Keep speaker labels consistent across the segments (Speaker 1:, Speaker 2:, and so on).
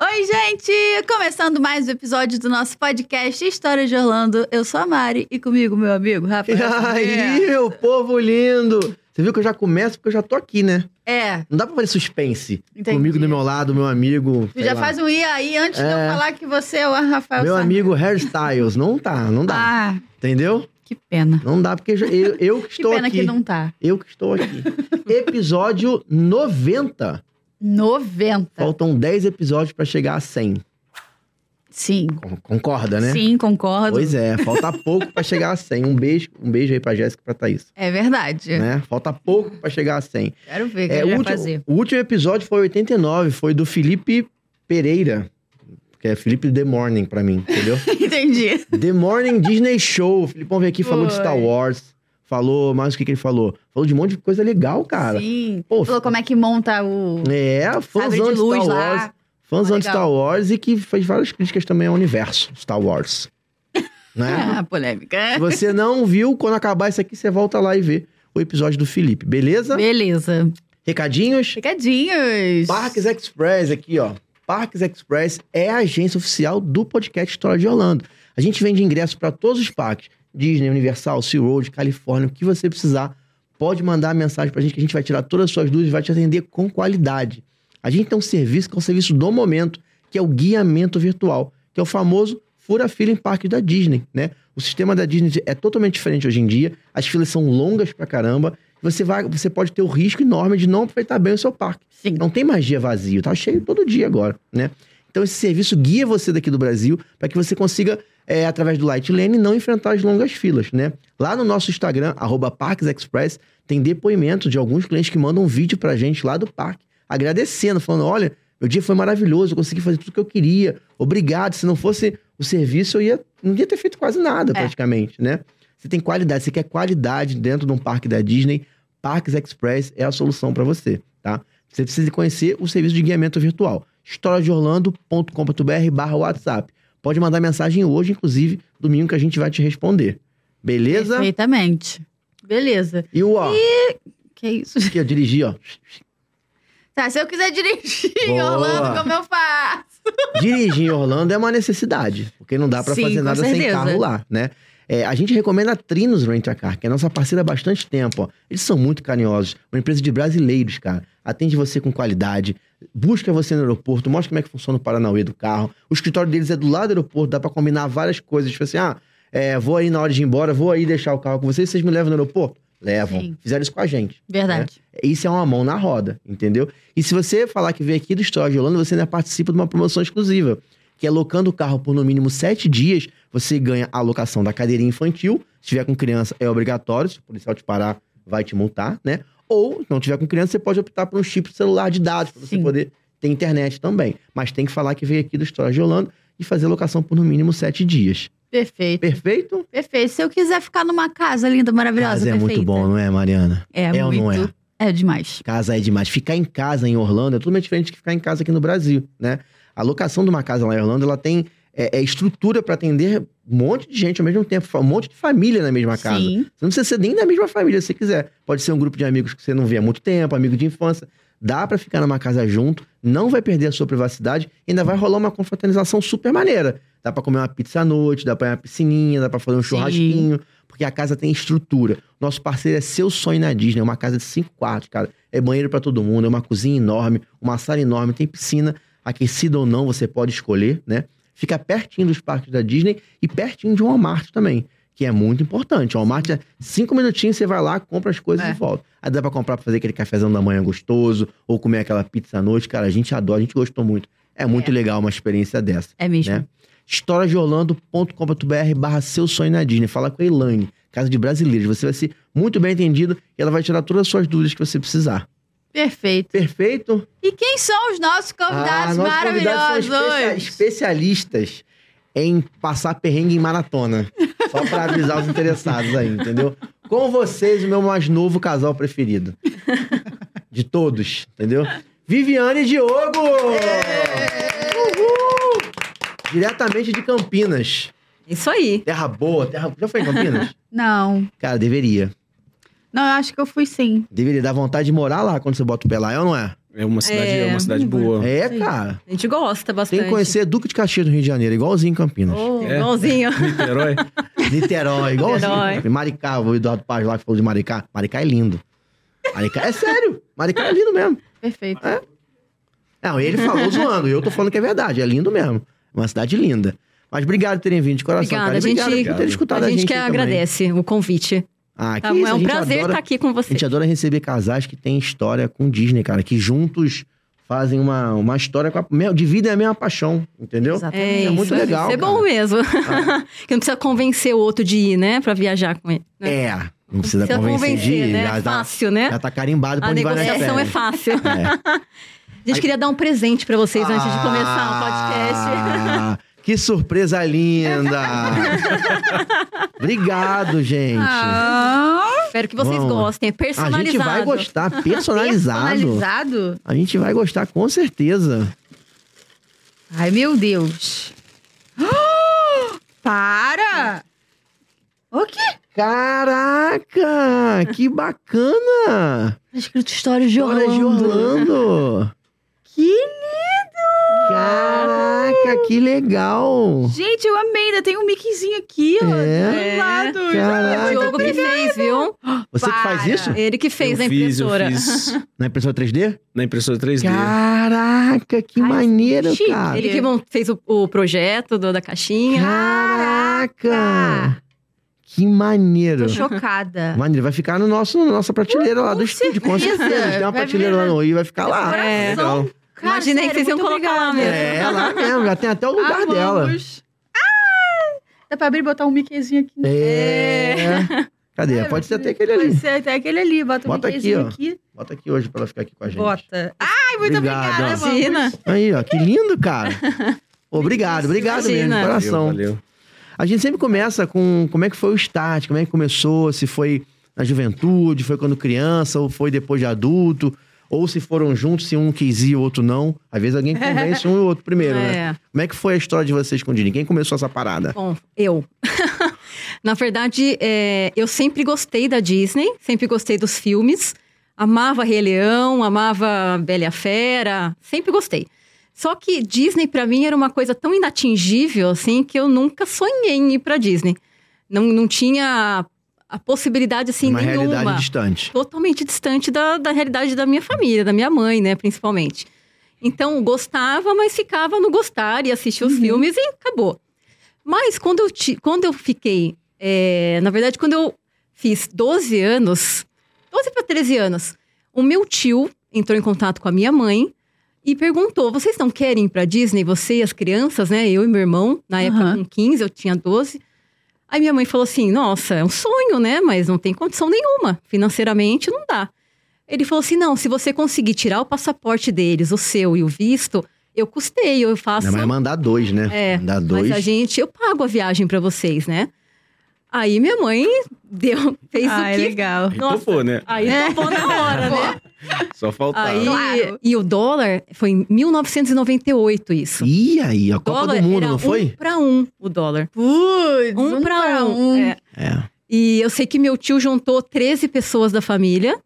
Speaker 1: Oi, gente! Começando mais um episódio do nosso podcast História de Orlando. Eu sou a Mari e comigo meu amigo
Speaker 2: E
Speaker 1: Rafael. É.
Speaker 2: aí, o povo lindo! Você viu que eu já começo porque eu já tô aqui, né?
Speaker 1: É,
Speaker 2: Não dá pra fazer suspense.
Speaker 1: Entendi.
Speaker 2: Comigo do meu lado, meu amigo.
Speaker 1: tu já faz um i aí antes de eu
Speaker 2: É.
Speaker 1: falar que você é o Rafael
Speaker 2: Meu
Speaker 1: Sarmento.
Speaker 2: amigo Hairstyles. Não tá, não dá.
Speaker 1: né? Ah,
Speaker 2: Entendeu?
Speaker 1: que pena.
Speaker 2: Não dá porque já- eu, eu que
Speaker 1: Que
Speaker 2: estou
Speaker 1: pena
Speaker 2: aqui.
Speaker 1: que não tá.
Speaker 2: Eu que estou aqui. Episódio 90.
Speaker 1: 90.
Speaker 2: Faltam 10 episódios pra chegar a 100.
Speaker 1: Sim.
Speaker 2: Con- Concorda, né?
Speaker 1: Sim, concordo.
Speaker 2: Pois é, falta pouco pra chegar a 100. Um beijo, um beijo aí pra Jéssica e pra Thaís.
Speaker 1: É verdade.
Speaker 2: Né? Falta pouco pra chegar a 100.
Speaker 1: Quero ver o que
Speaker 2: É,
Speaker 1: ele
Speaker 2: o,
Speaker 1: vai
Speaker 2: último,
Speaker 1: fazer.
Speaker 2: o último episódio foi 89, foi do Felipe Pereira. Que é Felipe The Morning pra mim, entendeu?
Speaker 1: Entendi.
Speaker 2: The Morning Disney Show. O Filipão veio aqui, falou de
Speaker 1: Foi.
Speaker 2: Star Wars. Falou, mais o que, que ele falou? Falou de um monte de coisa legal, cara.
Speaker 1: Sim.
Speaker 2: Pô,
Speaker 1: Falou como é que monta o
Speaker 2: É,
Speaker 1: sabre
Speaker 2: fãzão
Speaker 1: de
Speaker 2: de
Speaker 1: luz
Speaker 2: Star Wars.
Speaker 1: lá.
Speaker 2: Fãzão de
Speaker 1: Legal.
Speaker 2: Star Wars e que fez várias críticas também ao universo Star Wars. né?
Speaker 1: Ah, polêmica.
Speaker 2: Se você não viu, quando acabar isso aqui, você volta lá e vê o episódio do Felipe, beleza?
Speaker 1: Beleza.
Speaker 2: Recadinhos?
Speaker 1: Picadinhos.
Speaker 2: Parques Express aqui, ó. Parques Express é a agência oficial do podcast História de Orlando. A gente vende ingresso para todos os parques. Disney, Universal, SeaWorld, Califórnia, o que você precisar, pode mandar mensagem pra gente que a gente vai tirar todas as suas dúvidas e vai te atender com qualidade. A gente tem um serviço que é um serviço do momento, que é o guiamento virtual, que é o famoso fura fila em parque da Disney, né? O sistema da Disney é totalmente diferente hoje em dia, as filas são longas pra caramba, você vai, você pode ter o risco enorme de não aproveitar bem o seu parque.
Speaker 1: Sim.
Speaker 2: Não tem mais dia vazio, tá cheio todo dia agora, né? Então esse serviço guia você daqui do Brasil para que você consiga, é, através do Light Lane, não enfrentar as longas filas, né? Lá no nosso Instagram, arroba Parques Express, tem depoimento de alguns clientes que mandam um vídeo pra gente lá do parque, agradecendo, falando, olha, meu dia foi maravilhoso, eu consegui fazer tudo que eu queria, obrigado, se não fosse o serviço eu ia, não ia ter feito quase nada praticamente, né? Você tem qualidade, você quer qualidade dentro de um parque da Disney, Parques Express é a solução para você, tá? Você precisa conhecer o serviço de guiamento virtual. historiadeorlando.com.br barra WhatsApp. Pode mandar mensagem hoje, inclusive, domingo que a gente vai te responder. Beleza?
Speaker 1: Perfeitamente. Beleza.
Speaker 2: E o ó,
Speaker 1: Que é isso?
Speaker 2: que eu dirigi, ó.
Speaker 1: Tá, se eu quiser dirigir em
Speaker 2: Boa.
Speaker 1: Orlando, como eu faço?
Speaker 2: Dirigir em Orlando é uma necessidade, porque não dá pra
Speaker 1: Sim,
Speaker 2: fazer
Speaker 1: com
Speaker 2: nada sem
Speaker 1: certeza.
Speaker 2: carro lá, né? É, a gente recomenda a Trinos Rent a Car, que é nossa parceira há bastante tempo. Ó. Eles são muito carinhosos, uma empresa de brasileiros, cara. Atende você com qualidade, busca você no aeroporto, mostra como é que funciona o Paranauê do carro. O escritório deles é do lado do aeroporto, dá pra combinar várias coisas. Tipo assim, ah, é, vou aí na hora de ir embora, vou aí deixar o carro com vocês, vocês me levam no aeroporto? Levam.
Speaker 1: Sim.
Speaker 2: Fizeram isso com a gente.
Speaker 1: Verdade.
Speaker 2: Isso é uma mão na roda, entendeu? E se você falar que veio aqui do História de Holanda, você ainda participa de uma promoção exclusiva, que é locando o carro por no mínimo sete dias, você ganha a locação da cadeirinha infantil. Se tiver com criança, é obrigatório. Se o policial te parar, vai te multar, né? Ou, se não tiver com criança, você pode optar por um chip de celular de dados, para você
Speaker 1: Sim.
Speaker 2: poder ter internet também. Mas tem que falar que veio aqui do História de Holanda e fazer locação por no mínimo sete dias.
Speaker 1: Perfeito.
Speaker 2: Perfeito?
Speaker 1: Perfeito. Se eu quiser ficar numa casa linda, maravilhosa,
Speaker 2: Casa é
Speaker 1: perfeita.
Speaker 2: muito bom, não é, Mariana?
Speaker 1: É,
Speaker 2: É ou
Speaker 1: muito.
Speaker 2: não
Speaker 1: é demais.
Speaker 2: Casa é demais. Ficar em casa em Orlando é totalmente diferente de ficar em casa aqui no Brasil, né? A locação de uma casa lá em Orlando, ela tem é, é estrutura para atender um monte de gente ao mesmo tempo, um monte de família na mesma casa.
Speaker 1: Sim.
Speaker 2: Você não precisa ser nem da mesma família, se você quiser. Pode ser um grupo de amigos que você não vê há muito tempo, amigo de infância. Dá pra ficar numa casa junto, não vai perder a sua privacidade, ainda vai rolar uma confraternização super maneira. Dá pra comer uma pizza à noite, dá pra ir uma piscininha, dá pra fazer um
Speaker 1: Sim.
Speaker 2: churrasquinho, porque a casa tem estrutura. Nosso parceiro é Seu Sonho na Disney, é uma casa de cinco quartos, cara. É banheiro pra todo mundo, é uma cozinha enorme, uma sala enorme, tem piscina. aquecida ou não, você pode escolher, né? Fica pertinho dos parques da Disney e pertinho de um Walmart também, que é muito importante. O Walmart é cinco minutinhos, você vai lá, compra as coisas
Speaker 1: É.
Speaker 2: e volta. Aí dá pra comprar pra fazer aquele cafezão da manhã gostoso, ou comer aquela pizza à noite. Cara, a gente adora, a gente gostou muito. É muito
Speaker 1: É.
Speaker 2: legal uma experiência dessa
Speaker 1: É mesmo.
Speaker 2: né? historiasdeorlando.com.br barra seu sonho na Disney. Fala com a Elaine, Casa de Brasileiros. Você vai ser muito bem entendido e ela vai tirar todas as suas dúvidas que você precisar.
Speaker 1: Perfeito.
Speaker 2: Perfeito?
Speaker 1: E quem são os nossos convidados
Speaker 2: Ah, nossos
Speaker 1: maravilhosos?
Speaker 2: convidados são especia- especialistas em passar perrengue em maratona. Só pra avisar os interessados aí, entendeu? Com vocês, o meu mais novo casal preferido. De todos, entendeu? Viviane e Diogo! Uhul! Diretamente de Campinas.
Speaker 3: Isso aí.
Speaker 2: Terra boa, terra. Já foi em Campinas?
Speaker 1: Não.
Speaker 2: Cara, deveria.
Speaker 1: Não, eu acho que eu fui sim.
Speaker 2: Deveria dar vontade de morar lá quando você bota o pé lá, é ou não é?
Speaker 4: É uma cidade, é,
Speaker 3: É,
Speaker 4: uma cidade boa.
Speaker 2: É,
Speaker 3: Sim.
Speaker 2: cara.
Speaker 3: A gente gosta bastante.
Speaker 2: Tem que conhecer Duque de Caxias no Rio de Janeiro, igualzinho em Campinas.
Speaker 3: Oh,
Speaker 4: É.
Speaker 3: igualzinho.
Speaker 4: Niterói.
Speaker 2: Niterói, igualzinho.
Speaker 3: Niterói.
Speaker 2: Niterói. Maricá, o Eduardo Paz lá que falou de Maricá. Maricá é lindo. Maricá é sério. Maricá é lindo mesmo.
Speaker 1: Perfeito.
Speaker 2: Ah, Não, ele falou zoando. Eu tô falando que é verdade. É lindo mesmo. Uma cidade linda. Mas obrigado por terem vindo de coração,
Speaker 3: Obrigada,
Speaker 2: cara. E
Speaker 3: a gente-
Speaker 2: Obrigado por terem escutado
Speaker 3: a gente que
Speaker 2: aí também.
Speaker 3: agradece o convite.
Speaker 2: Ah, que
Speaker 3: Tá bom?
Speaker 2: isso,
Speaker 3: é
Speaker 2: a
Speaker 3: um
Speaker 2: gente
Speaker 3: prazer
Speaker 2: adora-
Speaker 3: estar aqui com
Speaker 2: A
Speaker 3: você.
Speaker 2: gente adora receber casais que têm história com Disney, cara, que juntos fazem uma, uma história com a, meu, dividem a mesma paixão, entendeu?
Speaker 3: É,
Speaker 2: É
Speaker 3: isso.
Speaker 2: muito legal,
Speaker 3: Isso é bom
Speaker 2: cara.
Speaker 3: mesmo. que não precisa convencer o outro de ir, né? Pra viajar com ele. né?
Speaker 2: É, não precisa convencer de ir,
Speaker 3: né?
Speaker 2: já, tá,
Speaker 3: fácil, né?
Speaker 2: já tá carimbado pra
Speaker 3: A
Speaker 2: onde vai nas
Speaker 3: negociação é
Speaker 2: férias.
Speaker 3: fácil.
Speaker 2: É.
Speaker 3: A gente queria dar um presente pra vocês antes de começar o podcast.
Speaker 2: Ah, Que surpresa linda! Obrigado, gente.
Speaker 1: Ah,
Speaker 3: Espero que vocês
Speaker 2: Vamos.
Speaker 3: gostem. É
Speaker 2: a
Speaker 3: personalizado.
Speaker 2: gente vai gostar, personalizado.
Speaker 1: personalizado?
Speaker 2: A gente vai gostar com certeza.
Speaker 1: Ai, meu Deus. Ah, Para! O quê?
Speaker 2: Caraca, que bacana!
Speaker 1: Tá escrito História de
Speaker 2: História de
Speaker 1: Orlando.
Speaker 2: Orlando.
Speaker 1: Que
Speaker 2: Caraca, que legal.
Speaker 1: Gente, eu amei. Ainda tem um Mickeyzinho aqui, ó.
Speaker 2: É?
Speaker 1: Do lado.
Speaker 3: O
Speaker 2: Caraca.
Speaker 3: Diogo que fez, viu?
Speaker 2: Você que faz
Speaker 1: Para.
Speaker 2: isso?
Speaker 3: Ele que fez
Speaker 4: eu
Speaker 3: a
Speaker 4: fiz, eu
Speaker 3: impressora.
Speaker 4: fiz
Speaker 2: Na impressora 3D?
Speaker 4: na impressora 3D.
Speaker 2: Caraca, que
Speaker 1: Ai,
Speaker 2: maneiro,
Speaker 1: chique.
Speaker 2: cara.
Speaker 3: Ele que mon- fez o, o projeto do- da caixinha.
Speaker 2: Caraca. Que maneiro.
Speaker 1: Tô chocada.
Speaker 2: Maneiro, vai ficar no nosso, na nossa prateleira lá do estúdio, com
Speaker 1: certeza.
Speaker 2: certeza. Tem uma
Speaker 1: Vai
Speaker 2: prateleira
Speaker 1: virar-
Speaker 2: lá no Rio, vai ficar lá.
Speaker 3: É.
Speaker 2: Legal.
Speaker 1: Cara,
Speaker 3: Imaginei
Speaker 1: sério,
Speaker 3: que vocês iam
Speaker 1: muito
Speaker 3: colocar lá
Speaker 1: obrigada.
Speaker 3: mesmo.
Speaker 2: É, lá mesmo, já tem até o lugar
Speaker 1: Amamos.
Speaker 2: dela.
Speaker 1: Ah! Dá pra abrir e botar um Mickeyzinho aqui.
Speaker 2: É. Cadê?
Speaker 1: Ai,
Speaker 2: Pode ser
Speaker 1: mas-
Speaker 2: até aquele ali.
Speaker 1: Pode ser até aquele ali. Bota um
Speaker 2: Bota aqui,
Speaker 1: Mickeyzinho
Speaker 2: ó.
Speaker 1: aqui.
Speaker 2: Bota aqui hoje pra ela ficar aqui com a gente.
Speaker 1: Bota. Ai, muito
Speaker 2: Obrigado,
Speaker 1: obrigada,
Speaker 2: ó.
Speaker 1: mano.
Speaker 3: Imagina.
Speaker 2: Aí, ó, que lindo, cara. Obrigado, obrigado mesmo, de
Speaker 3: Imagina.
Speaker 4: Valeu,
Speaker 2: coração.
Speaker 4: valeu.
Speaker 2: A gente sempre começa com como é que foi o start, como é que começou, se foi na juventude, foi quando criança, ou foi depois de adulto, ou se foram juntos, se um quis ir e o outro não. Às vezes alguém convence um e o outro primeiro, né?
Speaker 3: É.
Speaker 2: Como é que foi a história de vocês com o Dini? Quem começou essa parada?
Speaker 3: Bom, eu. Na verdade, é, eu sempre gostei da Disney, sempre gostei dos filmes. Amava Rei Leão, amava Bela e a Fera, sempre gostei. Só que Disney pra mim era uma coisa tão inatingível assim que eu nunca sonhei em ir pra Disney. Não, não tinha a possibilidade assim
Speaker 2: Uma
Speaker 3: nenhuma
Speaker 2: realidade distante.
Speaker 3: totalmente distante da, da realidade da minha família, da minha mãe, né, principalmente. Então, gostava, mas ficava no gostar e assistia os filmes e acabou. Mas quando eu, ti- quando eu fiquei, é, na verdade, quando eu fiz 12 anos, 12 para 13 anos, o meu tio entrou em contato com a minha mãe e perguntou: vocês não querem ir para Disney? Você e as crianças, né? Eu e meu irmão, na época
Speaker 1: Aham.
Speaker 3: com 15, eu tinha 12. Aí minha mãe falou assim: nossa, é um sonho, né? Mas não tem condição nenhuma. Financeiramente não dá. Ele falou assim: não, se você conseguir tirar o passaporte deles, o seu e o visto, eu custeio, eu faço.
Speaker 2: Não, mas mandar dois, né?
Speaker 3: É,
Speaker 2: mandar dois.
Speaker 3: Mas a gente, eu pago a viagem pra vocês, né? Aí minha mãe deu, fez
Speaker 1: Ai,
Speaker 3: o que.
Speaker 1: legal. É.
Speaker 4: Aí
Speaker 3: Nossa.
Speaker 4: topou, né?
Speaker 3: Aí topou na hora, né?
Speaker 4: Só faltava.
Speaker 3: Aí,
Speaker 1: Claro.
Speaker 3: E o dólar foi em 1998 isso.
Speaker 2: E aí, a
Speaker 3: O
Speaker 2: Copa
Speaker 3: dólar
Speaker 2: do Mundo,
Speaker 3: era
Speaker 2: não foi?
Speaker 3: Um pra um o dólar.
Speaker 1: Putz,
Speaker 3: Um, pra um. É.
Speaker 2: É.
Speaker 3: E eu sei que meu tio juntou 13 pessoas da família,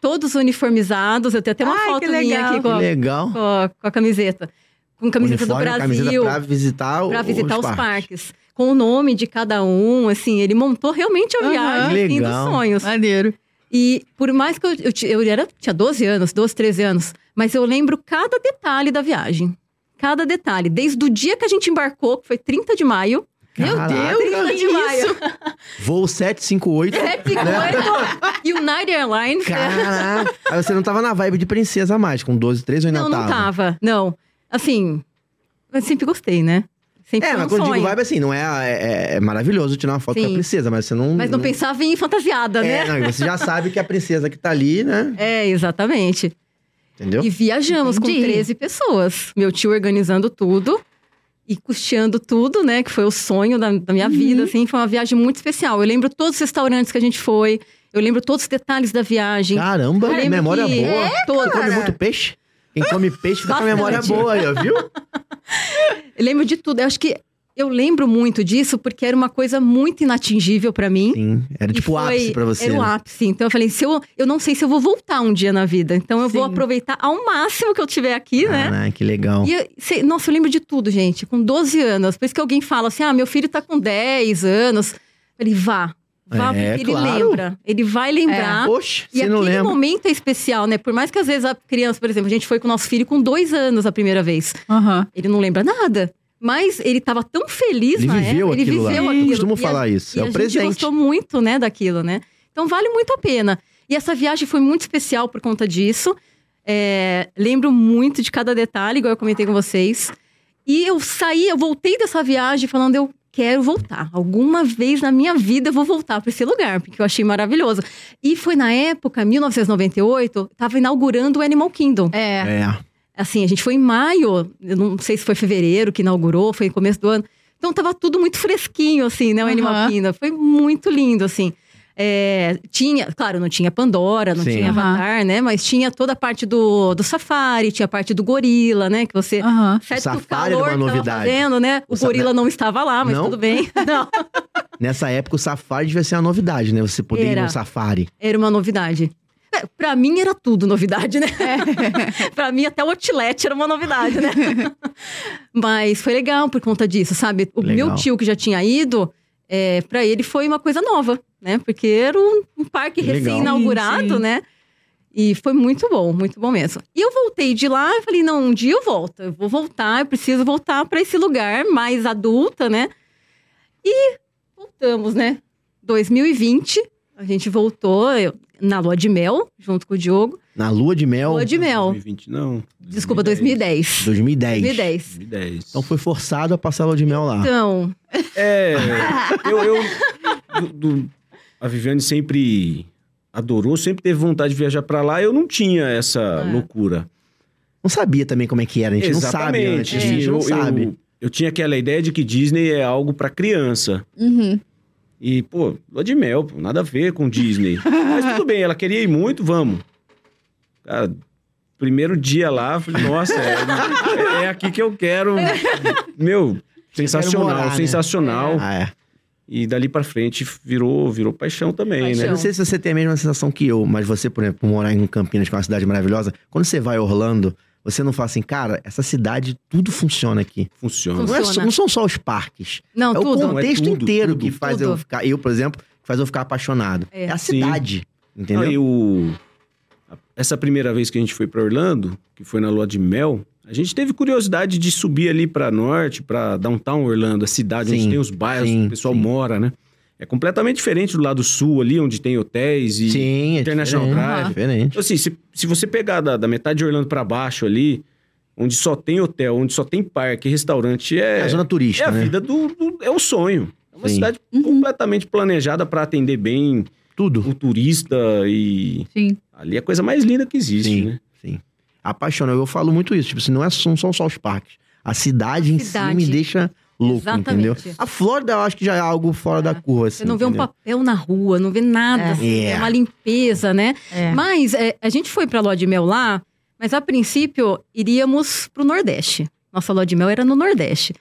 Speaker 3: todos uniformizados. Eu tenho até uma
Speaker 1: Ai,
Speaker 3: foto
Speaker 1: que
Speaker 3: minha
Speaker 1: legal.
Speaker 3: aqui
Speaker 2: Que
Speaker 3: com a,
Speaker 2: legal.
Speaker 3: com a- com a camiseta. Com camiseta
Speaker 2: Uniforme,
Speaker 3: do
Speaker 2: Camiseta
Speaker 3: Brasil.
Speaker 2: pra visitar, o-
Speaker 3: Pra visitar os,
Speaker 2: parques.
Speaker 3: parques. Com o nome de cada um, assim, ele montou realmente a
Speaker 1: Aham.
Speaker 3: viagem assim, dos
Speaker 2: Legal.
Speaker 3: sonhos.
Speaker 1: Maneiro.
Speaker 3: E por mais que eu, eu, ti- eu era, tinha 12 anos, 12, 13 anos, mas eu lembro cada detalhe da viagem. cada detalhe. Desde o dia que a gente embarcou, que foi 30 de maio.
Speaker 1: Meu
Speaker 2: Caraca.
Speaker 1: Deus,
Speaker 3: 30 de
Speaker 1: que
Speaker 3: maio.
Speaker 2: Voo 758.
Speaker 3: É. e United Airlines. né?
Speaker 2: Caraca. Aí você não tava na vibe de princesa mais, com 12, 13 ou ainda
Speaker 3: Não, não tava. Não. Assim, eu sempre gostei, né? Sempre
Speaker 2: É,
Speaker 3: foi um
Speaker 2: mas quando eu
Speaker 3: sonho.
Speaker 2: digo vibe, assim, não é, é, é maravilhoso tirar uma foto
Speaker 3: Sim.
Speaker 2: com a princesa, mas você não...
Speaker 3: Mas não pensava em fantasiada,
Speaker 2: né? É,
Speaker 3: né?
Speaker 2: não, e você já sabe que a princesa que tá ali, né?
Speaker 3: É, exatamente.
Speaker 2: Entendeu?
Speaker 3: É. E viajamos
Speaker 1: Entendi.
Speaker 3: com 13 pessoas. Meu tio organizando tudo e custeando tudo, né? Que foi o sonho da, da minha vida, assim. Foi uma viagem muito especial. Eu lembro todos os restaurantes que a gente foi. Eu lembro todos os detalhes da viagem.
Speaker 2: Caramba,
Speaker 3: Eu lembro
Speaker 2: memória
Speaker 3: que-
Speaker 2: boa.
Speaker 3: É,
Speaker 2: Você come
Speaker 3: cara.
Speaker 2: muito peixe? Quem come peixe fica com a
Speaker 3: Bastante.
Speaker 2: memória boa aí, ó, viu?
Speaker 3: Eu lembro de tudo. Eu acho que eu lembro muito disso porque era uma coisa muito inatingível pra mim.
Speaker 2: Sim, era
Speaker 3: E
Speaker 2: tipo o
Speaker 3: foi-
Speaker 2: ápice pra você.
Speaker 3: Era o
Speaker 2: né?
Speaker 3: ápice. Então eu falei, se eu, eu não sei se eu vou voltar um dia na vida. Então eu vou
Speaker 1: Sim.
Speaker 3: aproveitar ao máximo que eu tiver aqui, né?
Speaker 2: Caraca, que legal.
Speaker 3: E eu- cê- nossa, eu lembro de tudo, gente. Com 12 anos. Por isso que alguém fala assim: ah, meu filho tá com 10 anos. Ele vá. Vá,
Speaker 2: É,
Speaker 3: porque ele
Speaker 2: claro.
Speaker 3: lembra. Ele vai lembrar.
Speaker 2: Oxe,
Speaker 3: E
Speaker 2: você não
Speaker 3: aquele
Speaker 2: lembra.
Speaker 3: momento é especial, né? Por mais que às vezes a criança, por exemplo, a gente foi com o nosso filho com dois anos a primeira vez.
Speaker 1: Aham.
Speaker 3: Ele não lembra nada. Mas ele tava tão feliz
Speaker 2: Ele
Speaker 3: na
Speaker 2: viveu
Speaker 3: época, né? ele
Speaker 2: aquilo
Speaker 3: viveu
Speaker 2: lá.
Speaker 3: aquilo.
Speaker 2: Eu costumo
Speaker 3: E a-
Speaker 2: falar isso. É
Speaker 3: e a
Speaker 2: o
Speaker 3: gente
Speaker 2: presente.
Speaker 3: gostou muito, né, daquilo, né? Então vale muito a pena. E essa viagem foi muito especial por conta disso. É, lembro muito de cada detalhe, igual eu comentei com vocês. E eu saí, eu voltei dessa viagem falando, eu quero voltar. Alguma vez na minha vida eu vou voltar para esse lugar, porque eu achei maravilhoso. E foi na época, 1998, estava inaugurando o Animal Kingdom.
Speaker 1: É.
Speaker 2: É.
Speaker 3: Assim, a gente foi em maio, eu não sei se foi fevereiro que inaugurou, foi no começo do ano. Então tava tudo muito fresquinho, assim, né? O Animal
Speaker 1: Aham.
Speaker 3: Kingdom. Foi muito lindo, assim. É, tinha, claro, não tinha Pandora, não
Speaker 2: Sim.
Speaker 3: tinha
Speaker 1: Aham.
Speaker 3: Avatar, né? Mas tinha toda a parte do, do safari, tinha a parte do gorila, né? Que você.
Speaker 1: Aham.
Speaker 3: Certo,
Speaker 2: O
Speaker 3: que o
Speaker 2: safari era
Speaker 3: calor
Speaker 2: uma
Speaker 3: que tava
Speaker 2: novidade.
Speaker 3: fazendo, né? O,
Speaker 2: O sa-
Speaker 3: gorila não estava lá, mas
Speaker 2: Não?
Speaker 3: tudo bem. Não,
Speaker 2: Nessa época, o safari devia ser uma novidade, né? Você poder ir
Speaker 3: Era.
Speaker 2: no safari.
Speaker 3: era uma novidade. É, Pra mim era tudo novidade, né? pra mim até o outlet era uma novidade, né? Mas foi legal por conta disso, sabe? O
Speaker 2: Legal.
Speaker 3: meu tio que já tinha ido, é, para ele foi uma coisa nova, né? Porque era um, um parque
Speaker 2: Legal.
Speaker 3: recém-inaugurado,
Speaker 1: Sim, sim.
Speaker 3: né? E foi muito bom, muito bom mesmo. E eu voltei de lá e falei, não, um dia eu volto. Eu vou voltar, eu preciso voltar para esse lugar mais adulta, né? E voltamos, né? 2020, a gente voltou eu- na lua de mel, junto com o Diogo.
Speaker 2: Na lua de mel,
Speaker 3: Lua de mel.
Speaker 4: 2020, não.
Speaker 3: Desculpa, 2010.
Speaker 2: 2010.
Speaker 3: 2010.
Speaker 4: 2010.
Speaker 2: Então foi forçado a passar a lua de mel lá.
Speaker 3: Então,
Speaker 4: É, eu... eu do- do- a Viviane sempre adorou, sempre teve vontade de viajar pra lá. Eu não tinha essa
Speaker 3: É.
Speaker 4: loucura.
Speaker 2: Não sabia também como é que era. A gente não sabe antes.
Speaker 4: É,
Speaker 2: A gente
Speaker 4: eu,
Speaker 2: não sabe.
Speaker 4: Eu, eu tinha aquela ideia de que Disney é algo pra criança.
Speaker 1: Uhum.
Speaker 4: E, pô, lua de mel, pô, nada a ver com Disney. Mas tudo bem, ela queria ir muito, vamos. Cara, primeiro dia lá, eu falei, nossa, é, é aqui que eu quero. Meu, sensacional,
Speaker 2: morar, né?
Speaker 4: sensacional.
Speaker 2: Ah, é.
Speaker 4: E dali pra frente virou, virou paixão também,
Speaker 3: Paixão.
Speaker 2: Eu
Speaker 4: né?
Speaker 2: não sei se você tem a mesma sensação que eu, mas você, por exemplo, por morar em Campinas, que é uma cidade maravilhosa, quando você vai a Orlando, você não fala assim, cara, essa cidade, tudo funciona aqui.
Speaker 4: Funciona.
Speaker 2: Não, é só-
Speaker 3: Funciona.
Speaker 2: não são só os parques.
Speaker 3: não,
Speaker 2: é o
Speaker 3: tudo.
Speaker 2: contexto
Speaker 4: É tudo,
Speaker 2: inteiro
Speaker 4: tudo.
Speaker 2: que faz
Speaker 3: Tudo.
Speaker 2: eu ficar. Eu, por exemplo, que faz eu ficar apaixonado. É,
Speaker 3: É.
Speaker 2: a
Speaker 4: Sim.
Speaker 2: cidade. Entendeu?
Speaker 4: Não, e o- a- Essa primeira vez que a gente foi pra Orlando, que foi na lua de mel, a gente teve curiosidade de subir ali pra norte, pra downtown Orlando, a cidade
Speaker 2: Sim,
Speaker 4: onde tem os bairros,
Speaker 2: sim,
Speaker 4: o pessoal
Speaker 2: sim.
Speaker 4: mora, né? É completamente diferente do lado sul ali, onde tem hotéis e
Speaker 2: Sim, é
Speaker 4: International
Speaker 2: diferente,
Speaker 4: Drive.
Speaker 2: é diferente.
Speaker 4: Então, assim, se, se você pegar da, da metade de Orlando pra baixo ali, onde só tem hotel, onde só tem parque, restaurante,
Speaker 2: É,
Speaker 4: é,
Speaker 2: a zona
Speaker 4: é
Speaker 2: turística,
Speaker 4: a
Speaker 2: né?
Speaker 4: vida do, do- É o sonho. É uma
Speaker 2: Sim.
Speaker 4: cidade completamente planejada pra atender bem
Speaker 2: Tudo.
Speaker 4: o turista e.
Speaker 1: Sim.
Speaker 4: Ali é a coisa mais linda que existe,
Speaker 2: Sim,
Speaker 4: né?
Speaker 2: sim. Apaixona. Eu falo muito isso. Tipo, assim, não é só, são só os parques. A cidade em si
Speaker 3: cidade.
Speaker 2: me deixa louco,
Speaker 3: Exatamente.
Speaker 2: entendeu? A Flórida, eu acho que já é algo fora
Speaker 3: É.
Speaker 2: da curva, assim.
Speaker 3: Você não vê um
Speaker 2: entendeu?
Speaker 3: papel na rua, não vê nada.
Speaker 1: É.
Speaker 3: assim,
Speaker 2: É.
Speaker 3: é uma limpeza, né?
Speaker 1: É.
Speaker 3: Mas é, a gente foi pra Lua de Mel lá, mas a princípio iríamos pro Nordeste. Nossa Lua de Mel era no Nordeste.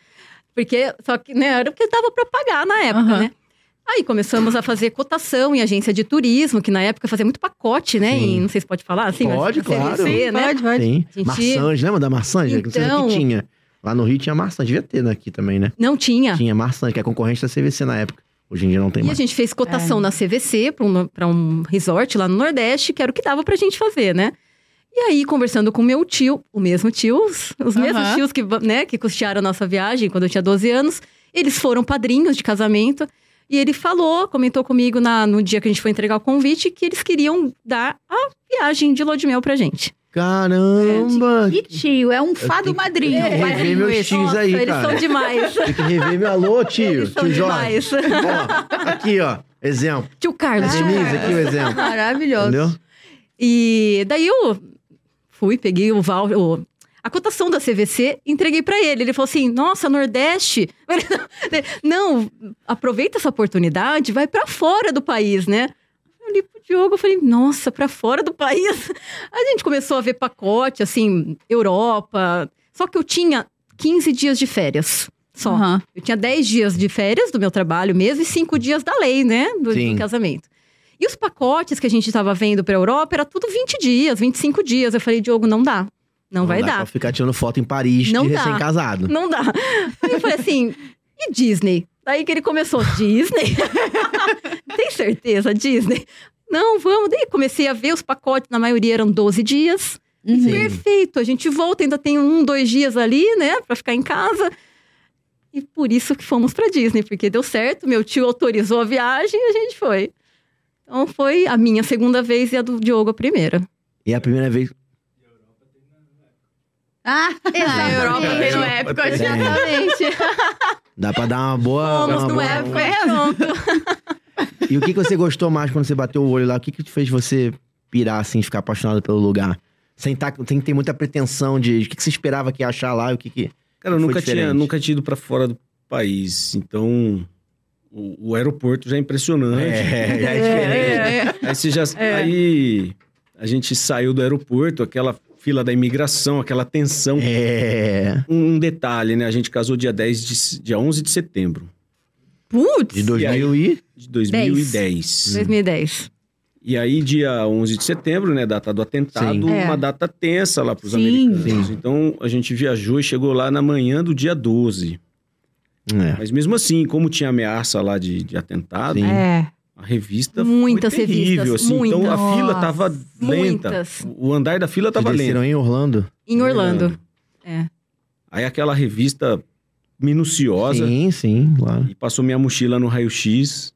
Speaker 3: Porque, só que, né, era o que dava pra pagar na época,
Speaker 1: Aham.
Speaker 3: né? Aí começamos a fazer cotação em agência de turismo, que na época fazia muito pacote, né?
Speaker 2: Sim.
Speaker 3: em- não sei se pode falar assim. mas
Speaker 2: Pode,
Speaker 3: CVC,
Speaker 2: claro.
Speaker 3: né?
Speaker 1: Pode, pode.
Speaker 2: Sim.
Speaker 3: Gente-
Speaker 2: Marçãs, lembra da Marçãs? Não sei o
Speaker 3: Então-
Speaker 2: que tinha. Lá no Rio tinha Marçãs. Devia ter aqui também, né?
Speaker 3: Não tinha.
Speaker 2: Tinha Marçãs, que é concorrente da CVC na época. Hoje em dia não tem
Speaker 3: E a
Speaker 2: mais.
Speaker 3: gente fez cotação na CVC para um, pra um resort lá no Nordeste, que era o que dava pra gente fazer, né? E aí, conversando com meu tio, o mesmo tio, os os
Speaker 1: Aham.
Speaker 3: mesmos tios que, né, que custearam a nossa viagem quando eu tinha 12 anos, eles foram padrinhos de casamento. E ele falou, comentou comigo na- no dia que a gente foi entregar o convite, que eles queriam dar a viagem de lua de mel pra gente.
Speaker 2: Caramba!
Speaker 1: E tio, é um fado
Speaker 2: tenho-
Speaker 1: madrinho. é
Speaker 2: eu tenho que
Speaker 1: padrinho
Speaker 2: rever meus
Speaker 1: esse.
Speaker 2: tios aí,
Speaker 3: É. eles
Speaker 2: cara.
Speaker 3: são demais.
Speaker 2: Tem que rever meu alô, tio.
Speaker 3: eles são
Speaker 2: Tio Jorge.
Speaker 3: demais. É.
Speaker 2: Ó, aqui, ó. Exemplo.
Speaker 3: tio Carlos, tio
Speaker 2: Denise,
Speaker 3: Carlos.
Speaker 2: aqui o exemplo.
Speaker 1: Maravilhoso.
Speaker 2: Entendeu?
Speaker 3: E daí eu fui, peguei o val, o- a cotação da CVC, entreguei pra ele. Ele falou assim: "Nossa, Nordeste". Não, aproveita essa oportunidade, vai pra fora do país, né? Eu olhei pro Diogo, eu falei: "Nossa, pra fora do país". Aí a gente começou a ver pacote assim, Europa. Só que eu tinha 15 dias de férias. Só.
Speaker 1: Aham.
Speaker 3: Eu tinha 10 dias de férias do meu trabalho mesmo e 5 dias da lei, né? Do,
Speaker 2: Sim.
Speaker 3: do casamento. E os pacotes que a gente estava vendo para Europa era tudo 20 dias, 25 dias. Eu falei, Diogo, não dá. Não, vai
Speaker 2: dá
Speaker 3: dar.
Speaker 2: pra ficar tirando foto em Paris
Speaker 3: Não
Speaker 2: de
Speaker 3: dá.
Speaker 2: recém-casado.
Speaker 3: Não dá. Aí eu falei assim, e Disney? Daí que ele começou, Disney? Tem certeza, Disney? Não, vamos. Daí comecei a ver os pacotes, na maioria eram 12 dias.
Speaker 1: Uhum.
Speaker 2: Sim.
Speaker 3: Perfeito, a gente volta, ainda tem um, dois dias ali, né, Pra ficar em casa. E por isso que fomos pra Disney, porque deu certo, meu tio autorizou a viagem e a gente foi. Então foi a minha segunda vez e a do Diogo a primeira.
Speaker 2: E é a primeira vez.
Speaker 1: Ah, É. a Europa
Speaker 2: Exatamente.
Speaker 1: tem no Epcot.
Speaker 2: Tem.
Speaker 3: Exatamente.
Speaker 2: Dá pra dar uma boa.
Speaker 3: Fomos é?
Speaker 2: uma
Speaker 3: no
Speaker 2: boa-
Speaker 3: Epcot, pronto.
Speaker 2: E o que, que você gostou mais quando você bateu o olho lá? O que, que fez você pirar, assim, ficar apaixonado pelo lugar? Sem, tá, sem ter muita pretensão de. O que, que você esperava que ia achar lá? e O que que.
Speaker 4: Cara, eu
Speaker 2: Foi
Speaker 4: nunca tinha,
Speaker 2: diferente.
Speaker 4: nunca tinha ido pra fora do país, então o, o aeroporto já é impressionante.
Speaker 2: é
Speaker 4: Aí você já.
Speaker 1: É.
Speaker 4: Aí a gente saiu do aeroporto, aquela fila da imigração, aquela tensão.
Speaker 2: É.
Speaker 4: Um, um detalhe, né? A gente casou dia 10 de, se- dia 11 de setembro
Speaker 3: Putz,
Speaker 2: De 2000 e.
Speaker 4: de 2010.
Speaker 2: Uhum.
Speaker 3: 2010.
Speaker 4: E aí, dia 11 de setembro, né? Data do atentado,
Speaker 3: Sim. É.
Speaker 4: uma data tensa lá pros
Speaker 1: Sim.
Speaker 4: americanos. Então a gente viajou e chegou lá na manhã do dia 12.
Speaker 2: É.
Speaker 3: Tá.
Speaker 4: Mas mesmo assim, como tinha ameaça lá de, de atentado,
Speaker 2: Sim.
Speaker 3: É.
Speaker 4: a revista
Speaker 3: Muitas
Speaker 4: foi terrível,
Speaker 3: revistas,
Speaker 4: assim. Então
Speaker 3: muitas.
Speaker 4: a fila tava lenta.
Speaker 3: Muitas.
Speaker 4: O andar da fila tava
Speaker 2: Vocês
Speaker 4: lento.
Speaker 2: desceram em Orlando?
Speaker 4: Hum.
Speaker 3: Em Orlando. É.
Speaker 4: Aí aquela revista minuciosa
Speaker 2: Sim, sim, claro.
Speaker 4: e passou minha mochila no raio-x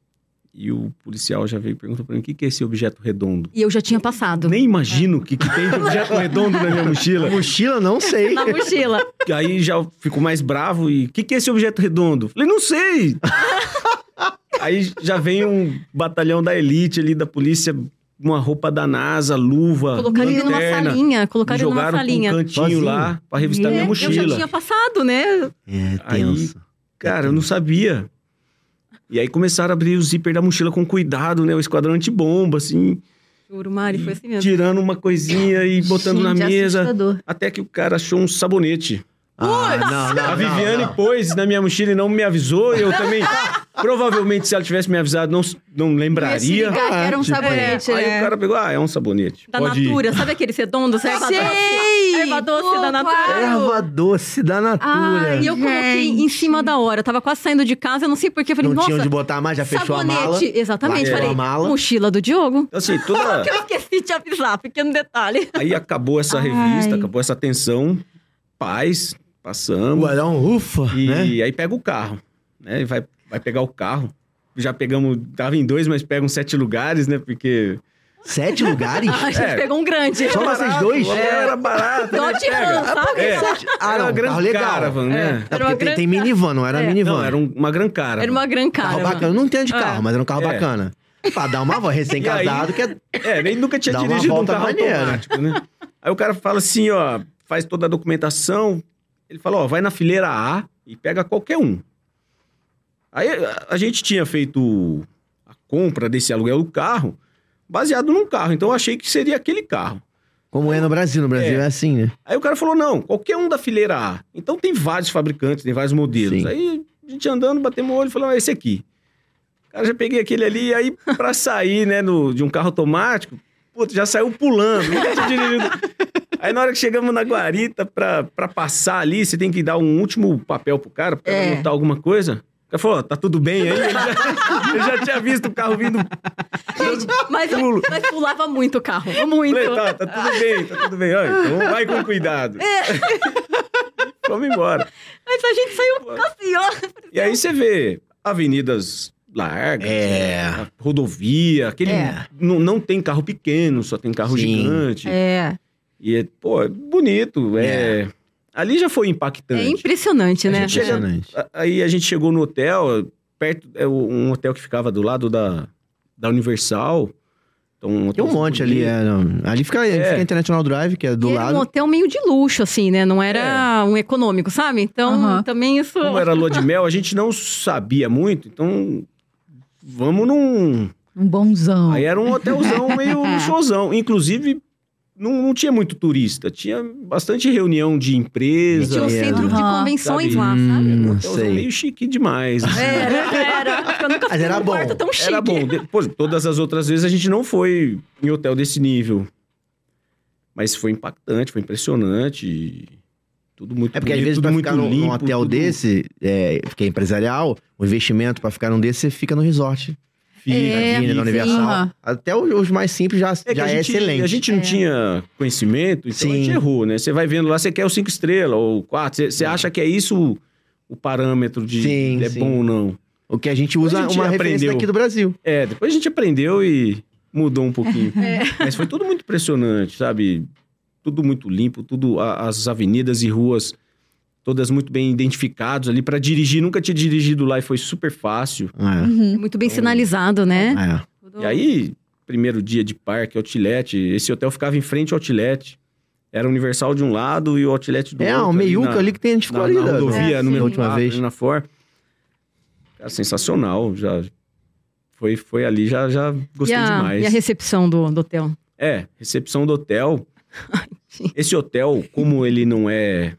Speaker 4: e o policial já veio e perguntou pra mim o que, que é esse objeto redondo.
Speaker 3: E eu já tinha passado.
Speaker 4: Nem imagino o que, que tem de objeto redondo na minha mochila.
Speaker 2: Mochila, não sei.
Speaker 3: Na mochila.
Speaker 4: E aí já ficou mais bravo e o que, que é esse objeto redondo? Falei, não sei! aí já vem um batalhão da elite ali, da polícia, uma roupa da NASA, luva,
Speaker 3: Colocaram ele numa
Speaker 4: lanterna.
Speaker 3: salinha. Colocaram ele numa
Speaker 4: jogaram pra um
Speaker 3: salinha.
Speaker 4: cantinho
Speaker 2: Sozinho.
Speaker 4: lá pra revistar minha
Speaker 3: É, Eu já
Speaker 4: mochila.
Speaker 3: tinha passado, né?
Speaker 2: É,
Speaker 4: Aí-
Speaker 2: tenso.
Speaker 4: Cara, eu não sabia. E aí começaram a abrir o zíper da mochila com cuidado, né? O esquadrão antibomba, assim.
Speaker 3: Juro, Mari, foi assim mesmo.
Speaker 4: Tirando uma coisinha e botando na
Speaker 1: Gente,
Speaker 4: mesa.
Speaker 1: assustador.
Speaker 4: Até que o cara achou um sabonete.
Speaker 2: Ah, não, não,
Speaker 4: a
Speaker 2: não,
Speaker 4: Viviane
Speaker 2: não.
Speaker 4: pôs na minha mochila e não me avisou. Eu também. provavelmente, se ela tivesse me avisado, não, não lembraria.
Speaker 1: Ia se ligar que era um
Speaker 4: Ah,
Speaker 1: sabonete,
Speaker 4: Aí
Speaker 1: né?
Speaker 4: o cara pegou, ah, é um sabonete.
Speaker 3: Da
Speaker 4: Pode ir.
Speaker 3: Natura, sabe aquele redondo? Sim!
Speaker 1: Sei!
Speaker 3: Erva doce da
Speaker 1: Pô,
Speaker 3: Natura.
Speaker 2: Erva doce da natura.
Speaker 1: Ai,
Speaker 3: E eu coloquei
Speaker 1: Gente.
Speaker 3: em cima da hora. Eu tava quase saindo de casa, eu não sei porquê. Eu falei,
Speaker 2: não
Speaker 3: nossa,
Speaker 2: tinha onde botar mais, já fechou
Speaker 3: sabonete.
Speaker 2: a mala.
Speaker 3: Exatamente.
Speaker 2: Largou
Speaker 3: Falei,
Speaker 2: a mala.
Speaker 3: mochila do Diogo.
Speaker 4: Então, assim, toda.
Speaker 3: Que eu esqueci de avisar, pequeno detalhe.
Speaker 4: Aí acabou essa revista, acabou essa tensão. Paz,
Speaker 2: O
Speaker 4: passamos.
Speaker 2: Guarão Rufa,
Speaker 4: E
Speaker 2: né?
Speaker 4: aí pega o carro, né? E Vai, vai pegar o carro. Já pegamos, tava em dois, mas pegam sete lugares, né? Porque.
Speaker 2: Sete lugares?
Speaker 3: A gente
Speaker 4: É.
Speaker 3: pegou um grande.
Speaker 2: Só vocês dois?
Speaker 4: Era barato, né?
Speaker 3: Dodge
Speaker 4: Pega.
Speaker 3: Ram, sabe?
Speaker 4: É.
Speaker 2: Ah,
Speaker 4: era
Speaker 2: não,
Speaker 4: uma
Speaker 2: carro
Speaker 4: grande
Speaker 2: legal.
Speaker 4: caravan, né?
Speaker 2: É
Speaker 3: Era
Speaker 2: porque
Speaker 3: uma
Speaker 2: tem,
Speaker 3: gran-
Speaker 2: tem minivan, não era
Speaker 3: É.
Speaker 2: minivan.
Speaker 4: Não, era um- uma grande cara.
Speaker 3: Era uma gran
Speaker 2: carro
Speaker 3: cara.
Speaker 2: bacana. Eu não entendo de carro,
Speaker 3: É.
Speaker 2: mas era um carro
Speaker 4: É.
Speaker 2: bacana. Pra dar uma volta, recém-casado, que é...
Speaker 4: É, nem nunca tinha
Speaker 2: Dá uma
Speaker 4: dirigido um
Speaker 2: volta
Speaker 4: carro
Speaker 2: maneira.
Speaker 4: automático, né? Aí o cara fala assim, ó, faz toda a documentação. Ele fala, ó, vai na fileira A e pega qualquer um. Aí a- a gente tinha feito a compra desse aluguel do carro baseado num carro. Então eu achei que seria aquele carro.
Speaker 2: Como é no Brasil, no Brasil é,
Speaker 4: É.
Speaker 2: assim, né?
Speaker 4: Aí o cara falou, não, qualquer um da fileira A. Então tem vários fabricantes, tem vários modelos.
Speaker 2: Sim.
Speaker 4: Aí a gente andando, batemos o olho e falou, ah, esse aqui. Cara, já peguei aquele ali, aí pra sair, né, no- de um carro automático, putz, já saiu pulando. nunca tinha dirigido. aí na hora que chegamos na guarita pra, pra passar ali, você tem que dar um último papel pro cara, pra
Speaker 1: É.
Speaker 4: anotar alguma coisa. O cara falou, ó, tá tudo bem aí? Ele já, eu já tinha visto o carro vindo.
Speaker 3: Gente, mas, mas pulava muito o carro. Muito.
Speaker 4: Falei, tá, tá tudo bem, tá tudo bem. Ó, então vai com cuidado. Vamos embora.
Speaker 3: Mas a gente saiu assim, ó.
Speaker 4: E aí você vê avenidas largas,
Speaker 2: É.
Speaker 4: né, rodovia, aquele.
Speaker 1: É.
Speaker 4: Não, não tem carro pequeno, só tem carro
Speaker 2: Sim.
Speaker 4: gigante.
Speaker 3: É.
Speaker 4: E é, pô, é bonito. É. Ali já foi impactante.
Speaker 3: É impressionante, né?
Speaker 2: Impressionante.
Speaker 4: A- Aí a gente chegou no hotel, perto, é o- um hotel que ficava do lado da, da Universal. Então, um
Speaker 2: Tem um monte ali, é, não. Ali fica,
Speaker 4: É.
Speaker 2: fica a International Drive, que é do
Speaker 3: E era um
Speaker 2: lado.
Speaker 3: hotel meio de luxo, assim, né? Não era um econômico, sabe? Então,
Speaker 1: Aham.
Speaker 3: também isso.
Speaker 4: É. Como era lua de mel, a gente não sabia muito, então vamos num...
Speaker 1: Um bonzão.
Speaker 4: Aí era um hotelzão meio luxuosão. Inclusive, não, não tinha muito turista, tinha bastante reunião de
Speaker 3: E
Speaker 4: empresa.
Speaker 3: Tinha um
Speaker 2: Era.
Speaker 3: centro de
Speaker 1: Aham.
Speaker 3: convenções
Speaker 4: Sabe?
Speaker 3: lá, sabe? É,
Speaker 4: Era um
Speaker 2: Hum,
Speaker 4: hotelzão
Speaker 2: sei. É,
Speaker 4: meio chique demais. assim.
Speaker 3: Era, era. Eu nunca
Speaker 2: Mas
Speaker 3: fui
Speaker 2: era
Speaker 3: num
Speaker 2: bom.
Speaker 3: quarto tão chique.
Speaker 2: um
Speaker 4: Era bom. Depois, todas as outras vezes a gente não foi em hotel desse nível. Mas foi impactante, foi impressionante. e Tudo muito
Speaker 2: É porque às
Speaker 4: bonito,
Speaker 2: vezes
Speaker 4: tudo
Speaker 2: pra
Speaker 4: muito
Speaker 2: ficar num, num
Speaker 4: limpo,
Speaker 2: hotel
Speaker 4: tudo
Speaker 2: desse, é, que é empresarial, o investimento pra ficar num desse, você fica no resort.
Speaker 4: fica,
Speaker 3: É,
Speaker 2: Disney,
Speaker 4: fica.
Speaker 2: da Universal.
Speaker 1: Aham.
Speaker 2: Até os, os mais simples já
Speaker 4: É
Speaker 2: é,
Speaker 4: que
Speaker 2: já
Speaker 4: a
Speaker 2: é
Speaker 4: gente,
Speaker 2: excelente.
Speaker 4: A gente não tinha conhecimento, então a gente
Speaker 2: Sim.
Speaker 4: errou, né? Você vai vendo lá, você quer o cinco estrelas ou o quatro, você- você acha que é isso o, o parâmetro de
Speaker 2: Sim,
Speaker 4: é
Speaker 2: sim.
Speaker 4: bom ou não.
Speaker 2: O que a gente usa é
Speaker 4: A gente
Speaker 2: uma referência
Speaker 4: aprendeu.
Speaker 2: daqui do Brasil.
Speaker 4: É, depois a gente aprendeu e mudou um pouquinho.
Speaker 3: É.
Speaker 4: Mas foi tudo muito impressionante, sabe? Tudo muito limpo, tudo a- as avenidas e ruas todas muito bem identificadas ali para dirigir. Nunca tinha dirigido lá e foi super fácil.
Speaker 2: É.
Speaker 1: Uhum.
Speaker 3: Muito bem sinalizado, né?
Speaker 2: É.
Speaker 3: Tudo-
Speaker 4: E aí,
Speaker 3: Uhum.
Speaker 4: primeiro dia de parque, outlet, esse hotel ficava em frente ao outlet. Era Universal de um lado e o outlet do
Speaker 2: É,
Speaker 4: outro.
Speaker 2: um meiuca
Speaker 4: na-
Speaker 2: ali que tem, a gente ficou
Speaker 4: na,
Speaker 2: ali.
Speaker 4: na
Speaker 2: da-
Speaker 4: rodovia
Speaker 3: É,
Speaker 4: número
Speaker 2: sim. Última
Speaker 4: 4,
Speaker 2: vez.
Speaker 4: ali na FOR. Cara, sensacional, já foi, foi ali, já, já
Speaker 3: E
Speaker 4: gostei
Speaker 3: a,
Speaker 4: demais.
Speaker 3: e a recepção do, do hotel?
Speaker 4: É, recepção do hotel.
Speaker 3: gente.
Speaker 4: Esse hotel, como ele não é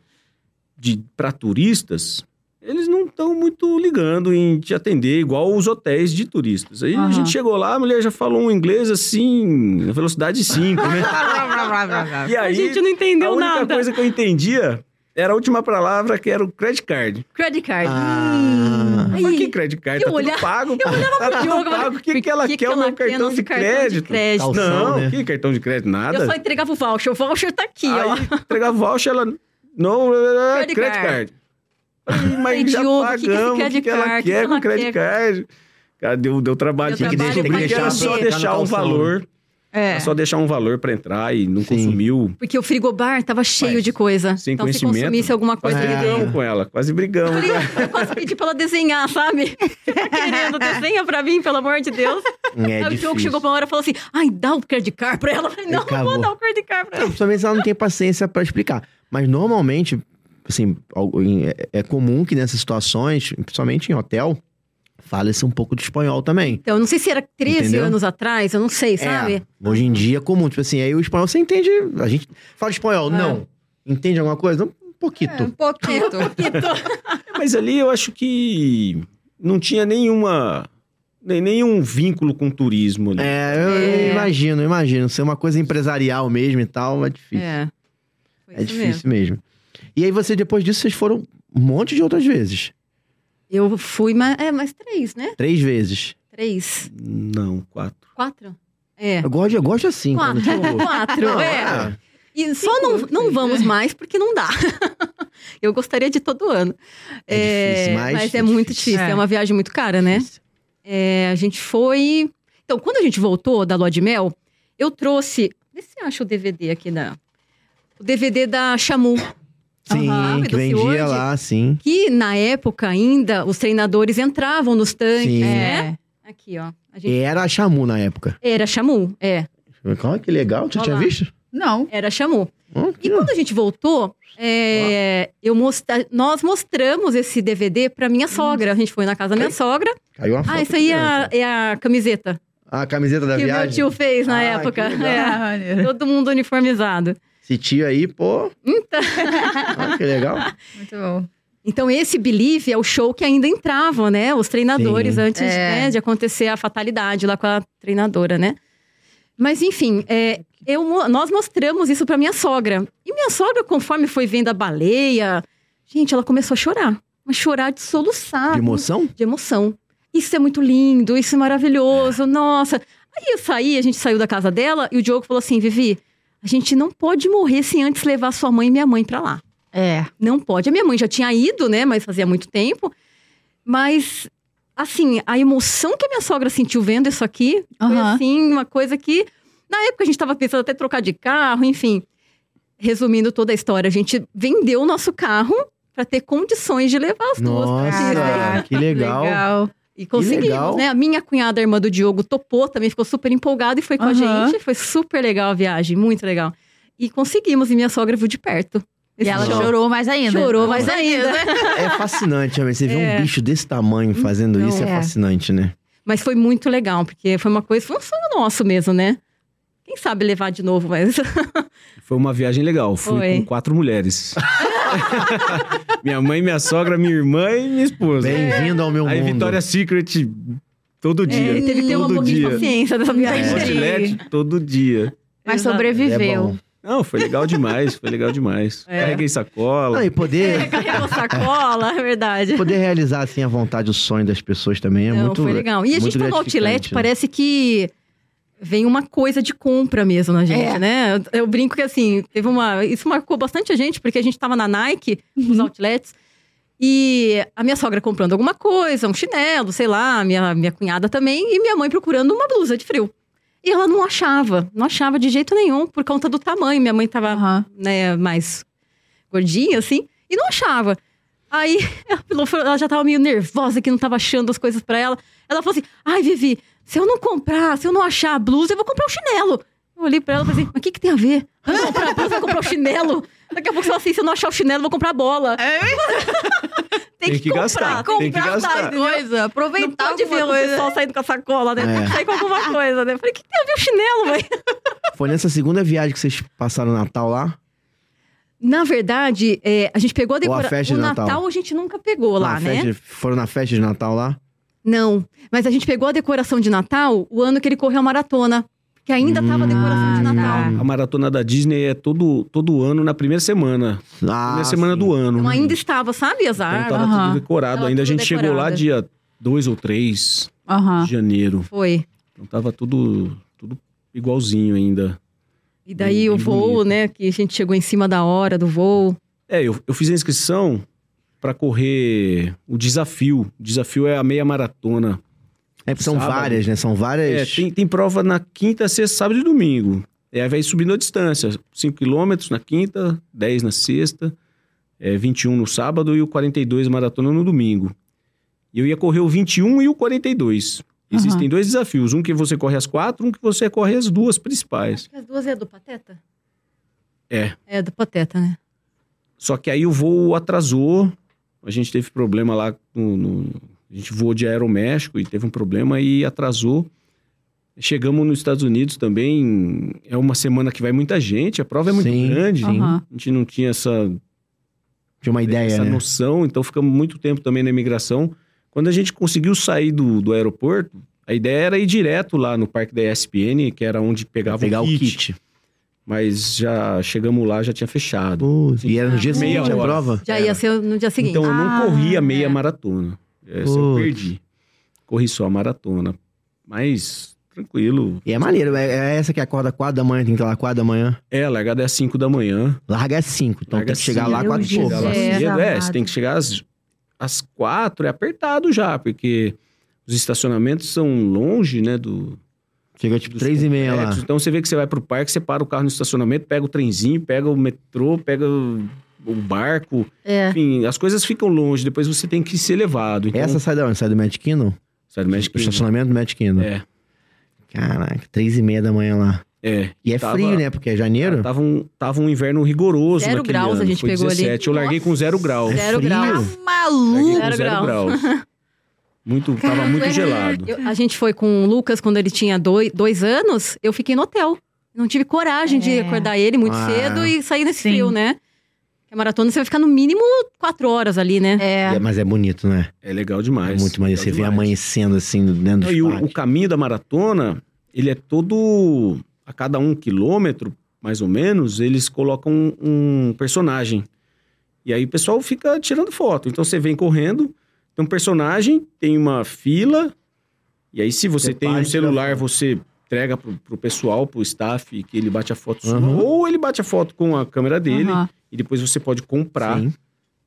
Speaker 4: de para turistas, eles não estão muito ligando em te atender igual os hotéis de turistas. Aí a
Speaker 1: Aham.
Speaker 4: gente chegou lá, a mulher já falou um inglês assim, na velocidade 5, né? e
Speaker 3: a
Speaker 4: aí
Speaker 3: gente não entendeu
Speaker 4: a única
Speaker 3: nada.
Speaker 4: coisa que eu entendia era a última palavra que era o credit card.
Speaker 3: Credit card. Hum.
Speaker 2: Ah.
Speaker 3: Aí,
Speaker 4: Mas que credit card?
Speaker 3: eu
Speaker 4: Tá tudo
Speaker 3: olhava-
Speaker 4: pago. pô. tá tudo
Speaker 3: Diogo, mas
Speaker 4: pago. O que, que, ela quer? O meu cartão
Speaker 3: no
Speaker 4: de crédito?
Speaker 3: crédito?
Speaker 2: Calça.
Speaker 4: Não,
Speaker 2: Né?
Speaker 4: que cartão de crédito? Nada.
Speaker 3: Eu só entregava o voucher. O voucher tá aqui, ó.
Speaker 4: Aí entregava o voucher, ela. Não,
Speaker 3: Credit
Speaker 4: credit, credit
Speaker 3: card.
Speaker 4: card. Falei,
Speaker 3: Falei,
Speaker 4: Mas já
Speaker 3: Diogo, o que que esse
Speaker 4: pagamos, o
Speaker 3: credit
Speaker 4: que, que ela
Speaker 3: card? O que
Speaker 4: quer
Speaker 3: que
Speaker 4: com
Speaker 3: ela
Speaker 4: credit
Speaker 3: quer?
Speaker 4: card? Cara, deu, deu trabalho.
Speaker 3: Deu
Speaker 4: Tinha que
Speaker 3: trabalho,
Speaker 4: descobrir
Speaker 3: tem
Speaker 4: que
Speaker 3: que
Speaker 4: era
Speaker 3: deixar
Speaker 4: só
Speaker 3: pra
Speaker 4: deixar
Speaker 2: entrar
Speaker 4: um
Speaker 2: no calção, né?
Speaker 4: valor.
Speaker 1: É.
Speaker 4: Era só deixar um valor pra entrar e não
Speaker 2: Sim.
Speaker 4: consumiu.
Speaker 3: Porque o frigobar tava cheio de coisa.
Speaker 4: sem
Speaker 3: então, se
Speaker 4: conhecimento.
Speaker 3: consumisse alguma coisa
Speaker 4: Quase
Speaker 3: ali
Speaker 2: É.
Speaker 3: dentro.
Speaker 4: brigamos com ela, quase brigamos.
Speaker 3: Falei, Eu posso pedir pra ela desenhar, sabe? Você tá Querendo, desenha pra mim, pelo amor de Deus.
Speaker 2: É
Speaker 3: Aí o
Speaker 2: difícil.
Speaker 3: Diogo chegou pra uma hora e falou assim: ai, dá o credit card pra ela. Eu falei, não, não
Speaker 2: Acabou.
Speaker 3: vou dar o credit card pra ela.
Speaker 2: Principalmente se ela não tem paciência pra explicar. Mas normalmente, assim, algo- em- é- é comum que nessas situações, principalmente em hotel, fale-se um pouco de espanhol também.
Speaker 3: Então, eu não sei se era 13
Speaker 2: Entendeu?
Speaker 3: anos atrás, eu não sei,
Speaker 2: É,
Speaker 3: sabe?
Speaker 2: hoje em dia é comum. Tipo assim, aí o espanhol você entende. A gente fala espanhol,
Speaker 3: É.
Speaker 2: não. Entende alguma coisa? Um pouquinho.
Speaker 1: Um pouquinho.
Speaker 4: Mas ali eu acho que não tinha nenhuma. nem- Nenhum vínculo com turismo né? ali.
Speaker 2: É, eu, eu
Speaker 3: É.
Speaker 2: imagino, eu imagino. Ser uma coisa empresarial mesmo e tal, é difícil. É,
Speaker 3: É. Foi isso mesmo.
Speaker 2: difícil mesmo. E aí você, depois disso, vocês foram um monte de outras vezes.
Speaker 3: Eu fui, mas, é, mais três, né?
Speaker 2: Três vezes.
Speaker 3: Três.
Speaker 4: Não, quatro.
Speaker 3: Quatro? É.
Speaker 2: Eu gosto, eu gosto assim.
Speaker 3: Quatro.
Speaker 2: Quando, tipo,
Speaker 3: Quatro.
Speaker 2: não,
Speaker 3: é.
Speaker 2: é.
Speaker 3: E só não, não vamos mais porque não dá. Eu gostaria de todo ano.
Speaker 2: É difícil, mas
Speaker 3: é,
Speaker 2: é
Speaker 3: muito
Speaker 2: difícil.
Speaker 3: difícil. É.
Speaker 1: É.
Speaker 3: uma viagem muito cara, né? É, a gente foi. Então, quando a gente voltou da Lua de Mel, eu trouxe. Vê se acha o DVD aqui da. O DVD da Chamu.
Speaker 2: Sim,
Speaker 3: Aham.
Speaker 2: que vendia
Speaker 3: Doce
Speaker 2: lá, sim.
Speaker 3: Que na época ainda os treinadores entravam nos tanques,
Speaker 2: Sim.
Speaker 3: né? Aqui, ó. A gente-
Speaker 2: E era a Chamu na época.
Speaker 3: Era Chamu, é.
Speaker 2: Olha que legal, você
Speaker 3: Olha
Speaker 2: tinha
Speaker 3: lá.
Speaker 2: visto?
Speaker 1: Não.
Speaker 3: Era Chamu.
Speaker 2: Hum,
Speaker 3: E
Speaker 2: que
Speaker 3: quando a gente voltou, é, eu mostra... nós mostramos esse DVD pra minha sogra. A gente foi na casa da minha sogra.
Speaker 2: Caiu uma foto
Speaker 3: Ah, isso aí é a,
Speaker 2: aqui,
Speaker 3: é a camiseta
Speaker 2: ó. A camiseta da
Speaker 3: que o meu
Speaker 2: viagem.
Speaker 3: tio fez na
Speaker 2: Ah,
Speaker 3: época.
Speaker 2: que legal.
Speaker 3: É.
Speaker 1: maneiro.
Speaker 3: Todo mundo uniformizado.
Speaker 2: Esse tio aí, pô. Olha que legal.
Speaker 1: Muito bom.
Speaker 3: Então, esse Believe é o show que ainda entravam, né? Os treinadores
Speaker 2: Sim.
Speaker 3: antes
Speaker 1: É.
Speaker 3: né, de acontecer a fatalidade lá com a treinadora, né? Mas, enfim, é, eu mo- nós mostramos isso pra minha sogra. E minha sogra, conforme foi vendo a baleia, gente, ela começou a chorar. mas chorar de soluçar.
Speaker 2: De emoção?
Speaker 3: de emoção. Isso é muito lindo, isso é maravilhoso, nossa. Aí eu saí, a gente saiu da casa dela e o Diogo falou assim: Vivi, a gente não pode morrer sem antes levar sua mãe e minha mãe pra lá.
Speaker 1: É.
Speaker 3: Não pode. A minha mãe já tinha ido, né? Mas fazia muito tempo. Mas, assim, a emoção que a minha sogra sentiu vendo isso aqui foi,
Speaker 1: Aham.
Speaker 3: assim, uma coisa que. Na época a gente tava pensando até trocar de carro, enfim. Resumindo toda a história, a gente vendeu o nosso carro pra ter condições de levar as duas. pra se rever.
Speaker 2: Nossa,
Speaker 1: Caraca,
Speaker 2: que legal.
Speaker 3: E conseguimos,
Speaker 2: legal.
Speaker 3: né? A minha cunhada, a irmã do Diogo, topou, também ficou super empolgada e foi com a
Speaker 1: Aham.
Speaker 3: gente. Foi super legal a viagem, muito legal. E conseguimos, e minha sogra viu de perto.
Speaker 1: E ela
Speaker 2: Não.
Speaker 1: chorou mais ainda.
Speaker 3: Chorou
Speaker 1: Com
Speaker 3: mais
Speaker 1: certeza.
Speaker 2: É fascinante, realmente. Você vê
Speaker 3: É.
Speaker 2: um bicho desse tamanho fazendo
Speaker 3: Então,
Speaker 2: isso, é
Speaker 1: É.
Speaker 2: fascinante, né?
Speaker 3: Mas foi muito legal, porque foi uma coisa, foi um sonho nosso mesmo, né? Quem sabe levar de novo, mas.
Speaker 4: Foi uma viagem legal. Fui
Speaker 3: Foi.
Speaker 4: com quatro mulheres. minha mãe, minha sogra, minha irmã e minha esposa.
Speaker 2: Bem-vindo ao meu
Speaker 4: Aí
Speaker 2: mundo.
Speaker 4: Vitória Secret todo dia.
Speaker 3: É, teve que ter um
Speaker 4: todo
Speaker 3: pouquinho de
Speaker 4: dia. É.
Speaker 3: paciência dessa
Speaker 1: Entendi.
Speaker 3: viagem.
Speaker 4: Outlet todo dia.
Speaker 1: Mas
Speaker 3: Exato.
Speaker 2: É
Speaker 1: sobreviveu.
Speaker 2: bom.
Speaker 4: Não, foi legal demais, foi legal demais.
Speaker 3: É.
Speaker 4: Carreguei sacola.
Speaker 2: Não, e poder,
Speaker 3: Carregou sacola, é verdade.
Speaker 2: poder realizar assim à vontade o sonho das pessoas também é
Speaker 3: Não,
Speaker 2: muito
Speaker 3: foi legal. E a gente
Speaker 2: muito
Speaker 3: tá no outlet,
Speaker 2: gratificante, né?
Speaker 3: parece que vem uma coisa de compra mesmo na gente,
Speaker 1: É.
Speaker 3: né? Eu- Eu brinco que assim, teve uma. Isso marcou bastante a gente, porque a gente tava na Nike,
Speaker 1: Uhum.
Speaker 3: nos outlets, e a minha sogra comprando alguma coisa, um chinelo, sei lá, minha, minha cunhada também, e minha mãe procurando uma blusa de frio. E ela não achava, não achava de jeito nenhum, por conta do tamanho. Minha mãe tava
Speaker 1: Aham.
Speaker 3: né, mais gordinha, assim, e não achava. Aí ela falou- falou- ela já tava meio nervosa que não tava achando as coisas pra ela. Ela falou assim: ai, Vivi, se eu não comprar, se eu não achar a blusa, eu vou comprar um chinelo. Eu olhei pra ela e falei assim: mas o que, que tem a ver? Vai comprar a blusa, vai comprar o chinelo? Daqui a pouco você fala assim: se eu não achar o chinelo, eu vou comprar a bola.
Speaker 1: É?
Speaker 3: tem,
Speaker 4: Tem que
Speaker 3: comprar,
Speaker 4: gastar,
Speaker 3: comprar,
Speaker 4: tem que gastar.
Speaker 3: tá?
Speaker 1: Coisa,
Speaker 3: Não
Speaker 1: aproveitar
Speaker 3: pode ver
Speaker 1: alguma
Speaker 3: o pessoal saindo com a sacola, né? Tem
Speaker 2: É.
Speaker 3: que sair com alguma coisa, né? Eu falei: o que, que tem a ver o chinelo, mãe?
Speaker 2: Foi nessa segunda viagem que vocês passaram o Natal lá?
Speaker 3: Na verdade, é, a gente pegou
Speaker 2: Ou
Speaker 3: a
Speaker 2: a
Speaker 3: decoração.
Speaker 2: festa
Speaker 3: O
Speaker 2: de
Speaker 3: Natal.
Speaker 2: Natal.
Speaker 3: a gente nunca pegou lá,
Speaker 2: na
Speaker 3: né?
Speaker 2: festa- foram na festa de Natal lá?
Speaker 3: Não. Mas a gente pegou a decoração de Natal o ano que ele correu a maratona. Que ainda tava a decoração
Speaker 4: Hum,
Speaker 3: de
Speaker 1: Ah,
Speaker 3: Natal.
Speaker 1: tá.
Speaker 4: A maratona da Disney é todo, todo ano, na primeira semana.
Speaker 2: Ah,
Speaker 4: primeira semana
Speaker 2: sim.
Speaker 4: do ano.
Speaker 3: Então ainda estava, sabe, as
Speaker 4: Então
Speaker 3: árvores?
Speaker 4: tava
Speaker 1: Aham.
Speaker 4: tudo decorado.
Speaker 3: Tava
Speaker 4: ainda a
Speaker 3: Tá tudo
Speaker 4: gente chegou lá
Speaker 3: decorado. Ah.
Speaker 4: dia 2 ou 3
Speaker 1: Aham.
Speaker 4: de janeiro.
Speaker 3: Foi.
Speaker 4: Então tava tudo, tudo igualzinho ainda.
Speaker 3: E daí
Speaker 4: Bem-
Speaker 3: o
Speaker 4: bem
Speaker 3: voo,
Speaker 4: bonito.
Speaker 3: né? Que a gente chegou em cima da hora do voo.
Speaker 4: É, eu, eu fiz a inscrição pra correr o desafio. O desafio é a meia maratona.
Speaker 2: É, são
Speaker 4: Sábado.
Speaker 2: várias, né? São
Speaker 4: É,
Speaker 2: várias.
Speaker 4: tem, tem prova na quinta, sexta, sábado e domingo. É, aí vai subindo a distância. 5 quilômetros na quinta, 10 na sexta, é, 21 no sábado e o 42 maratona no domingo. E eu ia correr o 21 e o 42.
Speaker 1: Aham.
Speaker 4: Existem dois desafios. Um que você corre as quatro, um que você corre as duas principais.
Speaker 3: Acho que as duas é do Pateta?
Speaker 4: É.
Speaker 3: É do Pateta, né?
Speaker 4: Só que aí o voo atrasou. A gente teve problema lá. No, no- A gente voou de Aeroméxico e teve um problema e atrasou. Chegamos nos Estados Unidos também. É uma semana que vai muita gente. A prova é muito
Speaker 2: Sim,
Speaker 4: grande.
Speaker 2: sim.
Speaker 4: A gente não tinha essa,
Speaker 2: Tinha uma ideia,
Speaker 4: essa
Speaker 2: né?
Speaker 4: noção. Então ficamos muito tempo também na imigração. Quando a gente conseguiu sair do, do aeroporto, a ideia era ir direto lá no parque da ESPN, que era onde pegava
Speaker 2: Pegar
Speaker 4: o,
Speaker 2: o
Speaker 4: kit,
Speaker 2: kit.
Speaker 4: Mas já chegamos lá, já tinha fechado.
Speaker 2: Putz, e era no dia
Speaker 3: Ah, meia
Speaker 2: seguinte a
Speaker 4: hora.
Speaker 2: prova?
Speaker 3: Já
Speaker 4: Era.
Speaker 3: ia ser no dia seguinte.
Speaker 4: Então eu
Speaker 1: Ah,
Speaker 4: não corri a meia
Speaker 3: é.
Speaker 4: maratona. Essa eu
Speaker 2: Putz.
Speaker 4: perdi. Corri só a maratona. Mas tranquilo.
Speaker 2: E é maneiro, é, é essa que acorda 4 da manhã, tem que estar lá 4 da manhã.
Speaker 4: É, a largada é às 5 da manhã.
Speaker 2: Larga às 5, então
Speaker 4: Larga
Speaker 2: tem que chegar
Speaker 4: cinco.
Speaker 2: lá
Speaker 1: Meu
Speaker 2: 4 e
Speaker 1: Jesus.
Speaker 2: pouco.
Speaker 4: Chegar lá
Speaker 1: É.
Speaker 4: cedo. É, você
Speaker 1: amado.
Speaker 4: tem que chegar às, às 4, é apertado já, porque os estacionamentos são longe, né? Do,
Speaker 2: Chega tipo
Speaker 4: dos
Speaker 2: 3 e meia lá.
Speaker 4: complexos. Então você vê que você vai pro parque, você para o carro no estacionamento, pega o trenzinho, pega o metrô, pega o, o barco.
Speaker 3: É.
Speaker 4: Enfim, as coisas ficam longe, depois você tem que ser levado. Então,
Speaker 2: Essa sai da onde? Sai do Magic Kingdom?
Speaker 4: sai do Magic
Speaker 2: O
Speaker 4: Kingdom.
Speaker 2: estacionamento do Magic Kingdom.
Speaker 4: É,
Speaker 2: Caraca, 3 e meia da manhã lá.
Speaker 4: é.
Speaker 2: E é
Speaker 4: Tava-
Speaker 2: frio, né? Porque é
Speaker 4: Ah,
Speaker 2: janeiro.
Speaker 4: Tava um, tava um inverno rigoroso
Speaker 3: Zero
Speaker 4: naquele
Speaker 3: graus
Speaker 4: ano.
Speaker 3: a gente
Speaker 4: Foi
Speaker 3: pegou ali.
Speaker 4: 17. Eu larguei com zero grau.
Speaker 2: É
Speaker 3: Zero
Speaker 2: frio.
Speaker 3: grau.
Speaker 4: Larguei
Speaker 1: Tá Maluco.
Speaker 4: com zero
Speaker 3: Zero
Speaker 4: graus.
Speaker 3: graus.
Speaker 4: Muito, tava
Speaker 1: Caraca.
Speaker 4: muito gelado.
Speaker 3: Eu- a gente foi com o Lucas quando ele tinha dois, dois anos, eu fiquei no hotel. Não tive coragem de
Speaker 1: É.
Speaker 3: acordar ele muito
Speaker 2: Ah.
Speaker 3: cedo e sair nesse
Speaker 1: Sim.
Speaker 3: frio, né? Porque a maratona você vai ficar no mínimo quatro horas ali, né?
Speaker 2: E é-
Speaker 1: É.
Speaker 2: Mas é bonito, né?
Speaker 4: É legal
Speaker 2: É
Speaker 4: demais.
Speaker 2: muito maneiro. Você vê
Speaker 4: demais.
Speaker 2: amanhecendo assim dentro
Speaker 4: Não, E
Speaker 2: do
Speaker 4: o, o
Speaker 2: parque.
Speaker 4: caminho da maratona, ele é todo... A cada um quilômetro, mais ou menos, eles colocam um, um personagem. E aí o pessoal fica tirando foto. Então você vem correndo, tem um personagem, tem uma fila. E aí, se
Speaker 2: Você
Speaker 4: você tem um
Speaker 2: para e tira
Speaker 4: celular, você entrega pro, pro pessoal, pro staff, que ele bate a foto sua.
Speaker 2: Aham.
Speaker 4: Ou ele bate a foto com a câmera dele.
Speaker 1: Uhum.
Speaker 3: Aham.
Speaker 4: E depois você pode comprar.
Speaker 2: Sim.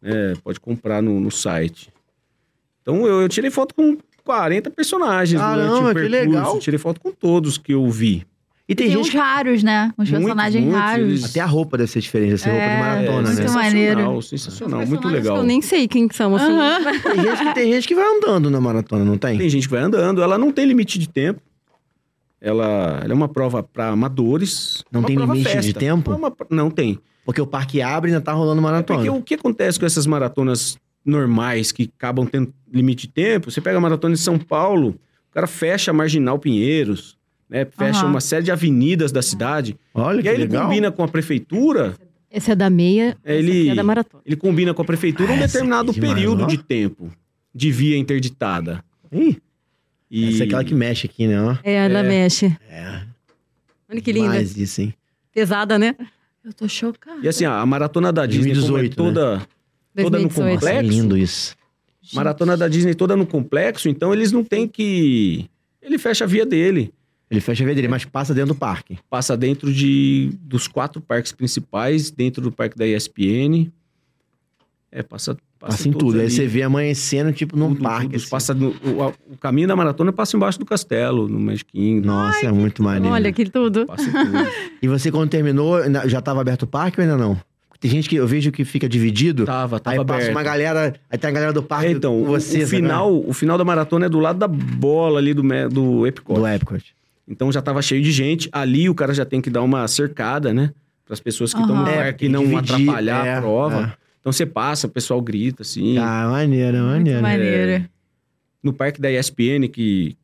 Speaker 4: né? Pode comprar no, no site. Então eu, eu tirei foto com 40 personagens durante
Speaker 2: Caramba,
Speaker 4: o
Speaker 2: que
Speaker 4: percurso.
Speaker 2: legal.
Speaker 4: Tirei foto com todos que eu vi.
Speaker 2: E tem,
Speaker 1: Tem
Speaker 3: um
Speaker 2: gente
Speaker 1: uns raros, né? Uns
Speaker 4: Muito,
Speaker 1: personagens
Speaker 4: muito,
Speaker 1: raros.
Speaker 4: eles-
Speaker 2: Até a roupa deve ser diferente, deve ser roupa
Speaker 1: É,
Speaker 2: de maratona,
Speaker 1: muito
Speaker 2: né?
Speaker 4: sensacional,
Speaker 1: maneiro.
Speaker 4: sensacional,
Speaker 3: Os
Speaker 4: muito
Speaker 3: personagens que
Speaker 4: legal.
Speaker 3: Eu nem sei quem são, assim.
Speaker 1: Aham.
Speaker 2: Tem gente, que, tem gente que vai andando na maratona, não tem?
Speaker 4: Tem gente que vai andando, ela não tem limite de tempo. Ela, ela é uma prova para amadores.
Speaker 2: Não
Speaker 4: uma
Speaker 2: tem
Speaker 4: prova
Speaker 2: limite de
Speaker 4: festa.
Speaker 2: tempo?
Speaker 4: É uma- não tem.
Speaker 2: Porque o parque abre e ainda tá rolando maratona.
Speaker 4: É Porque o que acontece com essas maratonas normais que acabam tendo limite de tempo? Você pega a maratona de São Paulo, o cara fecha a Marginal Pinheiros, né? Fecha
Speaker 1: Aham.
Speaker 4: uma série de avenidas da cidade.
Speaker 2: Olha que
Speaker 4: E aí ele
Speaker 2: legal.
Speaker 4: combina com a prefeitura,
Speaker 3: Essa é da meia,
Speaker 4: É,
Speaker 3: essa
Speaker 4: ele-
Speaker 3: aqui é da maratona.
Speaker 4: ele combina com a prefeitura um
Speaker 2: Essa aqui
Speaker 4: determinado
Speaker 2: demais,
Speaker 4: período
Speaker 2: ó.
Speaker 4: de tempo de via interditada.
Speaker 2: Ih,
Speaker 4: E
Speaker 2: Essa é aquela que mexe aqui, né? ó.
Speaker 3: É, ela mexe.
Speaker 2: É.
Speaker 3: Olha que linda.
Speaker 2: Mais isso, hein?
Speaker 3: Pesada, né?
Speaker 1: Eu tô chocada.
Speaker 4: E assim, a a maratona da Disney como é
Speaker 2: 2018,
Speaker 4: toda Toda no
Speaker 3: 2018.
Speaker 2: Nossa, é
Speaker 4: Complexo.
Speaker 2: lindo isso.
Speaker 1: Gente.
Speaker 4: Maratona da Disney toda no complexo, então eles não têm que. Ele fecha a via dele.
Speaker 2: Ele fecha a vedeira, mas passa dentro do parque.
Speaker 4: Passa dentro de dos quatro parques principais, dentro do parque da ESPN. É, passa.
Speaker 2: Passa, em tudo. Aí você vê amanhecendo, tipo, num
Speaker 4: no
Speaker 2: parque. assim.
Speaker 4: passa no- o, a- o caminho da maratona passa embaixo do castelo, no Magic Kingdom.
Speaker 2: Nossa, é muito maneiro.
Speaker 3: Olha que tudo.
Speaker 4: Passa em tudo.
Speaker 2: E você, quando terminou, ainda- já tava aberto o parque ou ainda não? Tem gente que eu vejo que fica dividido.
Speaker 4: tava, Tá, tava
Speaker 2: aí passa
Speaker 4: aberto.
Speaker 2: uma galera. Aí tem a galera do né? parque.
Speaker 4: É, então,
Speaker 2: com
Speaker 4: o-
Speaker 2: você,
Speaker 4: o,
Speaker 2: sabe?
Speaker 4: final, o final da maratona é do lado da bola ali do, me- do Epcot.
Speaker 2: do Epcot.
Speaker 4: Então já tava cheio de gente. Ali o cara já tem que dar uma cercada, né? Para as pessoas que estão
Speaker 1: Aham.
Speaker 4: no
Speaker 1: É,
Speaker 4: parque
Speaker 2: tem que
Speaker 4: não
Speaker 2: dividir,
Speaker 4: atrapalhar
Speaker 2: é,
Speaker 4: a prova.
Speaker 2: é.
Speaker 4: Então você passa, o pessoal grita assim.
Speaker 2: Ah, maneiro,
Speaker 1: Muito
Speaker 2: maneiro.
Speaker 1: maneiro.
Speaker 4: No parque da ESPN, que,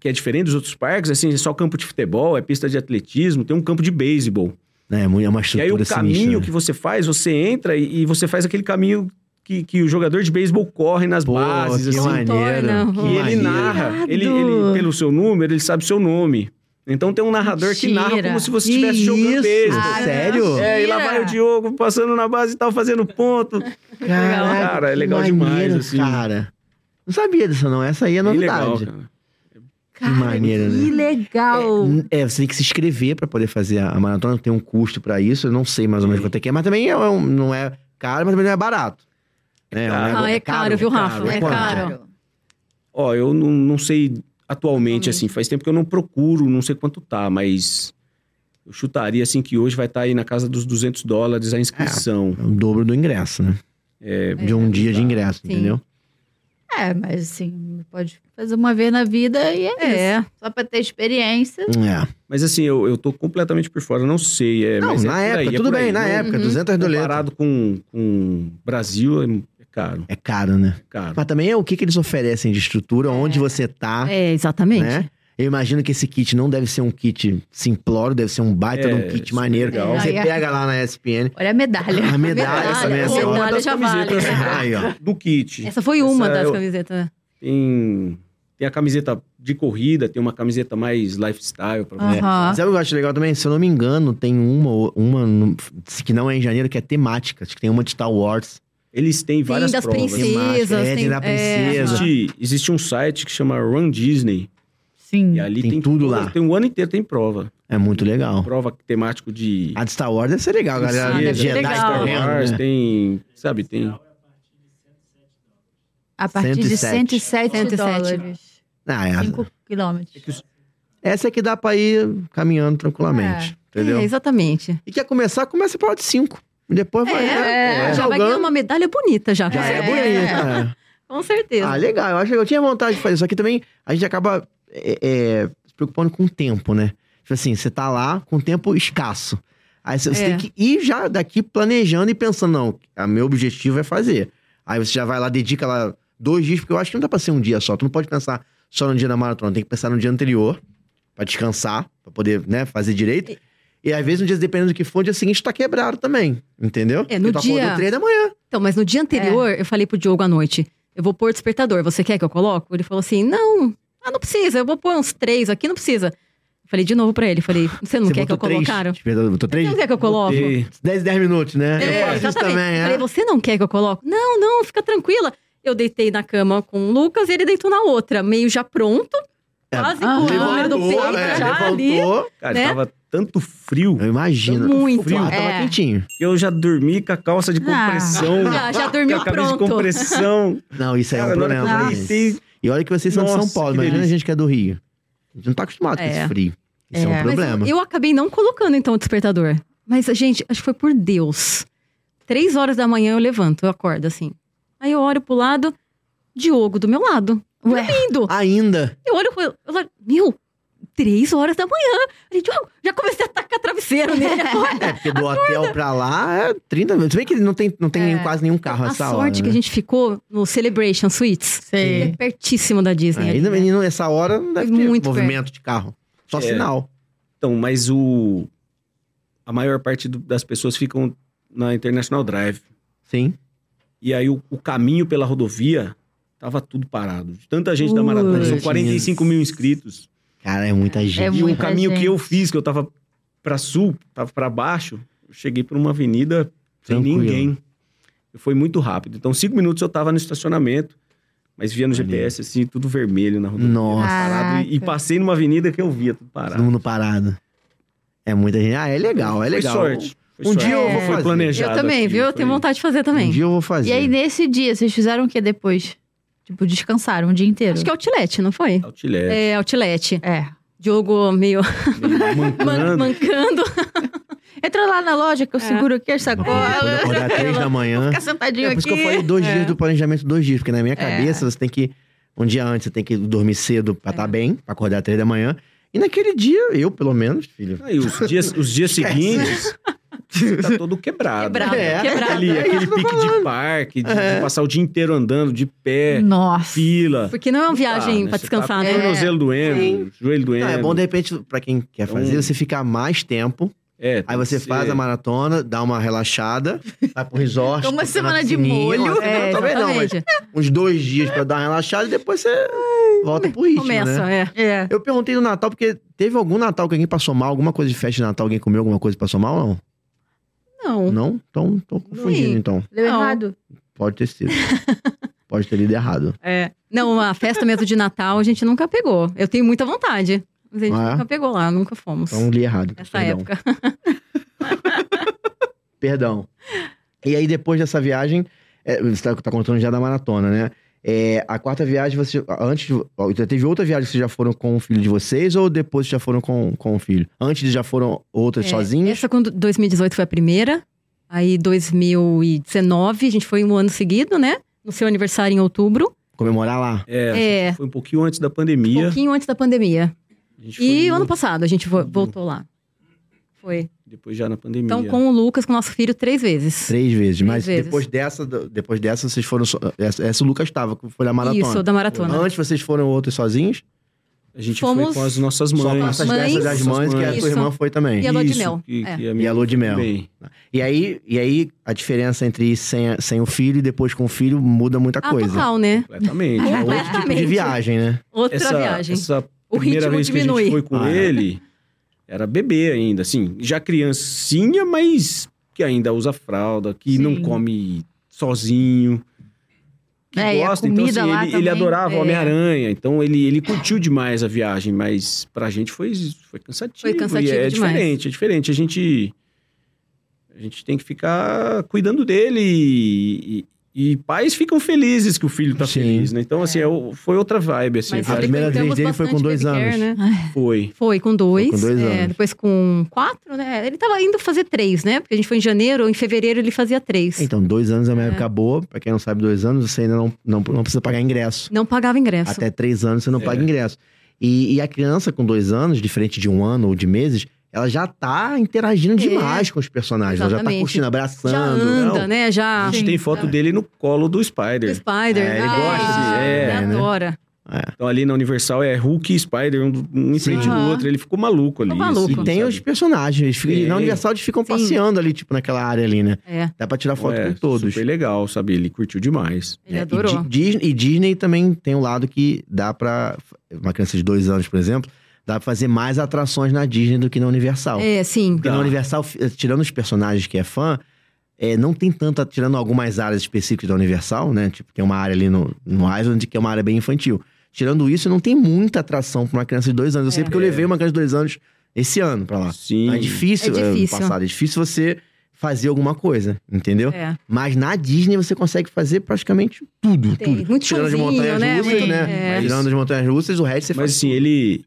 Speaker 4: que é diferente dos outros parques, assim, é só campo de futebol, é pista de atletismo, tem um campo de beisebol.
Speaker 2: É, mu- é uma
Speaker 4: E aí o
Speaker 2: estrutura
Speaker 4: caminho
Speaker 2: sinistra. né?
Speaker 4: que você faz, você entra e, e você faz aquele caminho que, que o jogador de beisebol corre nas
Speaker 2: Pô,
Speaker 4: bases,
Speaker 2: que
Speaker 4: assim.
Speaker 2: maneiro.
Speaker 3: torna.
Speaker 2: que
Speaker 3: E
Speaker 4: E ele
Speaker 2: maneiro.
Speaker 4: narra,
Speaker 1: Irado.
Speaker 4: ele, ele- pelo seu número, ele sabe seu nome. Então tem um narrador que narra
Speaker 1: Mentira.
Speaker 4: como se você
Speaker 2: Que
Speaker 4: estivesse jogando
Speaker 2: isso?
Speaker 4: beisebol.
Speaker 2: Ah, sério?
Speaker 4: É, e lá vai o Diogo passando na base e tal, fazendo ponto.
Speaker 2: Caraca,
Speaker 4: Cara, é
Speaker 2: que
Speaker 4: legal
Speaker 2: maneiro,
Speaker 4: demais, assim.
Speaker 2: Cara, não sabia disso, não. Essa aí é novidade.
Speaker 4: Bem legal, cara.
Speaker 1: Cara,
Speaker 2: maneiro, né?
Speaker 1: que legal.
Speaker 2: É, é, você tem que se inscrever pra poder fazer a a maratona, tem um custo pra isso, eu não sei mais ou menos
Speaker 4: Sim.
Speaker 2: quanto é que é, mas também é um- não é caro, mas também não é barato. É,
Speaker 4: caro.
Speaker 3: Ah, é caro, viu, Rafa?
Speaker 2: É
Speaker 3: É
Speaker 2: quanto?
Speaker 3: caro.
Speaker 4: Ó, eu não, não sei atualmente,
Speaker 3: Atualmente.
Speaker 4: assim, faz tempo que eu não procuro, não sei quanto tá, mas eu chutaria, assim, que hoje vai estar aí na casa dos 200 dólares a inscrição. É,
Speaker 2: É o dobro do ingresso, né? de um dia de ingresso,
Speaker 3: Sim.
Speaker 2: entendeu?
Speaker 1: É, mas assim, pode fazer uma vez na vida e é,
Speaker 3: É.
Speaker 1: isso. Só pra ter experiência.
Speaker 2: É.
Speaker 4: Mas, assim, eu, eu tô completamente por fora, não sei. É,
Speaker 2: Não,
Speaker 4: mas é
Speaker 2: na
Speaker 4: por
Speaker 2: época,
Speaker 4: aí, é
Speaker 2: tudo
Speaker 4: por
Speaker 2: bem,
Speaker 4: aí.
Speaker 2: na
Speaker 4: Não-
Speaker 2: época, 200 doletas.
Speaker 4: Comparado com, com Brasil, é- é caro,
Speaker 2: É caro, né?
Speaker 4: é caro.
Speaker 2: Mas também é o que, que eles oferecem de
Speaker 4: É.
Speaker 2: estrutura, onde você tá,
Speaker 3: É, exatamente.
Speaker 2: né? Eu imagino que esse kit não deve ser um kit simplório, deve ser um baita de
Speaker 4: É,
Speaker 2: um kit
Speaker 4: super
Speaker 2: maneiro.
Speaker 4: legal.
Speaker 2: Você
Speaker 1: É.
Speaker 2: pega lá na ESPN,
Speaker 1: Olha a medalha.
Speaker 2: a medalha,
Speaker 3: Medalha,
Speaker 2: Ah, essa mesmo.
Speaker 4: é uma
Speaker 3: medalha
Speaker 4: das
Speaker 3: já vale.
Speaker 4: camisetas
Speaker 2: Aí, ó. é
Speaker 4: do kit.
Speaker 3: Essa foi uma
Speaker 4: Essa é
Speaker 3: das
Speaker 4: eu-
Speaker 3: camisetas.
Speaker 4: Tem, tem a camiseta de corrida, tem uma camiseta mais lifestyle
Speaker 3: Ah.
Speaker 4: pra você.
Speaker 1: Aham.
Speaker 2: É. Sabe o que eu acho legal também? Se eu não me engano, tem uma, ou- uma no- que não é em janeiro, que é temática. Acho que tem uma de Star Wars.
Speaker 4: Eles têm várias
Speaker 3: das
Speaker 4: provas.
Speaker 3: princesas. Princesas,
Speaker 2: é, tem
Speaker 3: tem-
Speaker 2: da
Speaker 3: é,
Speaker 2: princesa.
Speaker 4: Existe, existe um site que chama Run Disney.
Speaker 1: Sim.
Speaker 4: E ali
Speaker 2: Hum, Tem
Speaker 4: tem,
Speaker 2: tudo
Speaker 4: todas-
Speaker 2: lá.
Speaker 4: Tem um ano inteiro, tem prova.
Speaker 2: É muito legal.
Speaker 4: Prova temático de.
Speaker 2: Ah, A de Star Wars deve ser legal, galera.
Speaker 3: Ah, deve ser
Speaker 2: Jedi
Speaker 3: legal.
Speaker 4: Star
Speaker 2: correndo,
Speaker 4: Wars,
Speaker 2: né?
Speaker 4: tem. Sabe, tem.
Speaker 1: A partir de
Speaker 2: 107.
Speaker 1: 107,
Speaker 3: 107.
Speaker 1: dólares.
Speaker 2: Ah, é.
Speaker 1: 5 quilômetros.
Speaker 2: Essa é que dá pra ir caminhando tranquilamente. Entendeu?
Speaker 3: É, exatamente.
Speaker 2: E quer começar, começa pra de 5. Depois vai. né?
Speaker 3: É, Já vai ganhar uma medalha bonita já. com
Speaker 2: Já é,
Speaker 3: certeza.
Speaker 2: bonita. né?
Speaker 3: Com certeza.
Speaker 2: Ah, legal. Eu acho que eu tinha vontade de fazer. Só que também a gente acaba é, é, se preocupando com o tempo, né? Tipo assim, você tá lá com tempo escasso. Aí você, você
Speaker 3: É.
Speaker 2: tem que ir já daqui planejando e pensando, não, a meu objetivo é fazer. Aí você já vai lá, dedica lá dois dias, porque eu acho que não dá pra ser um dia só. Tu não pode pensar só no dia da maratona, tem que pensar no dia anterior, pra descansar, pra poder, né, fazer direito. E, às vezes, no dia, dependendo do que for, no dia seguinte tu tá quebrado também, entendeu?
Speaker 3: É, no
Speaker 2: Porque tu acordou
Speaker 3: dia-
Speaker 2: três da manhã.
Speaker 3: Então, mas no dia anterior, eu falei pro Diogo à noite: eu vou pôr despertador, você quer que eu coloco? Ele falou assim: não, ah, não precisa, eu vou pôr uns três aqui, não precisa. Eu Falei de novo pra ele. Falei, você não
Speaker 2: Você
Speaker 3: quer que eu
Speaker 2: botou três
Speaker 3: colocaram?
Speaker 2: despertadores, botou
Speaker 3: Você
Speaker 2: três?
Speaker 3: não quer que eu coloco?
Speaker 4: E-
Speaker 2: 10 10 minutos, né? eu faço isso
Speaker 3: É, Exatamente.
Speaker 2: também,
Speaker 3: Falei,
Speaker 2: é.
Speaker 3: você não quer que eu coloque? Não, não, fica tranquila. Eu deitei na cama com o Lucas e ele deitou na outra, meio já pronto.
Speaker 2: É,
Speaker 3: Quase com
Speaker 1: ah,
Speaker 3: o número do
Speaker 2: levantou,
Speaker 3: peito
Speaker 2: é,
Speaker 3: já ali.
Speaker 2: levantou.
Speaker 4: Cara,
Speaker 3: Né?
Speaker 4: tava tanto frio
Speaker 2: Eu imagino.
Speaker 3: Muito.
Speaker 2: Frio, tava
Speaker 3: É.
Speaker 2: quentinho.
Speaker 4: que eu já dormi com a calça de
Speaker 1: Ah.
Speaker 4: compressão.
Speaker 3: Já, já dormiu
Speaker 4: com a camisa
Speaker 3: pronto.
Speaker 4: de compressão.
Speaker 2: Não, isso aí é um
Speaker 4: Cara, na hora
Speaker 2: problema.
Speaker 4: que eu
Speaker 2: né?
Speaker 4: deitei,
Speaker 2: E olha que vocês são de São
Speaker 4: Nossa,
Speaker 2: Paulo,
Speaker 4: que
Speaker 2: imagina a
Speaker 4: delícia.
Speaker 2: gente que é do Rio. A gente não tá acostumado com
Speaker 3: É.
Speaker 2: esse frio. Isso é,
Speaker 1: É.
Speaker 2: um
Speaker 1: Mas
Speaker 2: problema.
Speaker 3: Mas eu acabei não colocando, então, o despertador. Mas, gente, acho que foi por Deus. Três horas da manhã eu levanto, eu acordo assim. Aí eu olho pro lado, Diogo do meu lado.
Speaker 1: Ué.
Speaker 3: Dormindo.
Speaker 2: Ainda.
Speaker 3: Eu olho pro. Eu olho, meu, três horas da manhã. Falei, Diogo, já comecei a tacar travesseiro né? nele.
Speaker 2: É, porque do hotel pra lá é 30 minutos. Se bem que não tem, não tem
Speaker 3: É.
Speaker 2: nem- quase nenhum carro
Speaker 3: a
Speaker 2: essa
Speaker 3: sorte
Speaker 2: hora. né?
Speaker 3: que a gente ficou no Celebration Suites. É
Speaker 1: Sei.
Speaker 3: pertíssimo da Disney. ali,
Speaker 2: É, Ainda,
Speaker 3: né? É
Speaker 2: menino, essa hora não deve ter
Speaker 3: Muito
Speaker 2: movimento de carro. Só
Speaker 4: É.
Speaker 2: sinal.
Speaker 4: Então, mas o... A maior parte do- das pessoas ficam na International Drive.
Speaker 2: Sim.
Speaker 4: E aí o, o caminho pela rodovia tava tudo parado. Tanta gente da
Speaker 3: Putz.
Speaker 4: maratona, são 45 mil inscritos.
Speaker 2: Cara, é muita gente.
Speaker 1: É
Speaker 4: e o
Speaker 1: muita
Speaker 4: caminho
Speaker 1: gente.
Speaker 4: que eu fiz, que eu tava pra sul, tava pra baixo, eu cheguei por uma avenida sem
Speaker 2: Tranquilo.
Speaker 4: ninguém. Foi muito rápido. Então, cinco minutos eu tava no estacionamento, mas via no
Speaker 2: Maneiro.
Speaker 4: GPS, assim, tudo vermelho na rodovia.
Speaker 2: Nossa.
Speaker 4: Parado, e, e
Speaker 1: Caraca.
Speaker 4: passei numa avenida que eu via tudo
Speaker 2: Todo
Speaker 4: parado.
Speaker 2: mundo parado. É muita gente. Ah, é legal, é legal.
Speaker 4: Foi sorte. Foi
Speaker 2: Um
Speaker 4: sorte.
Speaker 2: dia
Speaker 1: eu
Speaker 4: Não
Speaker 1: vou
Speaker 4: foi
Speaker 2: fazer.
Speaker 4: planejado.
Speaker 3: É. Eu também,
Speaker 4: aquilo,
Speaker 3: viu? Eu
Speaker 4: foi-
Speaker 3: tenho vontade de fazer
Speaker 2: Um
Speaker 3: também.
Speaker 2: dia eu vou fazer.
Speaker 1: E aí, nesse dia, vocês fizeram o que depois? Tipo, descansaram o dia inteiro?
Speaker 3: Acho que é Outlet, não foi?
Speaker 4: Outlet.
Speaker 3: É, Outlet.
Speaker 1: é.
Speaker 3: Diogo meio
Speaker 4: meio
Speaker 3: É. man-
Speaker 4: mancando.
Speaker 3: mancando.
Speaker 1: Entra lá na loja que eu
Speaker 3: É.
Speaker 1: seguro aqui as
Speaker 2: Quando eu
Speaker 1: sacolas.
Speaker 2: acordar três da manhã.
Speaker 1: Fica sentadinho
Speaker 2: É
Speaker 1: aqui.
Speaker 2: por isso que eu falei dois
Speaker 3: É.
Speaker 2: dias do planejamento, dois dias. Porque na minha cabeça, você tem que... Um dia antes, você tem que dormir cedo pra estar bem, pra acordar três da manhã. E naquele dia, eu pelo menos, filho...
Speaker 4: Aí, os dias, os dias seguintes, você tá todo quebrado.
Speaker 3: Quebrado,
Speaker 2: É.
Speaker 3: quebrado.
Speaker 4: Ali,
Speaker 2: É isso que
Speaker 4: aquele
Speaker 2: eu tô
Speaker 4: pique de parque, de, de
Speaker 2: É.
Speaker 4: passar o dia inteiro andando de pé,
Speaker 1: Nossa.
Speaker 4: fila.
Speaker 3: Porque não é
Speaker 2: Tá,
Speaker 3: uma viagem
Speaker 4: Ah, né?
Speaker 3: pra
Speaker 4: Você
Speaker 3: descansar,
Speaker 4: tá com o
Speaker 3: né?
Speaker 4: Tornozelo doendo, joelho doendo.
Speaker 2: Não, é bom, de repente, pra quem quer fazer,
Speaker 4: Então-
Speaker 2: você ficar mais tempo.
Speaker 4: É,
Speaker 2: Aí você
Speaker 4: tem que
Speaker 2: faz
Speaker 4: ser-
Speaker 2: a maratona, dá uma relaxada, vai pro resort.
Speaker 1: Toma uma
Speaker 2: fica na
Speaker 1: semana de
Speaker 2: piscininha, uma
Speaker 1: molho.
Speaker 2: semana-
Speaker 3: É,
Speaker 2: talvez não, mas
Speaker 3: exatamente.
Speaker 2: uns dois dias pra dar uma relaxada e depois você volta pro ritmo,
Speaker 3: Começa,
Speaker 2: né?
Speaker 3: é.
Speaker 1: É.
Speaker 2: Eu perguntei no Natal porque teve algum Natal que alguém passou mal, alguma coisa de festa de Natal, alguém comeu alguma coisa e passou mal não?
Speaker 3: Hum. Não.
Speaker 2: Não? Então, tô confundindo,
Speaker 3: Sim.
Speaker 2: então.
Speaker 1: Deu
Speaker 3: Não.
Speaker 1: errado?
Speaker 2: Pode ter sido. Pode ter lido errado.
Speaker 3: É. Não, a festa mesmo de Natal a gente nunca pegou. Eu tenho muita vontade. Mas a gente
Speaker 2: Ah, é?
Speaker 3: nunca pegou lá, nunca fomos.
Speaker 2: Então, li errado.
Speaker 3: Nessa
Speaker 2: Perdão.
Speaker 3: época.
Speaker 2: Perdão. E aí, depois dessa viagem, é, você tá, tá contando já da maratona, né? É, a quarta viagem, você. Antes. de- ó, já Teve outra viagem que vocês já foram com o filho de vocês ou depois já foram com, com o filho? Antes já foram outras
Speaker 3: É,
Speaker 2: sozinhos?
Speaker 3: Essa quando 2018 foi a primeira. Aí 2019, a gente foi um ano seguido, né? No seu aniversário em outubro.
Speaker 2: Comemorar lá?
Speaker 4: É,
Speaker 3: É.
Speaker 4: foi um pouquinho antes da pandemia.
Speaker 3: Pouquinho antes da pandemia.
Speaker 4: A gente
Speaker 3: E
Speaker 4: foi
Speaker 3: o ano passado a gente vo- voltou lá. Foi.
Speaker 4: Depois já na pandemia.
Speaker 3: Então com o Lucas, com o nosso filho, três vezes.
Speaker 2: Três vezes. Mas
Speaker 3: vezes.
Speaker 2: depois dessa, depois dessa, vocês foram. so- Essa, essa o Lucas estava, que foi a maratona.
Speaker 3: Isso, da maratona.
Speaker 2: Antes vocês foram outros sozinhos?
Speaker 4: A gente
Speaker 3: Fomos-
Speaker 4: foi com as nossas mães.
Speaker 2: Só com essas
Speaker 3: Mães.
Speaker 2: festas das mães, que é a
Speaker 3: Isso.
Speaker 2: sua irmã foi também.
Speaker 3: E a lua de
Speaker 4: Isso,
Speaker 3: mel,
Speaker 4: que-
Speaker 3: é.
Speaker 4: que a
Speaker 2: E
Speaker 4: minha
Speaker 2: a lua de mel.
Speaker 4: também.
Speaker 2: E aí, e aí, a diferença entre sem, sem o filho e depois com o filho muda muita
Speaker 3: Ah,
Speaker 2: coisa.
Speaker 3: total, né?
Speaker 4: Completamente.
Speaker 2: É outro tipo de
Speaker 3: Completamente.
Speaker 2: viagem, né?
Speaker 3: Outra
Speaker 4: essa,
Speaker 3: viagem.
Speaker 4: Essa
Speaker 3: O
Speaker 4: primeira
Speaker 3: ritmo
Speaker 4: vez que a
Speaker 3: diminui.
Speaker 4: gente foi com
Speaker 2: Ah, é.
Speaker 4: ele, era bebê ainda, assim. Já criancinha, mas que ainda usa fralda, que
Speaker 1: Sim.
Speaker 4: não come sozinho. Que
Speaker 1: É, e a
Speaker 4: gosta. Então,
Speaker 1: comida
Speaker 4: assim,
Speaker 1: lá
Speaker 4: ele, ele
Speaker 1: também,
Speaker 4: adorava
Speaker 1: é.
Speaker 4: o Homem-Aranha. Então, ele, ele curtiu demais a viagem, mas pra gente foi, foi cansativo.
Speaker 3: Foi cansativo
Speaker 4: e é
Speaker 3: demais.
Speaker 4: diferente, é diferente. A gente... A gente tem que ficar cuidando dele e, e- e pais ficam felizes que o filho tá
Speaker 2: Sim.
Speaker 4: feliz, né? Então, assim, é o- foi outra vibe, assim.
Speaker 3: Mas
Speaker 4: a viagem
Speaker 2: primeira vez
Speaker 3: frequentamos
Speaker 2: dele foi com
Speaker 3: bastante
Speaker 2: dois
Speaker 3: baby care,
Speaker 2: anos.
Speaker 3: né?
Speaker 4: foi.
Speaker 3: Foi com dois.
Speaker 2: Foi com dois
Speaker 3: é,
Speaker 2: anos.
Speaker 3: Depois com quatro, né? Ele tava indo fazer três, né? Porque a gente foi em janeiro, em fevereiro ele fazia três.
Speaker 2: Então, dois anos é uma época boa. Pra quem não sabe, dois anos você ainda não, não, não precisa pagar ingresso.
Speaker 3: Não pagava ingresso.
Speaker 2: Até três anos você não
Speaker 4: É.
Speaker 2: paga ingresso. E, e a criança com dois anos, diferente de um ano ou de meses, ela já tá interagindo demais com os personagens. Ela já tá
Speaker 3: É. Exatamente.
Speaker 2: curtindo, abraçando.
Speaker 3: Já anda,
Speaker 4: não.
Speaker 3: né? Já.
Speaker 4: A gente tem foto dele no colo do
Speaker 3: Do
Speaker 4: Spider.
Speaker 3: Spider.
Speaker 2: É, ele
Speaker 3: né?
Speaker 4: gosta de- é,
Speaker 3: Ele
Speaker 2: né?
Speaker 3: adora.
Speaker 4: Então ali na Universal é Hulk e Spider, um, do- um em
Speaker 2: Sim.
Speaker 4: frente do
Speaker 3: Aham.
Speaker 4: outro. Ele ficou maluco ali.
Speaker 3: Ficou maluco.
Speaker 2: E
Speaker 4: assim,
Speaker 2: tem
Speaker 4: sabe?
Speaker 2: os personagens. Eles ficam,
Speaker 4: Tem.
Speaker 2: Na Universal eles ficam
Speaker 3: Sim.
Speaker 2: passeando ali, tipo, naquela área ali, né?
Speaker 3: É,
Speaker 2: Dá pra tirar foto
Speaker 4: É,
Speaker 2: com todos.
Speaker 4: Super legal, sabe? Ele curtiu demais.
Speaker 3: ele
Speaker 2: É,
Speaker 3: adorou.
Speaker 2: E, Di- Disney, e Disney também tem um lado que dá pra. Uma criança de dois anos, por exemplo, Dá pra fazer mais atrações na Disney do que na Universal.
Speaker 3: É, sim.
Speaker 2: Porque
Speaker 4: Tá.
Speaker 2: na Universal, f- eh, tirando os personagens que é fã, eh, não tem tanta. Tirando algumas áreas específicas da Universal, né? Tipo, tem uma área ali no, no Island que é uma área bem infantil. Tirando isso, não tem muita atração pra uma criança de dois anos. Eu
Speaker 3: É.
Speaker 2: sei porque eu levei uma criança de dois anos esse ano pra lá.
Speaker 4: Sim.
Speaker 2: É difícil,
Speaker 3: É
Speaker 2: é
Speaker 3: difícil.
Speaker 2: passado. É difícil você fazer alguma coisa, entendeu?
Speaker 3: É.
Speaker 2: Mas na Disney você consegue fazer praticamente tudo.
Speaker 3: Tem
Speaker 2: tudo.
Speaker 3: muito
Speaker 2: Tirando as
Speaker 3: showzinho,
Speaker 2: montanhas
Speaker 3: né?
Speaker 2: russas,
Speaker 3: Muito-
Speaker 2: né?
Speaker 3: é.
Speaker 2: Tirando as montanhas russas, o resto você
Speaker 4: Mas
Speaker 2: faz.
Speaker 4: assim, ele.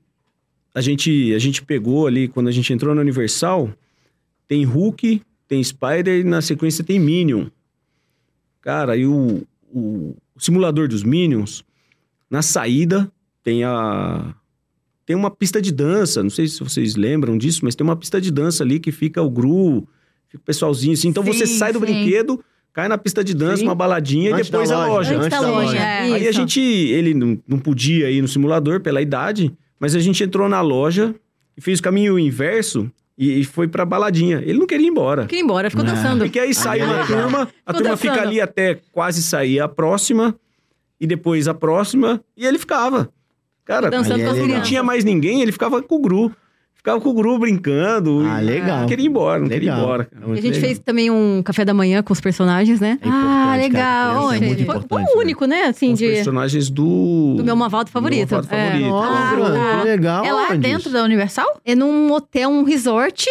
Speaker 4: A gente, a gente pegou ali, quando a gente entrou na Universal, tem Hulk, tem Spider e na sequência tem Minion. Cara, e o, o, o simulador dos Minions, na saída tem a. Tem uma pista de dança, não sei se vocês lembram disso, mas tem uma pista de dança ali que fica o Gru, fica o pessoalzinho assim. Então você
Speaker 1: Sim,
Speaker 4: sai do
Speaker 1: sim.
Speaker 4: brinquedo, cai na pista de dança,
Speaker 2: Sim.
Speaker 4: uma baladinha
Speaker 2: Antes
Speaker 4: e
Speaker 2: da
Speaker 4: depois a
Speaker 2: loja,
Speaker 4: loja.
Speaker 2: antes da loja.
Speaker 1: É.
Speaker 3: Isso.
Speaker 4: Aí a gente, ele não, não podia ir no simulador pela idade, mas a gente entrou na loja e fez o caminho inverso e, e foi pra baladinha. Ele não queria ir embora.
Speaker 3: Fiquei embora, ficou
Speaker 2: Ah.
Speaker 3: dançando.
Speaker 4: Porque aí sai
Speaker 2: Ah,
Speaker 4: uma
Speaker 2: legal.
Speaker 4: turma, a
Speaker 3: Ficou
Speaker 4: turma
Speaker 3: dançando.
Speaker 4: fica ali até quase sair a próxima, e depois a próxima, e ele ficava. Cara,
Speaker 3: Dançando
Speaker 2: Aí é
Speaker 3: com as
Speaker 2: legal.
Speaker 4: não
Speaker 3: crianças.
Speaker 4: tinha mais ninguém, ele ficava com o Gru. Ficava com o Gru brincando.
Speaker 2: Ah,
Speaker 4: e-
Speaker 2: legal.
Speaker 4: Não queria ir embora, não queria ir
Speaker 2: Legal.
Speaker 4: um embora.
Speaker 2: É
Speaker 4: cara.
Speaker 2: muito
Speaker 3: E a gente
Speaker 2: legal.
Speaker 3: fez também um café da manhã com os personagens, né?
Speaker 2: É importante,
Speaker 1: Ah,
Speaker 2: cara.
Speaker 1: legal.
Speaker 2: Criança
Speaker 1: Onde?
Speaker 2: É muito
Speaker 3: Foi-
Speaker 2: importante.
Speaker 3: foi o único, né? Assim,
Speaker 4: Os
Speaker 3: de,
Speaker 4: personagens do...
Speaker 3: do meu malvado favorito.
Speaker 4: malvado
Speaker 3: É.
Speaker 2: Então,
Speaker 4: favorito.
Speaker 2: Nossa,
Speaker 3: Ah,
Speaker 2: que um legal.
Speaker 1: É lá
Speaker 2: onde
Speaker 1: dentro
Speaker 2: isso?
Speaker 1: da Universal?
Speaker 3: É num hotel, um resort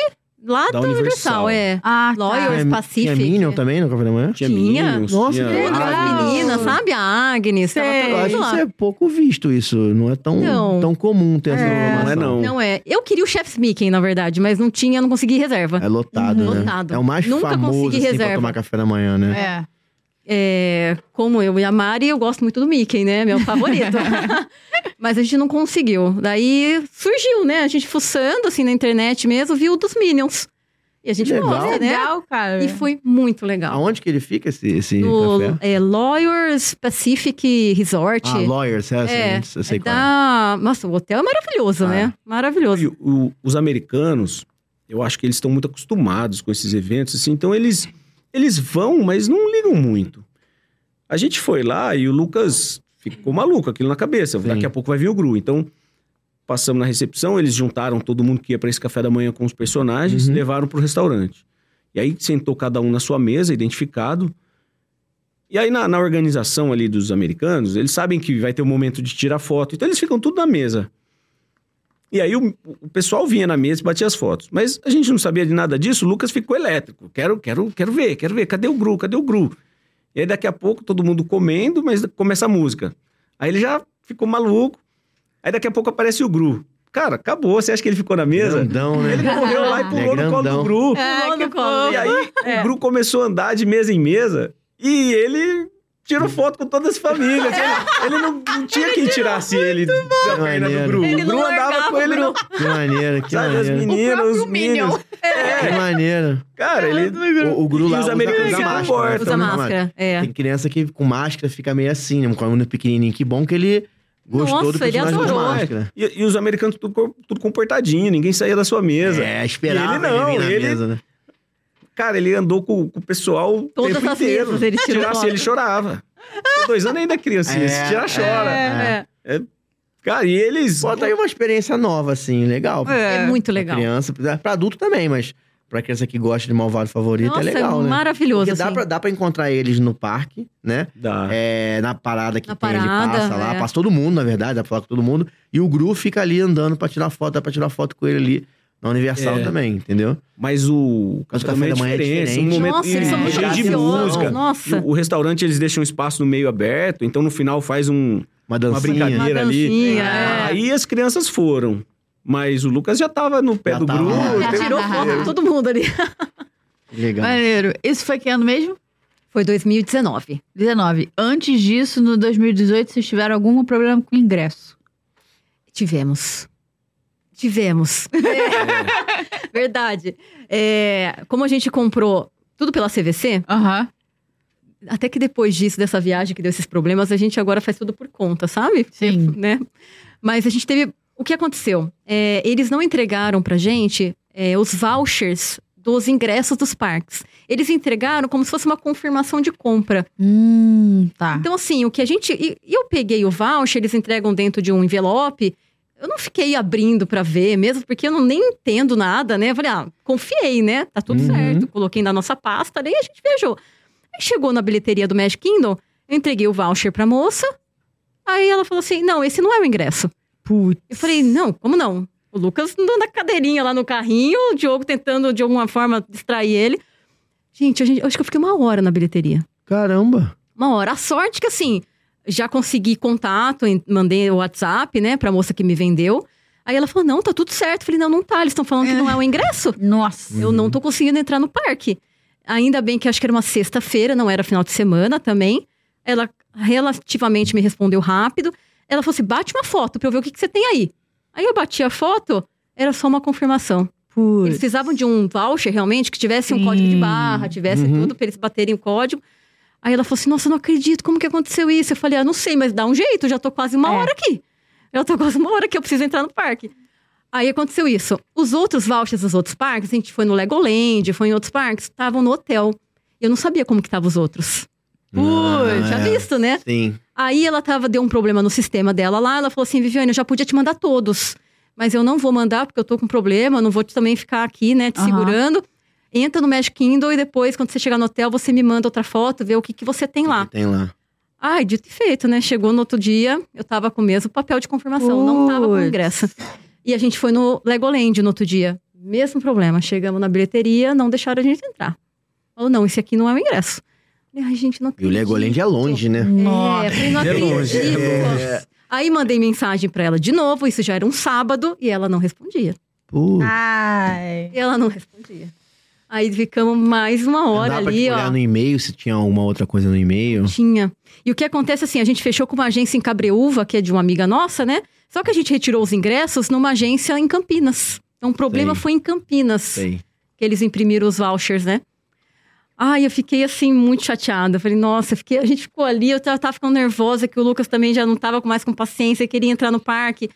Speaker 3: lá
Speaker 4: Da
Speaker 3: do
Speaker 4: Universal.
Speaker 3: Universal, é.
Speaker 1: Ah, tá.
Speaker 3: Lawyer.
Speaker 2: Tinha-
Speaker 3: Pacific.
Speaker 2: Tinha é Minion também no café da manhã?
Speaker 4: Tinha,
Speaker 3: Tinha.
Speaker 4: Minions,
Speaker 2: Nossa,
Speaker 4: tinha-
Speaker 2: que
Speaker 3: É,
Speaker 2: legal.
Speaker 3: aquelas
Speaker 1: Uau.
Speaker 3: meninas, sabe? A Agnes, tava
Speaker 1: Sei.
Speaker 2: Ah. Eu
Speaker 3: todo mundo
Speaker 2: acho que
Speaker 3: lá.
Speaker 2: isso é pouco visto isso. Não é tão,
Speaker 3: Não.
Speaker 2: tão comum ter essa programação.
Speaker 4: Não é não.
Speaker 3: Não é. Eu queria o Chef's Mickey, na verdade, mas não tinha, não consegui reserva.
Speaker 2: É lotado,
Speaker 3: Uhum.
Speaker 2: né?
Speaker 3: Lotado.
Speaker 2: É o mais
Speaker 3: Nunca
Speaker 2: famoso
Speaker 3: consegui
Speaker 2: assim, pra
Speaker 3: reserva.
Speaker 2: tomar café da manhã, né?
Speaker 1: É.
Speaker 3: É, como eu e a Mari, eu gosto muito do Mickey, né? Meu favorito. Mas a gente não conseguiu. Daí surgiu, né? A gente fuçando assim na internet mesmo, viu o dos Minions. E a gente
Speaker 2: Legal.
Speaker 3: gosta, né?
Speaker 1: é Legal, cara.
Speaker 3: E foi muito legal.
Speaker 2: Aonde que ele fica esse, esse
Speaker 3: No
Speaker 2: café?
Speaker 3: é, Lawyers Pacific Resort.
Speaker 2: Ah, Lawyers, é,
Speaker 3: É,
Speaker 2: eu sei- eu sei
Speaker 3: É
Speaker 2: qual é.
Speaker 3: da- Nossa, o hotel é maravilhoso,
Speaker 2: Ah.
Speaker 3: né? Maravilhoso.
Speaker 4: E o- os americanos, eu acho que eles estão muito acostumados com esses eventos, assim, então eles, eles vão, mas não ligam muito. A gente foi lá e o Lucas ficou maluco, aquilo na cabeça.
Speaker 2: Sim.
Speaker 4: Daqui a pouco vai vir o Gru. Então, passamos na recepção, eles juntaram todo mundo que ia pra esse café da manhã com os personagens,
Speaker 2: Uhum.
Speaker 4: levaram pro restaurante. E aí sentou cada um na sua mesa, identificado. E aí, na, na organização ali dos americanos, eles sabem que vai ter um momento de tirar foto. Então, eles ficam tudo na mesa. E aí o, o pessoal vinha na mesa e batia as fotos. Mas a gente não sabia de nada disso, o Lucas ficou elétrico. Quero, quero, quero ver, quero ver. Cadê o Gru? Cadê o Gru? E aí daqui a pouco todo mundo comendo, mas começa a música. Aí ele já ficou maluco. Aí daqui a pouco aparece o Gru. Cara, acabou. Você acha que ele ficou na mesa?
Speaker 2: Grandão, né?
Speaker 4: Ele correu lá e
Speaker 2: Ele é
Speaker 4: pulou no colo do
Speaker 2: grandão.
Speaker 4: Gru.
Speaker 3: Pulou
Speaker 1: que
Speaker 3: no colo.
Speaker 4: E aí o Gru começou a andar de mesa em mesa e ele tirou foto com todas as famílias. Ele, ele não, não tinha quem tirasse ele da perna né, do
Speaker 2: Maneiro.
Speaker 4: Gru.
Speaker 3: Ele
Speaker 4: o
Speaker 3: não
Speaker 4: Gru andava
Speaker 3: largava
Speaker 4: com
Speaker 3: o
Speaker 4: ele
Speaker 3: Gru.
Speaker 4: na
Speaker 2: Que maneiro, que
Speaker 4: Sabe, as
Speaker 2: maneiro.
Speaker 4: meninas,
Speaker 1: próprio
Speaker 4: os
Speaker 1: Minion.
Speaker 4: meninos.
Speaker 3: É.
Speaker 2: Que maneiro.
Speaker 4: Cara, ele...
Speaker 2: O, o Gru
Speaker 4: E
Speaker 2: lá
Speaker 4: os
Speaker 2: usa,
Speaker 4: americanos
Speaker 2: usa
Speaker 4: não
Speaker 2: máscara.
Speaker 4: suportam,
Speaker 2: né?
Speaker 3: Usa máscara, é.
Speaker 2: Tem criança que com máscara fica meio assim, né? Com a unha pequenininha. Que bom que ele gostou
Speaker 3: Nossa,
Speaker 2: do
Speaker 3: ele
Speaker 2: personagem com
Speaker 3: adorou.
Speaker 2: máscara.
Speaker 4: E, e os americanos tudo, co- tudo comportadinho, ninguém saía da sua mesa.
Speaker 2: É, esperava
Speaker 4: Ele não,
Speaker 2: vir na
Speaker 4: ele-
Speaker 2: mesa, né?
Speaker 4: Cara, ele andou com, com o pessoal o
Speaker 3: Todas
Speaker 4: tempo
Speaker 3: as
Speaker 4: inteiro.
Speaker 3: mesas ele
Speaker 4: Se
Speaker 3: tirou
Speaker 4: Tirasse
Speaker 3: foto.
Speaker 4: ele, chorava. Com dois anos ainda é criancinha,
Speaker 2: É,
Speaker 4: se tira, chora.
Speaker 3: É,
Speaker 2: né?
Speaker 4: Cara, e eles...
Speaker 2: Bota aí uma experiência nova, assim, legal.
Speaker 3: é. É muito legal.
Speaker 2: Pra criança, pra- pra adulto também, mas pra criança que gosta de malvado favorito
Speaker 3: Nossa,
Speaker 2: é legal, né?
Speaker 3: maravilhoso.
Speaker 2: Porque dá,
Speaker 3: assim.
Speaker 2: pra, dá pra encontrar eles no parque, né?
Speaker 4: Dá.
Speaker 2: É, na parada que
Speaker 3: Na
Speaker 2: tem, ele
Speaker 3: parada,
Speaker 2: passa lá,
Speaker 3: é.
Speaker 2: passa todo mundo, na verdade, dá pra falar com todo mundo. E o Gru fica ali andando pra tirar foto, dá pra tirar foto com ele ali na Universal
Speaker 4: É.
Speaker 2: também, entendeu?
Speaker 4: Mas o
Speaker 2: Mas o café da manhã é diferente.
Speaker 4: Um momento
Speaker 3: Nossa, eles
Speaker 4: e-
Speaker 3: são
Speaker 2: é,
Speaker 3: muito
Speaker 4: cheio de
Speaker 3: graciosos.
Speaker 4: música.
Speaker 3: Nossa.
Speaker 4: O, o restaurante, eles deixam um espaço no meio aberto, então no final faz um,
Speaker 2: Uma
Speaker 4: uma
Speaker 2: dancinha.
Speaker 3: Uma
Speaker 4: brincadeira ali. Ah,
Speaker 3: dancinha, é.
Speaker 4: Aí as crianças foram. Mas o Lucas já tava no pé
Speaker 2: Já
Speaker 4: do
Speaker 2: tava
Speaker 4: Gru.
Speaker 2: lá.
Speaker 4: o
Speaker 3: Já
Speaker 4: tempo
Speaker 3: tirou foto
Speaker 4: inteiro.
Speaker 3: com todo mundo ali.
Speaker 2: Legal.
Speaker 1: Maneiro. Isso foi que ano mesmo?
Speaker 3: Foi 2019.
Speaker 1: 19. Antes disso, no 2018, vocês tiveram algum problema com o ingresso.
Speaker 3: Tivemos. Tivemos. É. Verdade. É, como a gente comprou tudo pela CVC,
Speaker 1: Aham.
Speaker 3: até que depois disso, dessa viagem que deu esses problemas, a gente agora faz tudo por conta, sabe?
Speaker 1: Sim.
Speaker 3: Né? Mas a gente teve. O que aconteceu? É, eles não entregaram pra gente é, os vouchers dos ingressos dos parques. Eles entregaram como se fosse uma confirmação de compra.
Speaker 1: Hum, tá.
Speaker 3: Então, assim, o que a gente. e- e Eu peguei o voucher, eles entregam dentro de um envelope. Eu não fiquei abrindo pra ver mesmo, porque eu não nem entendo nada, né? Eu falei, ah, confiei, né? Tá tudo
Speaker 2: Uhum.
Speaker 3: certo. Coloquei na nossa pasta, daí a gente viajou. Aí chegou na bilheteria do Magic Kingdom, eu entreguei o voucher pra moça. Aí ela falou assim: não, esse não é o ingresso.
Speaker 5: Putz.
Speaker 3: Eu falei, não, como não? O Lucas andou na cadeirinha lá no carrinho, o Diogo tentando de alguma forma distrair ele. Gente, a gente- eu acho que eu fiquei uma hora na bilheteria.
Speaker 2: Caramba.
Speaker 3: Uma hora. A sorte que, assim, já consegui contato, en- mandei o WhatsApp, né, pra moça que me vendeu. Aí ela falou, não, tá tudo certo. Eu falei, não, não tá, eles estão falando que não é o ingresso.
Speaker 1: Nossa.
Speaker 4: Hum.
Speaker 3: Eu não tô conseguindo entrar no parque. Ainda bem que acho que era uma sexta-feira, não era final de semana também. Ela relativamente me respondeu rápido. Ela falou assim: bate uma foto pra eu ver o que, que você tem aí. Aí eu bati a foto, era só uma confirmação.
Speaker 5: Putz.
Speaker 3: Eles precisavam de um voucher realmente, que tivesse um
Speaker 5: Sim.
Speaker 3: código de barra, tivesse
Speaker 2: Uhum.
Speaker 3: tudo, pra eles baterem o código. Aí ela falou assim: Nossa, eu não acredito, como que aconteceu isso? Eu falei: Ah, não sei, mas dá um jeito, eu já tô quase uma
Speaker 5: É.
Speaker 3: hora aqui. Eu tô quase uma hora que eu preciso entrar no parque. Aí aconteceu isso. Os outros vouchers dos outros parques, a gente foi no Legoland, foi em outros parques, estavam no hotel. Eu não sabia como que estavam os outros.
Speaker 2: Puxa,
Speaker 3: Já visto, né?
Speaker 2: Sim.
Speaker 3: Aí ela tava, deu um problema no sistema dela lá. Ela falou assim: Viviane, eu já podia te mandar todos. Mas eu não vou mandar porque eu tô com problema, eu não vou te- também ficar aqui, né, te
Speaker 1: Aham.
Speaker 3: segurando. Entra no Magic Kindle e depois, quando você chegar no hotel, você me manda outra foto, vê o que, que você tem lá.
Speaker 2: Tem lá.
Speaker 3: Ai, dito e feito, né? Chegou no outro dia, eu tava com o mesmo papel de confirmação, não tava com o
Speaker 5: Putz.
Speaker 3: ingresso. E a gente foi no Legoland no outro dia. Mesmo problema, chegamos na bilheteria, não deixaram a gente entrar. Falou, não, esse aqui não é o ingresso. Ai, gente, não
Speaker 2: E o Legoland é longe, né?
Speaker 3: é, eu falei, não
Speaker 4: É longe,
Speaker 3: acredito.
Speaker 4: é
Speaker 3: Aí mandei mensagem pra ela de novo, isso já era um sábado, e ela não respondia.
Speaker 2: Pô.
Speaker 3: ah,
Speaker 5: Ai.
Speaker 3: E ela não respondia. Aí ficamos mais uma
Speaker 2: não
Speaker 3: hora
Speaker 2: dá pra
Speaker 3: ali,
Speaker 2: tipo,
Speaker 3: ó.
Speaker 2: olhar no e-mail se tinha alguma outra coisa no e-mail.
Speaker 3: Tinha. E o que acontece assim, a gente fechou com uma agência em Cabreúva, que é de uma amiga nossa, né? Só que a gente retirou os ingressos numa agência em Campinas. Então o problema
Speaker 2: Sei.
Speaker 3: foi em Campinas,
Speaker 2: Sei.
Speaker 3: que eles imprimiram os vouchers, né? Ai, eu fiquei assim muito chateada. Eu Falei, nossa, eu fiquei, a gente ficou ali, eu tava, tava ficando nervosa que o Lucas também já não tava com- mais com paciência, queria entrar no parque.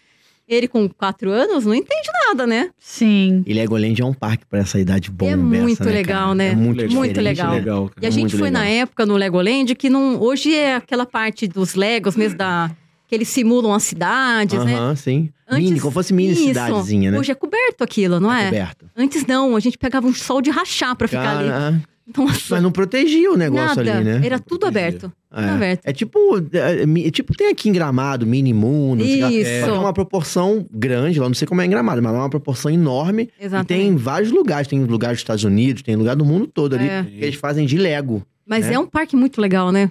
Speaker 3: Ele com quatro anos não entende nada, né?
Speaker 5: Sim.
Speaker 2: E Legoland é um parque pra essa idade bomba.
Speaker 3: É muito legal, né?
Speaker 2: É muito,
Speaker 3: Muito
Speaker 2: diferente,
Speaker 3: legal.
Speaker 2: né?
Speaker 4: legal
Speaker 3: E a
Speaker 4: cara.
Speaker 2: É
Speaker 3: gente
Speaker 2: muito
Speaker 3: foi na
Speaker 2: legal.
Speaker 3: época no Legoland que não, hoje é aquela parte dos Legos mesmo da que eles simulam as cidades, né?
Speaker 2: Aham, sim.
Speaker 3: Antes-
Speaker 2: mini, como fosse mini
Speaker 3: Isso.
Speaker 2: cidadezinha, né?
Speaker 3: Hoje é coberto aquilo, não é?
Speaker 2: Coberto.
Speaker 3: Antes não, a gente pegava um sol de rachar pra ficar ali.
Speaker 2: Cara,
Speaker 3: Nossa,
Speaker 2: mas não protegia o negócio
Speaker 3: nada.
Speaker 2: ali, né?
Speaker 3: Era tudo
Speaker 4: Protegia.
Speaker 3: aberto.
Speaker 2: é.
Speaker 3: Tudo aberto.
Speaker 2: É tipo, é, mi- é tipo, tem aqui em Gramado, mini mundo, sei lá.
Speaker 3: Isso.
Speaker 2: Só que é uma proporção grande, lá não sei como é em Gramado, mas lá é uma proporção enorme. E
Speaker 3: Exatamente.
Speaker 2: tem em vários lugares, tem lugar dos Estados Unidos, tem lugar do mundo todo ali,
Speaker 3: É.
Speaker 2: que eles fazem de Lego.
Speaker 3: Mas
Speaker 2: né?
Speaker 3: é um parque muito legal, né?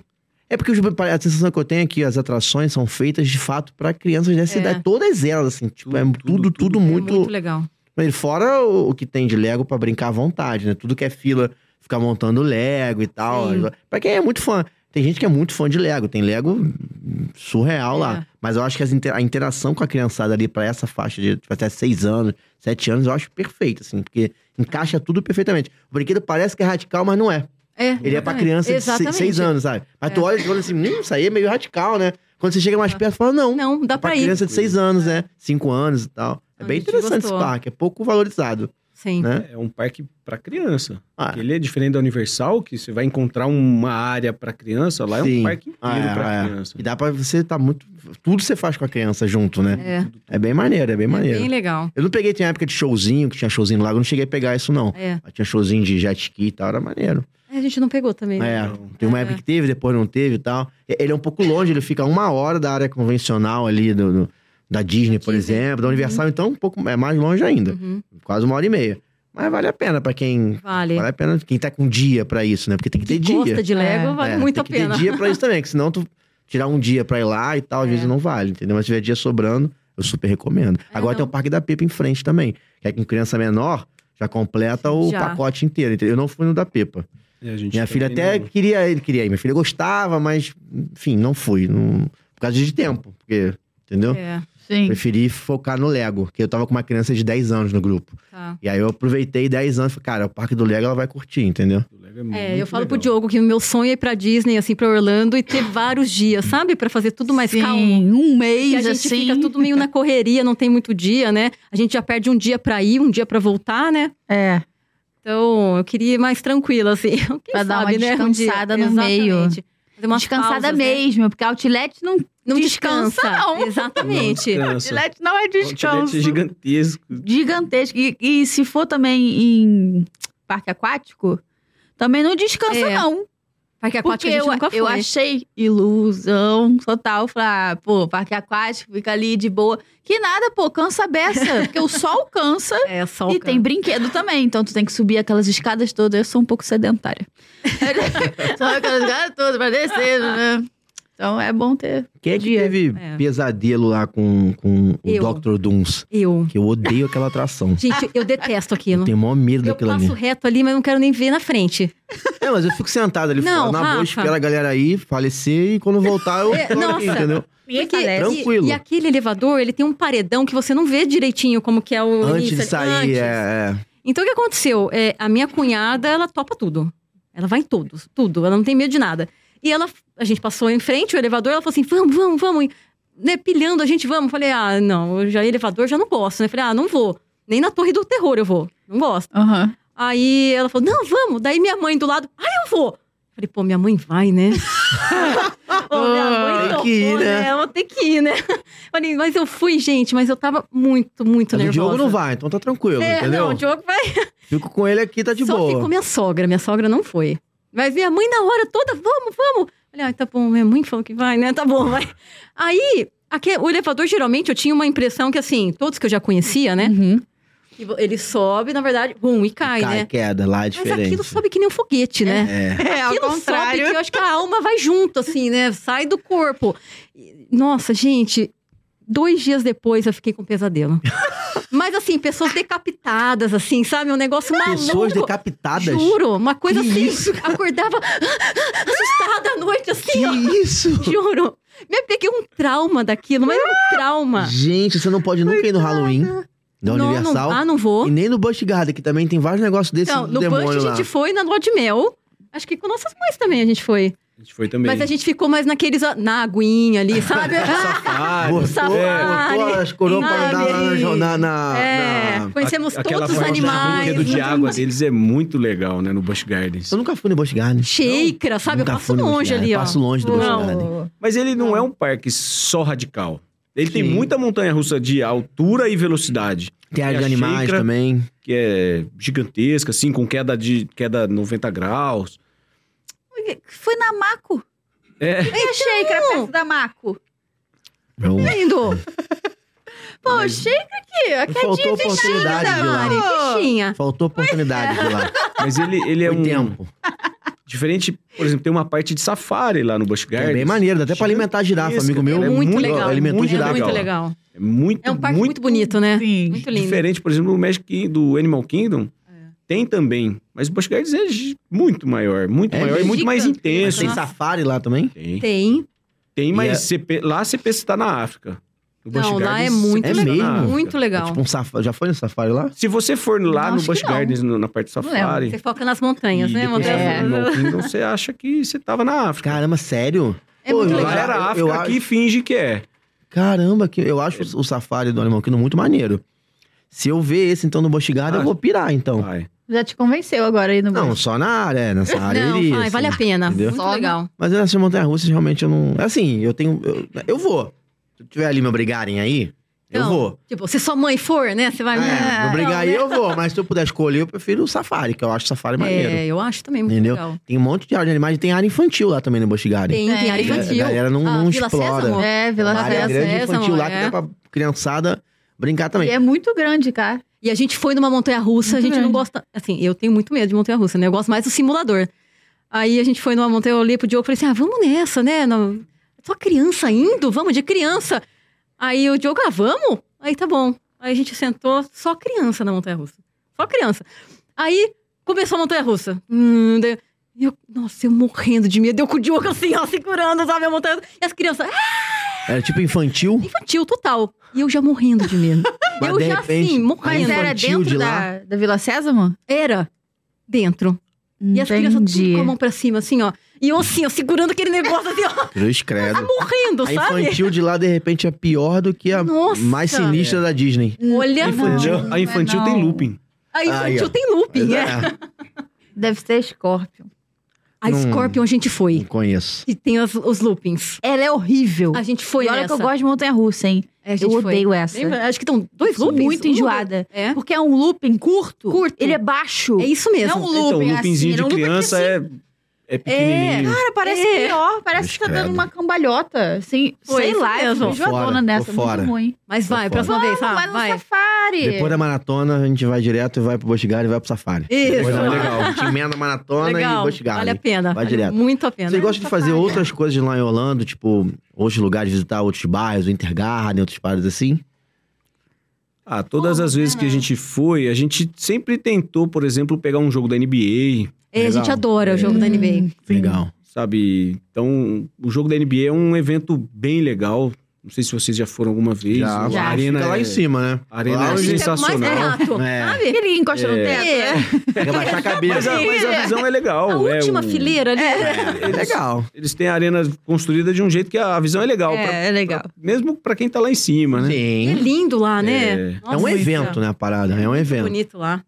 Speaker 2: É porque os- a sensação que eu tenho é que as atrações são feitas de fato pra crianças dessa
Speaker 3: É.
Speaker 2: idade, todas elas, assim, tipo, é
Speaker 4: Tudo,
Speaker 2: tudo, tudo,
Speaker 4: tudo, tudo.
Speaker 3: É muito
Speaker 2: muito.
Speaker 3: legal.
Speaker 2: Mas Fora o o que tem de Lego pra brincar à vontade, né? Tudo que é fila, ficar montando Lego e tal.
Speaker 3: Sim.
Speaker 2: Pra quem é muito fã. Tem gente que é muito fã de Lego, tem Lego surreal
Speaker 3: É.
Speaker 2: lá. Mas eu acho que as inter- a interação com a criançada ali pra essa faixa de tipo, até 6 anos, 7 anos, eu acho perfeito, assim, porque encaixa tudo perfeitamente. O brinquedo parece que é radical, mas não é.
Speaker 3: É.
Speaker 2: Ele é pra criança de
Speaker 3: Exatamente. É.
Speaker 2: 6 anos, sabe? Mas tu olha e fala assim, hum, isso aí é meio radical, né? Quando você chega mais perto, fala, não,
Speaker 3: Não, dá
Speaker 2: é pra
Speaker 3: pra ir.
Speaker 2: criança de 6 anos, né? 5 anos e tal. É
Speaker 3: Tá A
Speaker 2: bem
Speaker 3: gente
Speaker 2: interessante
Speaker 3: gostou.
Speaker 2: esse parque, é pouco valorizado,
Speaker 3: Sim.
Speaker 2: né?
Speaker 4: É um parque pra criança.
Speaker 2: Ah,
Speaker 4: Ele é diferente da Universal, que você vai encontrar uma área pra criança, lá é
Speaker 2: Sim.
Speaker 4: um parque inteiro
Speaker 2: Ah, é,
Speaker 4: pra
Speaker 2: é.
Speaker 4: criança.
Speaker 2: E dá pra você tá muito. Tudo você faz com a criança junto, né?
Speaker 3: É.
Speaker 2: É, bem maneiro, é bem
Speaker 3: É
Speaker 2: maneiro.
Speaker 3: bem legal.
Speaker 2: Eu não peguei, tinha época de showzinho, que tinha showzinho no lago, eu não cheguei a pegar isso, não.
Speaker 3: É.
Speaker 2: Mas Tinha showzinho de jet ski e tal, era maneiro.
Speaker 3: É, A gente não pegou também. né?
Speaker 2: É,
Speaker 4: Então,
Speaker 2: teve uma época que teve, depois não teve e tal. E- Ele é um pouco longe, ele fica a uma hora da área convencional ali do, do- da Disney, por
Speaker 3: Disney.
Speaker 2: exemplo, da Universal, então um pouco é mais longe ainda.
Speaker 3: Uhum.
Speaker 2: Quase uma hora e meia. Mas vale a pena pra quem.
Speaker 3: Vale.
Speaker 2: Vale a pena quem tá com dia pra isso, né? Porque tem que ter
Speaker 3: Quem
Speaker 2: dia.
Speaker 3: gosta de Lego,
Speaker 5: É.
Speaker 3: vale
Speaker 2: É,
Speaker 3: muito a
Speaker 2: tem que
Speaker 3: pena.
Speaker 2: Ter dia pra isso também, que senão tu tirar um dia pra ir lá e tal, às
Speaker 3: É.
Speaker 2: vezes não vale, entendeu? Mas se tiver dia sobrando, eu super recomendo.
Speaker 3: É,
Speaker 2: Agora tem
Speaker 3: não.
Speaker 2: o Parque da Pepa em frente também, que é com criança menor, já completa o
Speaker 3: Já.
Speaker 2: pacote inteiro. entendeu? Eu não fui no da Pepa.
Speaker 4: E é, a gente tá
Speaker 2: Minha filha
Speaker 4: também
Speaker 2: até
Speaker 4: não-
Speaker 2: queria ele queria ir. Minha filha gostava, mas, enfim, não fui. não- Por causa de tempo, porque, entendeu?
Speaker 3: É,
Speaker 5: Sim.
Speaker 2: Preferi focar no Lego, porque eu tava com uma criança de 10 anos no grupo.
Speaker 3: tá.
Speaker 2: E aí eu aproveitei 10 anos e falei, cara, o parque do Lego ela vai curtir, entendeu?
Speaker 4: O Lego muito
Speaker 3: É, eu falo pro
Speaker 4: legal.
Speaker 3: Diogo que o meu sonho é ir pra Disney, assim, pra Orlando e ter vários dias, sabe? Pra fazer tudo mais
Speaker 5: Sim,
Speaker 3: calmo.
Speaker 5: Um
Speaker 3: E a
Speaker 5: mês
Speaker 3: gente
Speaker 5: assim.
Speaker 3: fica tudo meio na correria, não tem muito dia, né? A gente já perde um dia pra ir, um dia pra voltar, né?
Speaker 5: É.
Speaker 3: Então, eu queria ir mais tranquila, assim. Quem
Speaker 5: Pra dar uma
Speaker 3: sabe, né? Um dia.
Speaker 5: descansada no meio.
Speaker 3: Exatamente. Fazer umas
Speaker 1: Descansada
Speaker 3: pausas, né?
Speaker 1: mesmo, porque Outlet não,
Speaker 3: Não
Speaker 1: Descansa,
Speaker 3: descansa.
Speaker 1: não.
Speaker 4: É
Speaker 3: Exatamente.
Speaker 4: Não descansa.
Speaker 1: Gillette não é
Speaker 4: É um
Speaker 1: descanso.
Speaker 4: Gillette gigantesco.
Speaker 1: Gigantesco. E, e se for também em parque aquático, também não descansa,
Speaker 3: É.
Speaker 1: não. Porque
Speaker 3: Parque aquático a
Speaker 1: eu,
Speaker 3: gente nunca foi.
Speaker 1: eu achei ilusão total. Falar, ah, pô, parque aquático, fica ali de boa. Que nada, pô, cansa a beça. Porque o sol cansa
Speaker 3: É, só
Speaker 1: e
Speaker 3: o
Speaker 1: tem brinquedo também. Então tu tem que subir aquelas escadas todas. Eu sou um pouco sedentária. Só aquelas escadas todas pra descer, né? Então é bom ter.
Speaker 2: Quem é que
Speaker 1: Dia.
Speaker 2: teve
Speaker 3: É.
Speaker 2: pesadelo lá com, com o
Speaker 3: Eu.
Speaker 2: Dr. Dooms?
Speaker 3: Eu.
Speaker 2: Que eu odeio aquela atração.
Speaker 3: Gente, eu detesto
Speaker 2: Eu
Speaker 3: aquilo.
Speaker 2: tenho o maior medo
Speaker 3: Eu
Speaker 2: daquilo
Speaker 3: passo
Speaker 2: ali.
Speaker 3: reto ali, mas não quero nem ver na frente.
Speaker 2: É, mas eu fico sentado ali
Speaker 3: Não,
Speaker 2: fora, na boa,
Speaker 3: Rafa.
Speaker 2: espera a galera aí falecer e quando voltar eu
Speaker 3: É,
Speaker 2: tô aqui,
Speaker 3: nossa.
Speaker 2: entendeu?
Speaker 3: Porque-
Speaker 2: Tranquilo.
Speaker 3: E, e aquele elevador, ele tem um paredão que você não vê direitinho como que é o
Speaker 2: Antes
Speaker 3: início,
Speaker 2: de sair,
Speaker 3: antes.
Speaker 2: é, é.
Speaker 3: Então, o que aconteceu? É, a minha cunhada, ela topa tudo. Ela vai em todos, tudo. Ela não tem medo de nada. E ela, a gente passou em frente o elevador, ela falou assim, vamos, vamos, vamos. E, né, pilhando a gente, vamos. Falei, ah, não, eu já elevador já não gosto, né? Falei, ah, não vou. Nem na Torre do Terror eu vou. Não gosto.
Speaker 1: Aham.
Speaker 3: Aí ela falou, não, vamos. Daí minha mãe do lado, ah, eu vou. Falei, pô, minha mãe vai, né? Pô, minha mãe
Speaker 2: Tem que
Speaker 3: topou,
Speaker 2: ir, né?
Speaker 3: Ela tem que ir, né? Falei, mas eu fui, gente, mas eu tava muito, muito
Speaker 2: Mas o
Speaker 3: nervosa.
Speaker 2: Diogo não vai, então tá tranquilo,
Speaker 3: É,
Speaker 2: entendeu?
Speaker 3: não, o Diogo vai
Speaker 2: Fico com ele aqui, tá de
Speaker 3: só
Speaker 2: boa.
Speaker 3: ficou minha sogra, minha sogra não foi. Mas minha mãe na hora toda, vamos, vamos. Falei, ah, tá bom, minha mãe falou que vai, né? Tá bom, vai. Aí, aque- o elevador, geralmente, eu tinha uma impressão que, assim, todos que eu já conhecia, né?
Speaker 1: Uhum.
Speaker 3: que vo- Ele sobe, na verdade, bum, e cai,
Speaker 2: Cai,
Speaker 3: né?
Speaker 2: queda, lá é
Speaker 3: Mas
Speaker 2: diferente.
Speaker 3: aquilo sobe que nem um foguete, né?
Speaker 2: É.
Speaker 1: É, ao
Speaker 3: Aquilo
Speaker 1: contrário.
Speaker 3: sobe que eu acho que a alma vai junto, assim, né? Sai do corpo. E- Nossa, gente, dois dias depois eu fiquei com pesadelo. Mas assim, pessoas decapitadas, assim, sabe? Um negócio
Speaker 2: Pessoas
Speaker 3: maluco.
Speaker 2: decapitadas.
Speaker 3: Juro, uma coisa
Speaker 2: Que
Speaker 3: assim.
Speaker 2: isso,
Speaker 3: acordava assustada à noite, assim,
Speaker 2: Que
Speaker 3: ó.
Speaker 2: isso?
Speaker 3: Juro. Me peguei um trauma daquilo, mas é um trauma.
Speaker 2: Gente, você não pode nunca ir no Halloween da
Speaker 3: Não, não,
Speaker 2: Universal.
Speaker 3: ah, não vou.
Speaker 2: E nem no Busch Garden, que também tem vários negócios desses
Speaker 3: Então,
Speaker 2: do
Speaker 3: no
Speaker 2: demônio
Speaker 3: Bunch a
Speaker 2: lá.
Speaker 3: gente foi na lua de mel. Acho que com nossas mães também a gente foi.
Speaker 4: A gente foi também.
Speaker 3: Mas a gente ficou mais naqueles, ó, na aguinha ali, sabe?
Speaker 4: Safari.
Speaker 2: Botou,
Speaker 3: Safari,
Speaker 2: botou as coroas pra andar lá na
Speaker 3: sabe?
Speaker 2: jornada. Na,
Speaker 3: é,
Speaker 2: na-
Speaker 3: conhecemos
Speaker 4: A-
Speaker 3: todos os
Speaker 4: forma de
Speaker 3: animais.
Speaker 4: brinquedo de água deles é muito legal, né? No Busch Gardens.
Speaker 2: Eu nunca fui no Busch Garden.
Speaker 3: Sheikra, sabe? Eu
Speaker 2: Nunca
Speaker 3: passo
Speaker 2: fui no Busch
Speaker 3: longe
Speaker 2: Garden,
Speaker 3: ali, ó.
Speaker 2: Passo longe do Busch
Speaker 3: Não.
Speaker 2: Garden.
Speaker 4: Mas ele não é um parque só radical. Ele tem
Speaker 2: Sim.
Speaker 4: muita montanha-russa de altura e velocidade.
Speaker 2: Tem área
Speaker 4: E
Speaker 2: de
Speaker 4: a
Speaker 2: animais
Speaker 4: xícara,
Speaker 2: também.
Speaker 4: Que é gigantesca, assim, com queda de queda 90 graus.
Speaker 1: Então, Foi na Maco.
Speaker 4: É.
Speaker 1: Eu achei que era perto da Maco.
Speaker 2: Não.
Speaker 3: Lindo.
Speaker 1: Pô, achei que aqui. Aqui é
Speaker 2: Faltou oportunidade de lá.
Speaker 3: Mari, fichinha.
Speaker 2: Faltou oportunidade de lá.
Speaker 4: Mas ele, ele é
Speaker 2: Foi
Speaker 4: um...
Speaker 2: tempo.
Speaker 4: Diferente, por exemplo, tem uma parte de safari lá no Busch Gardens.
Speaker 2: É bem maneiro, dá até pra alimentar a girafa.
Speaker 4: Gigantesca,
Speaker 2: Amigo meu
Speaker 4: cara, é
Speaker 3: muito,
Speaker 4: muito-
Speaker 3: legal.
Speaker 2: alimentou
Speaker 3: muito,
Speaker 2: girafa.
Speaker 3: muito
Speaker 4: legal.
Speaker 3: legal.
Speaker 4: É muito,
Speaker 3: É um parque muito,
Speaker 4: muito
Speaker 3: bonito, né?
Speaker 1: Sim.
Speaker 3: Muito lindo. É.
Speaker 4: Diferente, por exemplo, do Magic Kingdom- do Animal Kingdom, tem também. Mas o Busch Gardens é gi- muito maior, muito
Speaker 2: É
Speaker 4: maior e muito mais
Speaker 3: gigantesco.
Speaker 2: Mas
Speaker 4: intenso.
Speaker 2: tem
Speaker 3: Nossa.
Speaker 2: safari lá também?
Speaker 4: Tem,
Speaker 3: Tem.
Speaker 4: tem,
Speaker 2: E é-
Speaker 4: mas CP lá você pensa que tá na África. No
Speaker 3: Não,
Speaker 4: Busch
Speaker 3: lá
Speaker 4: Gardens,
Speaker 3: é
Speaker 4: você
Speaker 3: muito
Speaker 4: pensa que tá
Speaker 2: legal.
Speaker 4: na África.
Speaker 3: Muito
Speaker 2: É
Speaker 3: legal.
Speaker 2: tipo um safari. Já foi no safari lá?
Speaker 4: Se você for lá
Speaker 1: Não,
Speaker 4: no
Speaker 1: acho
Speaker 4: Busch
Speaker 1: que não.
Speaker 4: Gardens, no- na parte do
Speaker 2: um
Speaker 1: lembro.
Speaker 4: safari,
Speaker 3: é, Você foca nas montanhas,
Speaker 4: e
Speaker 3: né?
Speaker 4: depois
Speaker 3: Montanhas.
Speaker 4: você vai
Speaker 1: É.
Speaker 4: no Animal Kingdom, você acha que você tava na África.
Speaker 2: Caramba, sério?
Speaker 3: É muito
Speaker 2: eu
Speaker 4: lá
Speaker 3: legal.
Speaker 2: já- eu
Speaker 4: era África,
Speaker 2: acho-
Speaker 4: aqui finge que é.
Speaker 2: Caramba, que eu acho o safari do Animal Kingdom muito maneiro. Se eu ver esse, então, no Busch Garden,
Speaker 4: Ah.
Speaker 2: eu vou pirar, então.
Speaker 4: Vai.
Speaker 1: Já te convenceu agora aí no
Speaker 2: Não,
Speaker 1: bolso.
Speaker 2: só na área, é, nessa área eu
Speaker 3: Não,
Speaker 2: iria,
Speaker 3: ai,
Speaker 2: assim.
Speaker 3: vale a pena.
Speaker 2: entendeu?
Speaker 3: Muito
Speaker 1: Só
Speaker 3: legal.
Speaker 2: Mas nessas montanhas-russas, realmente, eu não... Assim, eu tenho... Eu, eu vou. Se tiver ali me obrigarem aí, eu
Speaker 3: Então,
Speaker 2: vou.
Speaker 3: Tipo, se sua mãe for, né? Você vai.
Speaker 2: É, me
Speaker 3: Ah,
Speaker 2: obrigar aí,
Speaker 3: não, né?
Speaker 2: eu vou. Mas se eu puder escolher, eu prefiro o safari, que eu acho o safari maneiro.
Speaker 3: É, eu acho também muito
Speaker 2: Entendeu?
Speaker 3: legal.
Speaker 2: Tem um monte de área de animais e tem área infantil lá também no Busch Garden.
Speaker 3: Tem, tem área
Speaker 1: Tem.
Speaker 3: infantil.
Speaker 2: É, A galera não-
Speaker 3: Ah,
Speaker 2: não
Speaker 3: Vila
Speaker 2: explora.
Speaker 3: Sésamo?
Speaker 1: É, Vila
Speaker 2: Uma área
Speaker 3: Sésamo,
Speaker 2: grande
Speaker 3: Sésamo,
Speaker 2: infantil lá que
Speaker 3: é.
Speaker 2: dá pra criançada brincar também.
Speaker 1: E é muito grande, cara.
Speaker 3: E a gente foi numa montanha russa, a
Speaker 1: Muito
Speaker 3: gente não
Speaker 1: grande.
Speaker 3: gosta. Assim, eu tenho muito medo de montanha russa, né? Eu gosto mais do simulador. Aí a gente foi numa montanha, eu olhei pro Diogo e falei assim: ah, vamos nessa, né? Não... Só criança indo, vamos de criança. Aí o Diogo, ah, vamos? Aí tá bom. Aí a gente sentou, só criança na montanha russa. Só criança. Aí começou a montanha russa. Hum, daí- e eu, nossa, eu morrendo de medo. Eu com o Diogo assim, ó, segurando, sabe, a montanha russa. E as crianças, ah,
Speaker 2: Era tipo infantil,
Speaker 3: infantil total. E eu já morrendo de medo.
Speaker 2: Mas
Speaker 3: eu
Speaker 2: de
Speaker 3: já
Speaker 2: repente,
Speaker 3: assim,
Speaker 2: Mas
Speaker 3: morrendo.
Speaker 1: Mas era
Speaker 2: infantil
Speaker 1: dentro
Speaker 2: de lá?
Speaker 1: da, da Vila Sésamo?
Speaker 3: Era dentro.
Speaker 1: Hum,
Speaker 3: E as crianças tudo com a mão pra cima, assim, ó. E eu assim, ó, segurando aquele negócio assim, ó,
Speaker 2: cruz credo.
Speaker 3: morrendo,
Speaker 2: A
Speaker 3: sabe?
Speaker 2: infantil de lá, de repente, é pior do que a
Speaker 3: Nossa!
Speaker 2: mais sinistra da Disney.
Speaker 3: Olha,
Speaker 4: A infantil,
Speaker 1: não
Speaker 4: a
Speaker 1: é
Speaker 4: infantil
Speaker 1: não.
Speaker 4: tem looping.
Speaker 3: a infantil
Speaker 2: Ah,
Speaker 3: né?
Speaker 2: Aí, ó.
Speaker 3: tem looping, é.
Speaker 2: É.
Speaker 1: Deve ser Scorpion.
Speaker 3: A
Speaker 2: Não-
Speaker 3: Scorpion a gente
Speaker 2: Não
Speaker 3: foi.
Speaker 2: conheço.
Speaker 3: E tem as- os loopings.
Speaker 1: Ela é horrível.
Speaker 3: A gente foi
Speaker 1: e olha
Speaker 3: nessa.
Speaker 1: que eu gosto de montanha-russa, hein?
Speaker 3: É, a gente
Speaker 1: Eu
Speaker 3: foi.
Speaker 1: odeio essa.
Speaker 3: Lembra? Acho que estão dois
Speaker 1: Sou
Speaker 3: loopings.
Speaker 1: muito
Speaker 3: Um
Speaker 1: enjoada.
Speaker 3: looping. É.
Speaker 1: Porque é um looping curto.
Speaker 3: Curto.
Speaker 1: Ele é baixo.
Speaker 3: É isso mesmo.
Speaker 1: Não um
Speaker 4: Então, o
Speaker 1: looping
Speaker 4: loopingzinho
Speaker 1: assim,
Speaker 4: de
Speaker 1: era um looping
Speaker 4: criança
Speaker 1: assim.
Speaker 4: é, é pequenininho.
Speaker 1: Cara, parece
Speaker 3: É.
Speaker 1: pior. Parece
Speaker 2: Mas
Speaker 1: que tá dando
Speaker 2: credo.
Speaker 1: uma cambalhota. Assim,
Speaker 3: Foi,
Speaker 1: sei
Speaker 3: isso
Speaker 1: lá, eu
Speaker 3: mesmo.
Speaker 1: sou
Speaker 3: Tô
Speaker 1: enjoadona
Speaker 2: fora,
Speaker 1: nessa.
Speaker 2: tô
Speaker 1: Muito
Speaker 2: fora.
Speaker 1: ruim.
Speaker 3: Mas vai,
Speaker 2: Tô
Speaker 3: próxima vez.
Speaker 1: Vamos,
Speaker 3: ah,
Speaker 1: vai no safari.
Speaker 2: Depois da maratona, a gente vai direto e vai pro Boticário e vai pro Safari.
Speaker 3: Isso.
Speaker 2: Depois da-
Speaker 4: Legal.
Speaker 2: A gente emenda a maratona e
Speaker 3: Legal.
Speaker 2: Boticário.
Speaker 3: Vale a pena. né? Tá
Speaker 2: Vai
Speaker 3: Vale
Speaker 2: direto.
Speaker 3: Muito a pena.
Speaker 2: Você gosta de fazer
Speaker 1: Safari.
Speaker 2: outras coisas lá em Orlando, tipo, outros lugares, visitar outros bairros, o Intergarden, outros bairros assim?
Speaker 4: Ah, todas as vezes que a gente foi, a gente sempre tentou, por exemplo, pegar um jogo da NBA,
Speaker 3: É, a gente
Speaker 2: Legal.
Speaker 3: adora o jogo da NBA.
Speaker 2: Legal.
Speaker 4: sabe? Então, o jogo da NBA é um evento bem legal. Não sei se vocês já foram alguma vez.
Speaker 2: Já,
Speaker 4: A
Speaker 1: Já.
Speaker 4: arena
Speaker 2: fica lá
Speaker 4: é-
Speaker 2: em cima, né?
Speaker 4: a arena
Speaker 2: Lá
Speaker 4: é
Speaker 2: onde-
Speaker 3: Fica
Speaker 4: sensacional.
Speaker 3: Mais barato.
Speaker 2: É.
Speaker 3: Sabe?
Speaker 1: Aquele que encosta no
Speaker 4: É.
Speaker 1: teto.
Speaker 3: É.
Speaker 1: né?
Speaker 2: Tem que abaixar a
Speaker 4: Mas
Speaker 2: cabeça.
Speaker 4: a, mas a visão é legal.
Speaker 3: A
Speaker 4: é
Speaker 3: última
Speaker 4: um-
Speaker 3: fileira ali.
Speaker 2: É legal.
Speaker 4: Eles têm a arena construída de um jeito que a visão é legal. pra-
Speaker 3: É, é legal.
Speaker 4: mesmo pra quem tá lá em cima, né?
Speaker 3: É
Speaker 2: Sim.
Speaker 3: lindo lá, né?
Speaker 2: É um
Speaker 3: Nossa,
Speaker 2: evento, né, a parada? É um
Speaker 3: É
Speaker 2: evento.
Speaker 3: bonito lá.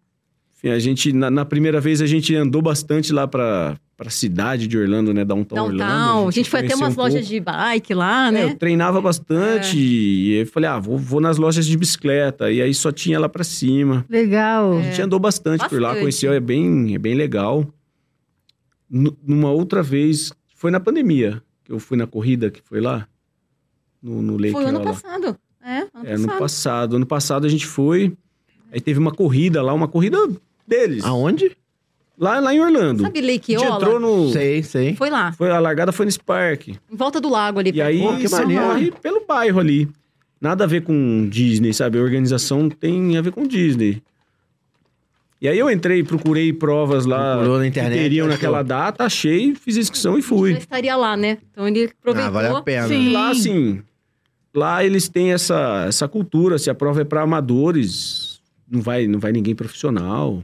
Speaker 4: Enfim, a gente, na, na primeira vez, a gente andou bastante lá pra, pra cidade de Orlando, né? Downtown, Orlando.
Speaker 3: Downtown. A gente foi até
Speaker 4: conheceu
Speaker 3: umas
Speaker 4: um
Speaker 3: lojas
Speaker 4: pouco.
Speaker 3: de bike lá,
Speaker 4: É,
Speaker 3: né? É.
Speaker 4: eu treinava bastante e eu falei, ah, vou, vou nas lojas de bicicleta. E aí só tinha lá pra cima.
Speaker 1: Legal.
Speaker 4: A gente andou bastante, por lá,
Speaker 3: Bastante.
Speaker 4: conheceu, é bem, é bem legal. Nu- numa outra vez, foi na pandemia, que eu fui na corrida que foi lá, no, no Lake
Speaker 3: Foi ano
Speaker 4: Iowa.
Speaker 3: passado. É, ano
Speaker 4: É, ano
Speaker 3: passado.
Speaker 4: passado. Ano passado a gente foi, aí teve uma corrida lá, uma corrida deles.
Speaker 2: Aonde?
Speaker 4: Lá, lá em Orlando.
Speaker 3: Sabe Lake
Speaker 4: a gente entrou
Speaker 3: Iola?
Speaker 4: no...
Speaker 2: Sei, sei.
Speaker 3: Foi lá.
Speaker 4: Foi, a largada foi nesse parque.
Speaker 3: Em volta do lago ali.
Speaker 4: E aí
Speaker 2: Pô, que
Speaker 4: você
Speaker 2: maneiro.
Speaker 4: corre pelo bairro ali. Nada a ver com Disney, sabe? A organização tem a ver com Disney. E aí eu entrei, procurei provas lá
Speaker 2: Procurou na internet,
Speaker 4: que teriam
Speaker 2: achou.
Speaker 4: naquela data, achei, fiz a inscrição e
Speaker 3: Já
Speaker 4: fui.
Speaker 3: estaria lá, né? Então ele aproveitou.
Speaker 2: Ah, vale a pena.
Speaker 1: Sim.
Speaker 4: Lá, assim, lá eles têm essa, essa cultura, se a prova é para amadores, não vai, não vai ninguém profissional.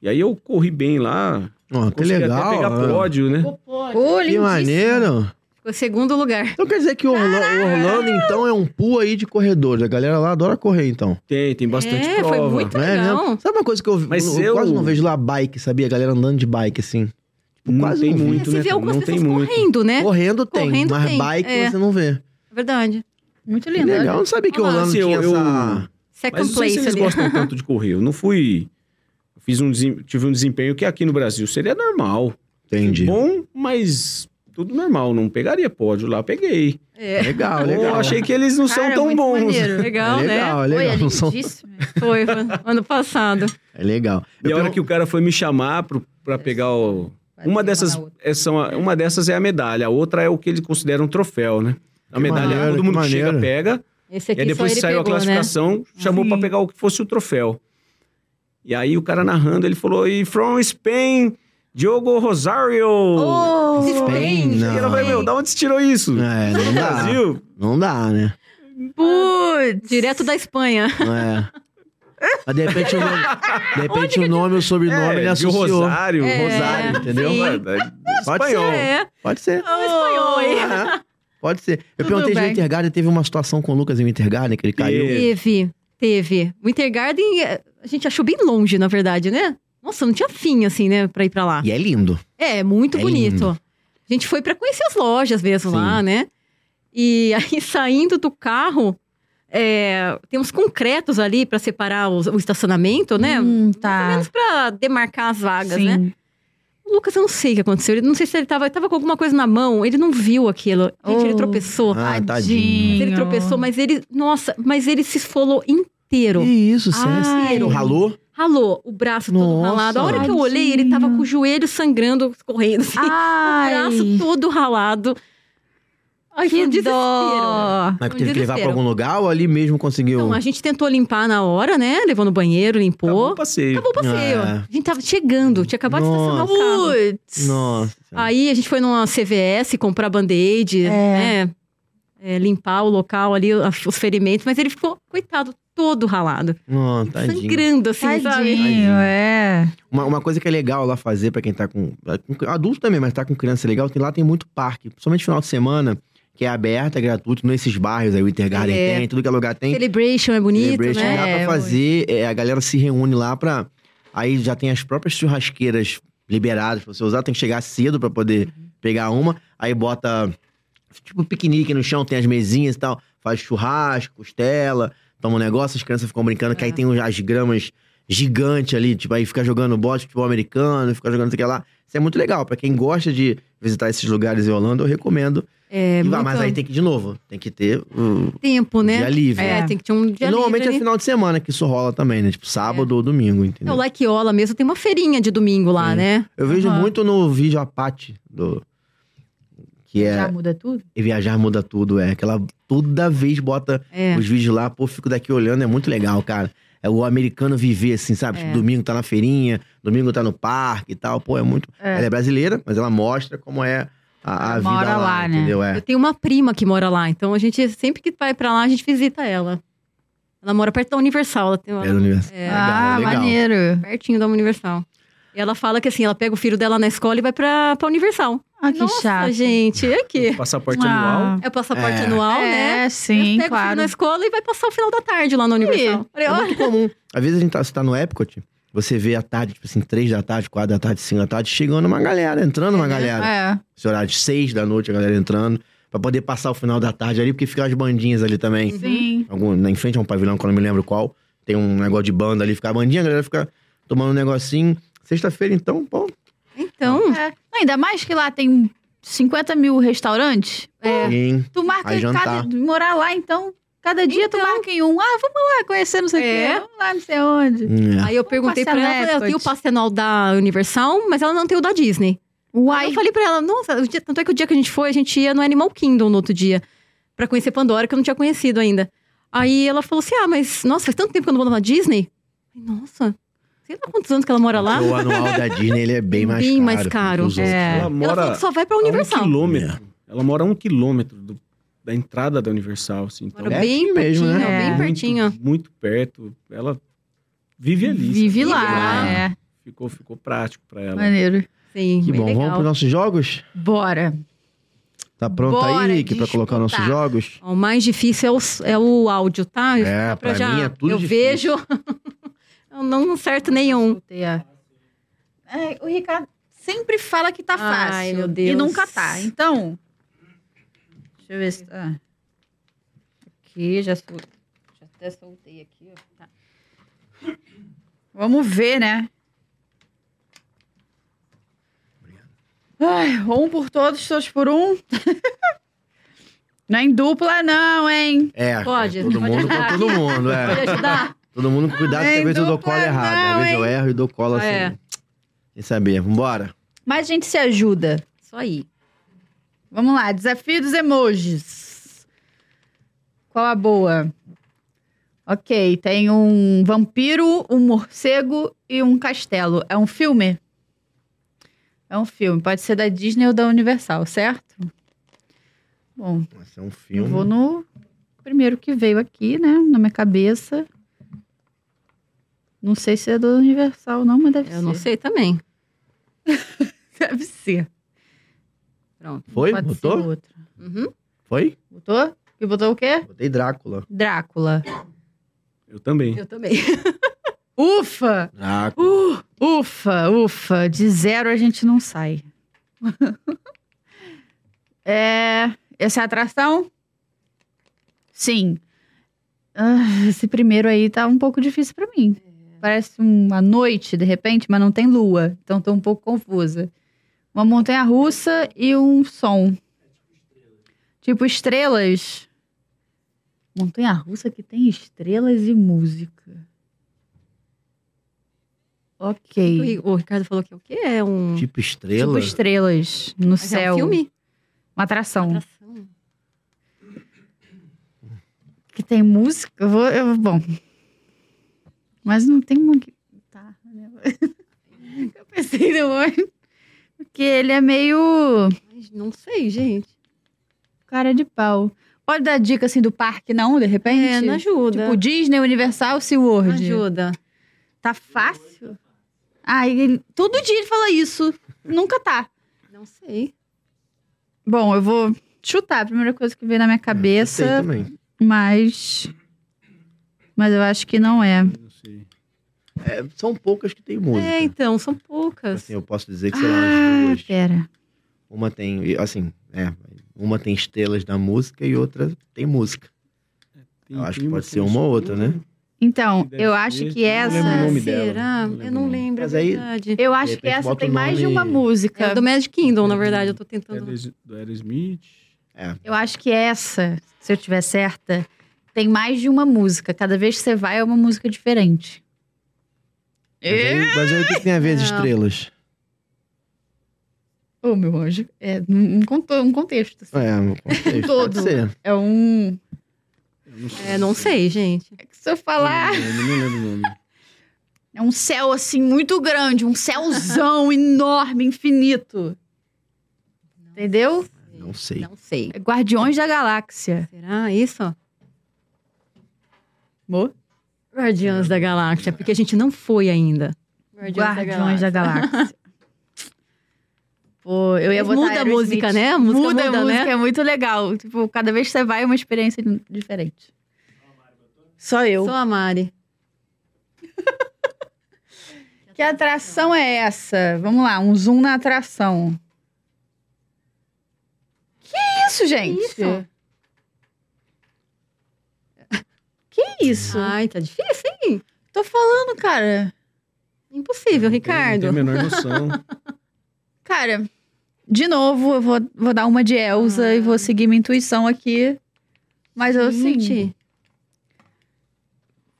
Speaker 4: E aí eu corri bem lá,
Speaker 2: Ó, que
Speaker 4: consegui
Speaker 2: legal.
Speaker 4: até pegar pódio, né?
Speaker 3: Tá
Speaker 1: Ô,
Speaker 2: Que
Speaker 1: lindíssimo.
Speaker 2: maneiro.
Speaker 3: Foi segundo lugar.
Speaker 2: Então quer dizer que o Orla- o Orlando, então, é um pool aí de corredores. A galera lá adora correr, então.
Speaker 4: Tem, tem bastante
Speaker 3: É, foi
Speaker 4: prova.
Speaker 3: muito-
Speaker 2: Não é
Speaker 3: Legal.
Speaker 2: mesmo? Sabe uma coisa que eu,
Speaker 4: Mas
Speaker 2: eu,
Speaker 4: eu-
Speaker 2: quase não vejo lá bike, sabia? A galera andando de bike, assim. Tipo,
Speaker 4: Não
Speaker 2: quase
Speaker 4: tem
Speaker 2: não vi.
Speaker 4: muito,
Speaker 3: É, você
Speaker 4: né,
Speaker 3: vê
Speaker 4: cara?
Speaker 3: algumas
Speaker 4: Não tem
Speaker 3: pessoas
Speaker 4: muito.
Speaker 3: correndo, né?
Speaker 2: Correndo tem,
Speaker 3: Correndo
Speaker 2: mas
Speaker 3: tem,
Speaker 2: bike
Speaker 3: é.
Speaker 2: você não vê.
Speaker 3: Verdade.
Speaker 1: Muito
Speaker 2: Que
Speaker 1: lindo. né?
Speaker 2: legal, eu não sabia que
Speaker 3: Olha lá,
Speaker 2: Orlando
Speaker 4: assim, eu-
Speaker 2: tinha
Speaker 4: eu-
Speaker 2: essa...
Speaker 3: Second
Speaker 4: Mas não sei
Speaker 3: place
Speaker 4: se eles
Speaker 3: ali.
Speaker 4: gostam tanto de correr. Eu não fui. eu Fiz um desem- tive um desempenho que aqui no Brasil seria normal.
Speaker 2: Entendi.
Speaker 4: Bom, mas tudo normal. Não pegaria pódio lá, peguei.
Speaker 3: É.
Speaker 2: Legal,
Speaker 4: Bom,
Speaker 2: Ah, legal.
Speaker 4: Eu achei que eles não
Speaker 1: Cara,
Speaker 4: são tão
Speaker 1: muito
Speaker 4: bons.
Speaker 1: maneiro.
Speaker 2: É
Speaker 3: Legal, né?
Speaker 2: legal, é
Speaker 1: Oi, é
Speaker 2: legal. Não são-
Speaker 1: lindíssimo.
Speaker 3: Foi, foi ano passado.
Speaker 2: É legal.
Speaker 4: é. E a hora
Speaker 2: pergun-
Speaker 4: que o cara foi me chamar pro, pra pegar o. Uma dessas, é, são a- uma dessas é a medalha, a outra é o que eles consideram um troféu, né? A
Speaker 2: Que
Speaker 4: medalha
Speaker 2: maneiro,
Speaker 4: todo
Speaker 2: que
Speaker 4: mundo que chega
Speaker 2: maneiro.
Speaker 4: pega, E
Speaker 3: Esse aqui
Speaker 4: aí depois que
Speaker 3: só ele
Speaker 4: saiu
Speaker 3: pegou,
Speaker 4: a
Speaker 3: né?
Speaker 4: classificação, chamou
Speaker 1: Sim.
Speaker 4: pra pegar o que fosse o troféu. E aí o cara narrando, ele falou: "E from Spain, Diogo Rosario".
Speaker 3: Oh!
Speaker 1: Ô,
Speaker 2: Spain,
Speaker 4: E ela falou: "Meu,
Speaker 2: não.
Speaker 4: da onde você tirou isso?"
Speaker 2: É, não
Speaker 4: No
Speaker 2: dá.
Speaker 4: Brasil?
Speaker 2: Não dá, né?
Speaker 3: né? Direto da Espanha.
Speaker 2: Não é. Mas de repente o nome, de repente, o, Ah, nome, o sobrenome ele
Speaker 4: É, de
Speaker 2: associou.
Speaker 4: Rosário,
Speaker 2: Rosário, entendeu?
Speaker 3: sim.
Speaker 4: Rosário.
Speaker 2: Pode
Speaker 4: Espanhol.
Speaker 3: É.
Speaker 2: Pode ser.
Speaker 3: É um espanhol, hein?
Speaker 2: É, Pode ser. Eu
Speaker 1: Tudo
Speaker 2: perguntei de
Speaker 1: bem.
Speaker 2: Wintergarden, teve uma situação com o Lucas em Wintergarden, que ele caiu.
Speaker 4: Teve.
Speaker 3: Teve, teve. Winter Garden, eh, a gente achou bem longe, na verdade, né? Nossa, não tinha fim, assim, né, pra ir pra lá.
Speaker 2: E é lindo.
Speaker 3: É, muito
Speaker 2: É
Speaker 3: bonito.
Speaker 2: lindo.
Speaker 3: A gente foi pra conhecer as lojas mesmo
Speaker 2: Sim.
Speaker 3: lá, né? E aí, saindo do carro, eh, tem uns concretos ali pra separar os- o estacionamento, né?
Speaker 1: Hum,
Speaker 3: Pelo
Speaker 1: tá.
Speaker 3: menos pra demarcar as vagas,
Speaker 1: Sim.
Speaker 3: né? O Lucas, eu não sei o que aconteceu. Ele, não sei se ele tava, ele tava com alguma coisa na mão, ele não viu aquilo. Gente, ele
Speaker 1: Oh.
Speaker 3: tropeçou.
Speaker 2: Ah, tadinho.
Speaker 1: Tadinho.
Speaker 3: Ele tropeçou, mas ele. Nossa, mas ele se esfolou inteiro.
Speaker 2: Que isso,
Speaker 3: Ai.
Speaker 2: sério. Ralou?
Speaker 3: Ralou o braço todo
Speaker 2: Nossa.
Speaker 3: ralado. A hora que eu olhei, ele tava com o joelho sangrando, correndo. Assim.
Speaker 1: Ai,
Speaker 3: O braço todo ralado. Ai, foi um
Speaker 1: que
Speaker 3: desespero.
Speaker 1: dó.
Speaker 2: Mas
Speaker 3: Foi um
Speaker 2: teve que levar pra
Speaker 3: desespero.
Speaker 2: algum lugar ou ali mesmo conseguiu?
Speaker 3: Então, a gente tentou limpar na hora, né? Levou no banheiro,
Speaker 4: Acabou
Speaker 3: limpou.
Speaker 4: o passeio.
Speaker 3: Acabou o passeio.
Speaker 2: É.
Speaker 3: A gente tava chegando, tinha acabado de estacionar o carro.
Speaker 1: Putz.
Speaker 2: Nossa.
Speaker 3: Aí a gente foi numa CVS comprar band-aid,
Speaker 1: É.
Speaker 3: né? É, limpar o local ali, a- os ferimentos, mas ele ficou, coitado, todo ralado.
Speaker 2: Nossa, tadinho.
Speaker 3: Sangrando, assim, sabe?
Speaker 1: Tadinho, é.
Speaker 2: Uma, uma coisa que é legal lá fazer pra quem tá com, com- Adulto também, mas tá com criança é legal. Tem, lá tem muito parque, principalmente final de semana, que é aberto, é gratuito, nesses bairros aí, o Intergarden
Speaker 3: É.
Speaker 2: tem, tudo que é lugar tem.
Speaker 3: Celebration é bonito,
Speaker 2: Celebration tá
Speaker 3: né?
Speaker 2: dá pra
Speaker 1: É,
Speaker 2: fazer. é, a galera se reúne lá pra. Aí já tem as próprias churrasqueiras liberadas pra você usar, tem que chegar cedo pra poder
Speaker 3: Uhum.
Speaker 2: pegar uma. Aí bota, tipo, piquenique no chão, tem as mesinhas e tal. Faz churrasco, costela, toma um negócio, as crianças ficam brincando,
Speaker 3: É.
Speaker 2: que aí tem uns- as gramas gigantes ali, tipo, aí fica jogando bote, futebol americano, fica jogando não sei o que lá. Isso é muito legal. Pra quem gosta de visitar esses lugares em Holanda, eu recomendo.
Speaker 3: É,
Speaker 2: que vá,
Speaker 3: muito
Speaker 2: mas aí tem que, de novo, tem que ter o
Speaker 3: tempo, né?
Speaker 2: dia livre.
Speaker 3: É, tem que ter um dia
Speaker 2: E normalmente
Speaker 3: livre.
Speaker 2: é
Speaker 3: ali.
Speaker 2: final de semana que isso rola também, né? Tipo, sábado ou domingo,
Speaker 3: É,
Speaker 2: entendeu?
Speaker 3: o Laquiola mesmo tem uma feirinha de domingo lá,
Speaker 2: Sim.
Speaker 3: né?
Speaker 2: Eu vejo
Speaker 1: Aham.
Speaker 2: muito no vídeo Apache do. Que é
Speaker 1: Já muda tudo?
Speaker 2: E Viajar Muda Tudo, é. Que ela toda vez bota
Speaker 3: É.
Speaker 2: os vídeos lá, pô, fico daqui olhando, é muito legal, cara. É o americano viver, assim, sabe? Tipo, domingo tá na feirinha, domingo tá no parque e tal. Pô, é muito. Ela é brasileira, mas ela mostra como é a, a
Speaker 1: Ela
Speaker 2: vida
Speaker 1: mora
Speaker 2: lá,
Speaker 1: lá, né?
Speaker 2: entendeu?
Speaker 3: Eu
Speaker 2: É.
Speaker 3: tenho uma prima que mora lá, então a gente sempre que vai pra lá, a gente visita ela. Ela mora perto da Universal, ela tem uma...
Speaker 2: Era o universo.
Speaker 3: É,
Speaker 1: ah,
Speaker 2: legal, legal.
Speaker 1: maneiro.
Speaker 3: pertinho da Universal. E ela fala que assim, ela pega o filho dela na escola e vai pra, pra Universal.
Speaker 1: Ah, que
Speaker 3: Nossa,
Speaker 1: chato.
Speaker 3: gente, é aqui.
Speaker 4: Passaporte
Speaker 1: Ah,
Speaker 4: anual.
Speaker 3: É o passaporte
Speaker 2: É.
Speaker 3: anual, né?
Speaker 1: É,
Speaker 3: Aí
Speaker 1: sim,
Speaker 3: pega o filho
Speaker 1: claro.
Speaker 3: na escola e vai passar o final da tarde lá na Universal. Falei,
Speaker 2: É
Speaker 3: ó,
Speaker 2: muito comum. Às vezes a gente tá, você tá no Epcot, você vê à tarde, tipo assim, três da tarde, quatro da tarde, cinco da tarde, chegando uma galera, entrando
Speaker 3: né?
Speaker 2: uma galera.
Speaker 1: É.
Speaker 2: Esse horário de seis da noite, a galera entrando, pra poder passar o final da tarde ali, porque fica as bandinhas ali também.
Speaker 1: Sim.
Speaker 2: algum, na em frente a um pavilhão, que eu não me lembro qual. Tem um negócio de banda ali, fica a bandinha, a galera fica tomando um negocinho. Sexta-feira, então, pô.
Speaker 3: então,
Speaker 1: É. Não, ainda mais que lá tem 50 mil restaurantes.
Speaker 3: é,
Speaker 2: Sim.
Speaker 1: Tu marca
Speaker 2: Vai
Speaker 1: em cada.
Speaker 2: jantar.
Speaker 1: Morar lá, então. Cada dia tu
Speaker 3: Então.
Speaker 1: marca em um. Ah, vamos lá conhecer não sei o
Speaker 3: É.
Speaker 1: quê. Vamos lá não sei onde.
Speaker 2: É.
Speaker 3: aí eu perguntei pra
Speaker 1: passar
Speaker 3: ela,
Speaker 1: no
Speaker 3: falei, ela tem o
Speaker 1: Epcot.
Speaker 3: passe anual da Universal, mas ela não tem o da Disney. Aí
Speaker 1: Uai.
Speaker 3: eu falei pra ela, nossa, o dia- tanto é que o dia que a gente foi, a gente ia no Animal Kingdom no outro dia. Pra conhecer Pandora, que eu não tinha conhecido ainda. Aí ela falou assim, ah, mas nossa, faz tanto tempo que eu não vou na Disney. Eu Falei, nossa, sei lá quantos anos que ela mora lá.
Speaker 2: O anual da Disney, ele é bem mais
Speaker 3: Bem
Speaker 2: caro.
Speaker 3: mais
Speaker 2: que
Speaker 3: caro.
Speaker 2: os outros.
Speaker 3: É.
Speaker 4: Ela
Speaker 3: Ela
Speaker 4: mora
Speaker 3: falou que só vai pra
Speaker 4: a
Speaker 3: Universal.
Speaker 4: um quilômetro. Ela mora a um quilômetro do- da entrada da Universal, assim. Então,
Speaker 3: Mora
Speaker 2: É
Speaker 3: bem
Speaker 2: aqui mesmo,
Speaker 3: pertinho,
Speaker 2: né?
Speaker 1: É.
Speaker 3: bem
Speaker 4: muito,
Speaker 3: pertinho.
Speaker 4: Muito perto. Ela vive ali. sabe?
Speaker 1: Vive lá.
Speaker 2: lá.
Speaker 1: É.
Speaker 4: Ficou, ficou prático pra ela.
Speaker 1: Maneiro.
Speaker 3: Sim,
Speaker 2: Que
Speaker 3: bem
Speaker 2: bom. Vamos
Speaker 3: é. legal.
Speaker 2: pros nossos jogos?
Speaker 1: Bora.
Speaker 2: Tá pronto
Speaker 1: Bora
Speaker 2: aí, Rick, pra colocar nossos
Speaker 1: disputar.
Speaker 2: jogos?
Speaker 3: Ó, O mais difícil é o, s- é o áudio, tá?
Speaker 2: É,
Speaker 3: Só
Speaker 2: pra mim é tudo
Speaker 3: Eu
Speaker 2: difícil.
Speaker 3: vejo, eu não acerto nenhum.
Speaker 1: Soltei a- Ai, É, o Ricardo sempre fala que tá
Speaker 3: Ai,
Speaker 1: fácil.
Speaker 3: meu Deus.
Speaker 1: E nunca tá. Então. Deixa eu ver se tá. Aqui, já, sol- já até soltei aqui, ó. Tá. Vamos ver, né? Ai, um por todos, todos por um. Não é em dupla, não, hein?
Speaker 2: É.
Speaker 3: Pode.
Speaker 2: é Todo
Speaker 3: Pode
Speaker 2: mundo com
Speaker 3: ajudar.
Speaker 2: todo mundo,
Speaker 3: Pode
Speaker 2: é.
Speaker 3: ajudar?
Speaker 2: Todo mundo com cuidado, que
Speaker 1: Ei,
Speaker 2: às vezes eu dou
Speaker 1: dupla
Speaker 2: cola errada. Às
Speaker 1: não,
Speaker 2: vezes eu
Speaker 1: hein?
Speaker 2: erro e dou cola assim.
Speaker 3: É.
Speaker 2: Sem saber. Vambora.
Speaker 1: Mas a gente se ajuda.
Speaker 3: Isso aí.
Speaker 1: Vamos lá, desafio dos emojis. Qual a boa? Ok, tem um vampiro, um morcego e um castelo. É um filme? É um filme. Pode ser da Disney ou da Universal, certo? Bom,
Speaker 2: Esse é um
Speaker 1: eu
Speaker 2: filme.
Speaker 1: vou no primeiro que veio aqui, né? Na minha cabeça. Não sei se é da Universal, não, mas deve
Speaker 3: Eu
Speaker 1: ser.
Speaker 3: não sei também.
Speaker 1: Deve ser.
Speaker 3: Pronto.
Speaker 2: Foi?
Speaker 1: Pode ser um-
Speaker 2: Botou?
Speaker 1: outra.
Speaker 3: Uhum.
Speaker 2: Foi?
Speaker 1: Botou? E botou o quê?
Speaker 2: Botei Drácula.
Speaker 1: Drácula.
Speaker 4: Eu também.
Speaker 3: Eu também.
Speaker 1: Ufa!
Speaker 2: Drácula.
Speaker 1: Uh, ufa, ufa. De zero a gente não sai. é, essa é a atração? Sim. Ah, esse primeiro aí tá um pouco difícil pra mim. Parece uma noite, de repente, mas não tem lua. Então tô um pouco confusa. Uma montanha russa e um som. Tipo estrelas. Montanha russa que tem estrelas e música. Ok.
Speaker 3: O Ricardo falou que é o quê? É um.
Speaker 2: Tipo estrela.
Speaker 1: Tipo estrelas no
Speaker 3: Mas
Speaker 1: céu.
Speaker 3: É um filme?
Speaker 1: Uma atração.
Speaker 3: Atração.
Speaker 1: Que tem música. Eu vou, eu- bom. Mas não tem uma. que- Tá. né? Eu pensei depois. Porque ele é meio
Speaker 3: Mas não sei, gente.
Speaker 1: cara de pau. Pode dar dica assim do parque, não, de repente?
Speaker 3: É, não ajuda.
Speaker 1: Tipo Disney, Universal,
Speaker 3: não
Speaker 1: SeaWorld.
Speaker 3: ajuda.
Speaker 1: Tá fácil? Ah, ele, todo dia ele fala isso. Nunca tá.
Speaker 3: Não sei.
Speaker 1: Bom, eu vou chutar a primeira coisa que veio na minha cabeça.
Speaker 2: Sei também.
Speaker 1: Mas. Mas eu acho que não é.
Speaker 4: Não sei.
Speaker 2: é, são poucas que tem música.
Speaker 3: É, então, são poucas.
Speaker 2: Assim, eu posso dizer que, sei lá,
Speaker 1: Ah,
Speaker 2: as duas.
Speaker 1: pera.
Speaker 2: Uma tem, assim, é, uma tem estrelas da música e outra tem música. Eu acho que pode ser uma ou outra, né?
Speaker 1: Então,
Speaker 4: Deve
Speaker 1: eu
Speaker 4: ser,
Speaker 1: acho que
Speaker 4: não lembro o
Speaker 1: essa.
Speaker 4: nome dela.
Speaker 3: Será?
Speaker 4: Não lembro
Speaker 3: eu
Speaker 4: o
Speaker 3: não
Speaker 4: nome.
Speaker 3: lembro,
Speaker 2: Mas
Speaker 3: é
Speaker 2: aí-
Speaker 3: verdade.
Speaker 1: Eu acho
Speaker 2: De
Speaker 1: que
Speaker 2: repente
Speaker 1: essa
Speaker 2: bota
Speaker 1: tem
Speaker 2: o
Speaker 1: mais de
Speaker 2: nome-
Speaker 1: uma música.
Speaker 3: É do Magic Kingdom, na verdade, eu tô tentando.
Speaker 4: Elis- Do é Aerosmith.
Speaker 2: É.
Speaker 1: Eu acho que essa, se eu tiver certa, tem mais de uma música. Cada vez que você vai é uma música diferente.
Speaker 2: Mas aí, mas aí o que que tem a ver as
Speaker 3: Não.
Speaker 2: estrelas?
Speaker 1: Ô, meu anjo. É um, um conto- um contexto. assim.
Speaker 2: É, um contexto, pode
Speaker 1: Todo.
Speaker 2: ser.
Speaker 1: É um.
Speaker 4: Eu não sei.
Speaker 3: É, não sei, gente.
Speaker 1: é que Se eu falar.
Speaker 4: Eu não lembro o nome.
Speaker 1: É um céu, assim, muito grande. Um céuzão enorme, infinito. Entendeu?
Speaker 2: Não sei.
Speaker 3: Não sei.
Speaker 1: É Guardiões da Galáxia.
Speaker 3: Será isso?
Speaker 1: Amor?
Speaker 3: Guardiões da Galáxia, porque a gente não foi ainda.
Speaker 1: Guardiões da Galáxia. Pô, eu ia
Speaker 3: Mas
Speaker 1: botar
Speaker 3: muda a
Speaker 1: Aerosmith.
Speaker 3: música, né? A música
Speaker 1: muda,
Speaker 3: muda,
Speaker 1: a música,
Speaker 3: né?
Speaker 1: é muito legal. Tipo, cada vez que você vai é uma experiência di- diferente. Só eu.
Speaker 3: Sou a Mari.
Speaker 1: Que atração é essa? Vamos lá, um zoom na atração. Que isso, gente?
Speaker 3: isso?
Speaker 1: Que isso?
Speaker 3: Ai, tá difícil, hein?
Speaker 1: Tô falando, cara.
Speaker 3: Impossível,
Speaker 4: Não tenho a
Speaker 3: Ricardo.
Speaker 4: menor noção.
Speaker 1: Cara, de novo, eu vou, vou dar uma de Elsa
Speaker 3: Ah.
Speaker 1: e vou seguir minha intuição aqui. Mas eu senti.
Speaker 3: Gente,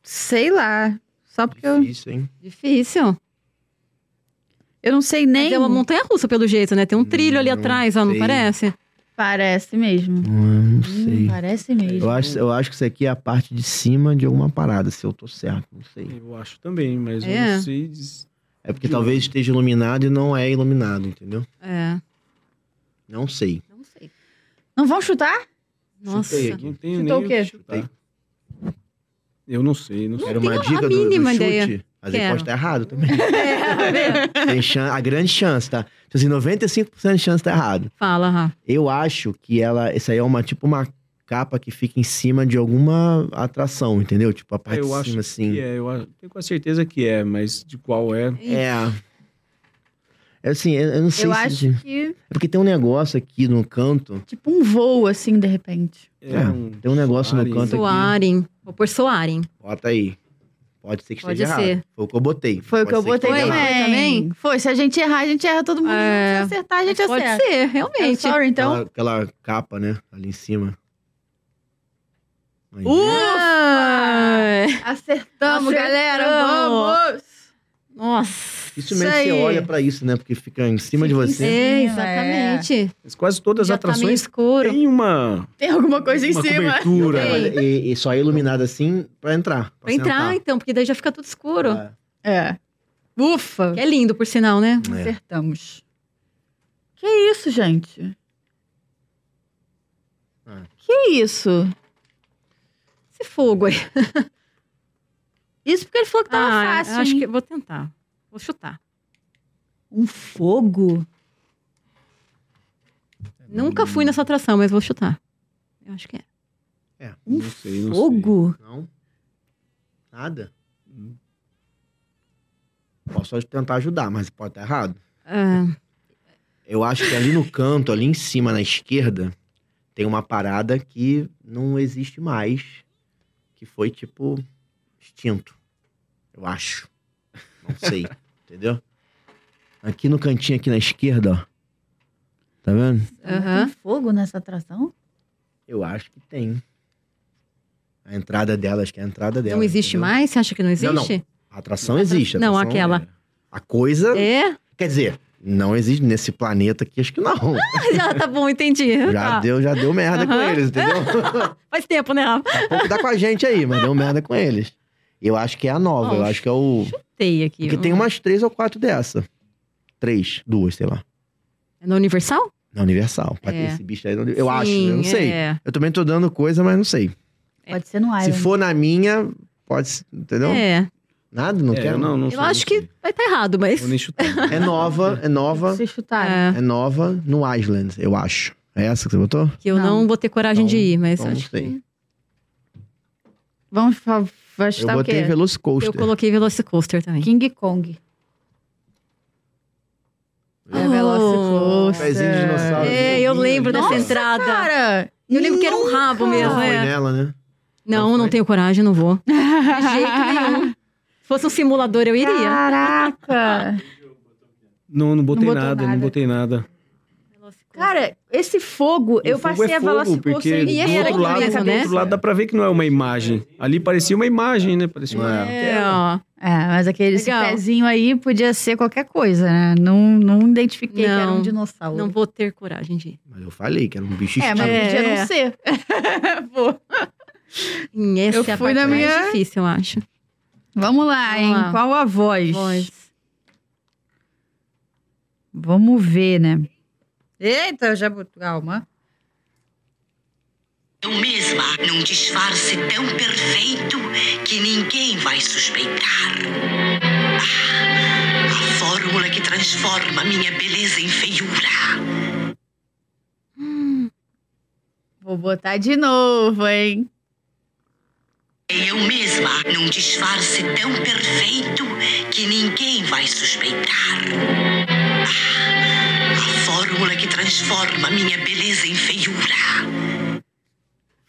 Speaker 1: Sei lá. Só porque eu,
Speaker 2: Difícil, hein?
Speaker 3: difícil.
Speaker 1: eu não sei nem.
Speaker 3: Mas é uma montanha russa, pelo jeito, né? Tem um
Speaker 2: Hum,
Speaker 3: trilho ali
Speaker 2: não
Speaker 3: atrás, ó, não
Speaker 2: sei.
Speaker 3: parece?
Speaker 1: Parece mesmo.
Speaker 2: Não
Speaker 1: Hum,
Speaker 2: sei.
Speaker 1: parece mesmo.
Speaker 2: Eu acho, eu acho que isso aqui é a parte de cima de alguma parada, se eu tô certo, não sei.
Speaker 4: Eu acho também, mas eu
Speaker 3: É.
Speaker 4: não sei. diz-
Speaker 2: É porque talvez esteja iluminado e não é iluminado, entendeu?
Speaker 3: É.
Speaker 2: Não sei.
Speaker 3: Não sei.
Speaker 1: Não vão chutar?
Speaker 3: Nossa.
Speaker 2: Chutei aqui.
Speaker 4: Não tenho
Speaker 1: Chutou
Speaker 4: nem
Speaker 1: o quê?
Speaker 4: chutar. Eu não sei, não sei.
Speaker 2: Quero uma
Speaker 3: tenho a
Speaker 2: dica do, do
Speaker 3: mínima
Speaker 2: chute.
Speaker 3: ideia.
Speaker 2: Mas ele
Speaker 3: Quero.
Speaker 2: pode estar errado também.
Speaker 3: É, tá vendo?
Speaker 2: Tem chan- a grande chance, tá? Tipo assim, 95% de chance tá errado.
Speaker 3: Fala, Rafa.
Speaker 2: Eu acho que ela. Isso aí é uma tipo uma capa que fica em cima de alguma atração, entendeu? Tipo a parte
Speaker 4: eu
Speaker 2: de
Speaker 4: acho
Speaker 2: cima, assim.
Speaker 4: que é, eu a- tenho quase certeza que é, mas de qual é.
Speaker 2: É. É assim, eu, eu não sei
Speaker 1: eu
Speaker 2: se.
Speaker 1: acho que.
Speaker 2: É porque tem um negócio aqui no canto.
Speaker 1: Tipo um voo, assim, de repente.
Speaker 4: é
Speaker 2: É,
Speaker 4: um
Speaker 2: tem um negócio no
Speaker 4: soaring.
Speaker 2: canto aqui.
Speaker 3: Soaren. Vou pôr Soaren.
Speaker 2: Bota aí. Pode ser que
Speaker 3: Pode
Speaker 2: esteja
Speaker 3: ser.
Speaker 2: errado. Foi o que eu botei.
Speaker 1: Foi
Speaker 2: Pode
Speaker 1: o que eu
Speaker 2: ser
Speaker 1: botei né?
Speaker 2: esteja
Speaker 3: também.
Speaker 2: errado.
Speaker 3: Foi também?
Speaker 1: Foi. Se a gente errar, a gente erra todo mundo.
Speaker 3: É.
Speaker 1: Se acertar, a gente
Speaker 3: Pode
Speaker 1: acerta.
Speaker 3: ser,
Speaker 1: É,
Speaker 3: realmente.
Speaker 1: sorry, então.
Speaker 2: Aquela, aquela capa, né? Ali em cima. Aí.
Speaker 1: Uh,
Speaker 3: Ah,
Speaker 1: Acertamos,
Speaker 3: Acertamos.
Speaker 1: galera. Vamos!
Speaker 3: Nossa.
Speaker 2: Isso né? mesmo,
Speaker 1: Isso
Speaker 2: você
Speaker 1: aí.
Speaker 2: olha pra isso, né? Porque fica em cima de
Speaker 1: Fica em
Speaker 2: você.
Speaker 1: cima.
Speaker 3: É,
Speaker 1: Sim,
Speaker 3: exatamente.
Speaker 4: Mas quase todas as
Speaker 3: Já tá meio
Speaker 4: atrações
Speaker 3: escuro.
Speaker 4: têm uma,
Speaker 1: Tem alguma coisa em
Speaker 4: uma
Speaker 1: cima.
Speaker 4: cobertura.
Speaker 3: Tem.
Speaker 2: Olha, E, e só é iluminado assim pra entrar.
Speaker 3: Pra entrar,
Speaker 2: sentar.
Speaker 3: então, porque daí já fica tudo escuro.
Speaker 1: É.
Speaker 2: É.
Speaker 1: Ufa!
Speaker 3: Que é lindo, por sinal, né?
Speaker 2: É.
Speaker 1: Acertamos. Que isso, gente?
Speaker 2: Ah.
Speaker 1: Que isso?
Speaker 3: Esse fogo aí.
Speaker 1: Isso porque ele falou que tava
Speaker 3: Ah,
Speaker 1: fácil.
Speaker 3: acho
Speaker 1: hein?
Speaker 3: que vou tentar. Vou chutar.
Speaker 1: Um fogo?
Speaker 3: Nunca fui nessa atração, mas vou chutar. Eu acho que é.
Speaker 2: É.
Speaker 4: Não sei, não
Speaker 3: Fogo?
Speaker 2: Não? Nada? Hum. Posso só tentar ajudar, mas pode estar errado. É
Speaker 3: Ah,
Speaker 2: Eu acho que ali no canto, ali em cima, na esquerda, tem uma parada que não existe mais. Que foi, tipo, extinto. Eu acho. Não sei. entendeu? Aqui no cantinho, aqui na esquerda, ó. Tá vendo?
Speaker 3: Aham.
Speaker 1: Tem um fogo nessa atração?
Speaker 2: Eu acho que tem. A entrada dela, acho que é a entrada dela.
Speaker 3: não existe
Speaker 2: entendeu?
Speaker 3: mais? Você acha que não
Speaker 2: Não, não.
Speaker 3: existe?
Speaker 2: A atração existe. a
Speaker 3: Não,
Speaker 2: atração
Speaker 3: aquela.
Speaker 2: é. A coisa,
Speaker 3: É?
Speaker 2: quer dizer, não existe nesse planeta aqui, acho que não.
Speaker 3: Já tá bom, entendi.
Speaker 2: Já
Speaker 3: Tá.
Speaker 2: deu, já deu merda com
Speaker 3: Aham.
Speaker 2: eles, entendeu?
Speaker 3: Faz tempo, né, Rafa?
Speaker 2: Daqui a pouco dá com a gente aí, mas deu merda com eles. Eu acho que é a nova, eu
Speaker 3: Bom,
Speaker 2: acho que é o.
Speaker 3: Tem aqui.
Speaker 2: Porque tem umas três ou quatro dessa. Três, duas, sei lá.
Speaker 3: É no Universal?
Speaker 2: Na Universal. Pra ter
Speaker 3: É.
Speaker 2: esse bicho aí. na Uni- Eu acho,
Speaker 3: Sim,
Speaker 2: eu não sei.
Speaker 3: É.
Speaker 2: Eu também tô dando coisa, mas não sei.
Speaker 3: É.
Speaker 1: Pode ser no
Speaker 2: Se
Speaker 1: Island.
Speaker 2: for na minha, pode. ser- Entendeu?
Speaker 3: É.
Speaker 2: Nada, não
Speaker 4: sei. É,
Speaker 2: quero.
Speaker 4: não, não
Speaker 3: Eu
Speaker 4: sei,
Speaker 3: acho
Speaker 4: não
Speaker 3: que
Speaker 4: sei.
Speaker 3: vai estar errado, mas.
Speaker 4: Vou nem chutar.
Speaker 2: É nova, é nova,
Speaker 1: Se chutar.
Speaker 3: É,
Speaker 2: é nova no Island, eu acho. É essa que você botou?
Speaker 3: que eu não,
Speaker 1: Não.
Speaker 3: vou ter coragem de
Speaker 2: Então-
Speaker 3: ir, mas
Speaker 2: então não
Speaker 3: acho que.
Speaker 2: sei.
Speaker 1: Vamos fa- vai
Speaker 2: Eu
Speaker 1: chutar o
Speaker 2: botei
Speaker 1: quê?
Speaker 2: Velocicoaster.
Speaker 3: tá é. Eu coloquei Velocicoaster também.
Speaker 1: King Kong. É
Speaker 3: Oh.
Speaker 1: Velocicoaster.
Speaker 2: Pezinho de dinossauro.
Speaker 3: É, eu lembro
Speaker 1: Nossa,
Speaker 3: dessa entrada.
Speaker 1: Cara,
Speaker 3: Eu lembro que era um rabo
Speaker 2: Não
Speaker 3: mesmo,
Speaker 2: foi
Speaker 3: é.
Speaker 2: nela, né?
Speaker 3: Não,
Speaker 2: Não
Speaker 3: não
Speaker 2: foi?
Speaker 3: tenho coragem, não vou. De jeito nenhum. Se fosse um simulador, eu iria.
Speaker 1: Caraca.
Speaker 4: Não, não botei
Speaker 1: Não botou
Speaker 4: nada, não
Speaker 1: nada.
Speaker 4: botei nada.
Speaker 1: Cara, esse fogo, eu
Speaker 4: fogo
Speaker 1: passei
Speaker 4: é
Speaker 1: a
Speaker 4: fogo,
Speaker 1: Velocicoaster
Speaker 4: porque do
Speaker 3: era
Speaker 4: outro
Speaker 3: aqui
Speaker 4: lado,
Speaker 3: mesmo,
Speaker 4: do
Speaker 3: né?
Speaker 4: outro lado dá pra ver que não é uma imagem. Ali parecia uma imagem, né? Parecia uma...
Speaker 3: É, ó.
Speaker 1: É, mas aquele esse
Speaker 3: Legal.
Speaker 1: pezinho aí podia ser qualquer coisa, né? Não, não identifiquei que era
Speaker 3: Não,
Speaker 1: um dinossauro.
Speaker 3: Não vou ter coragem de ir.
Speaker 2: Mas eu falei que era um bicho
Speaker 1: é,
Speaker 2: extinto.
Speaker 1: mas
Speaker 3: É.
Speaker 1: podia não ser. Pô.
Speaker 3: Hum, Essa
Speaker 1: Eu
Speaker 3: é a
Speaker 1: fui
Speaker 3: parte
Speaker 1: na
Speaker 3: mais
Speaker 1: minha-
Speaker 3: difícil, eu acho.
Speaker 1: Vamos lá,
Speaker 3: Vamos
Speaker 1: hein?
Speaker 3: lá.
Speaker 1: Qual a voz?
Speaker 3: Voz.
Speaker 1: Vamos ver, né? Eita, já botou. Calma.
Speaker 5: Eu mesma, num disfarce tão É um perfeito que ninguém vai suspeitar. Ah, a fórmula que transforma minha beleza em feiura.
Speaker 1: Vou botar de novo, hein?
Speaker 5: Eu mesma, num disfarce tão perfeito que ninguém vai suspeitar. Ah, a fórmula que transforma minha beleza em feiura.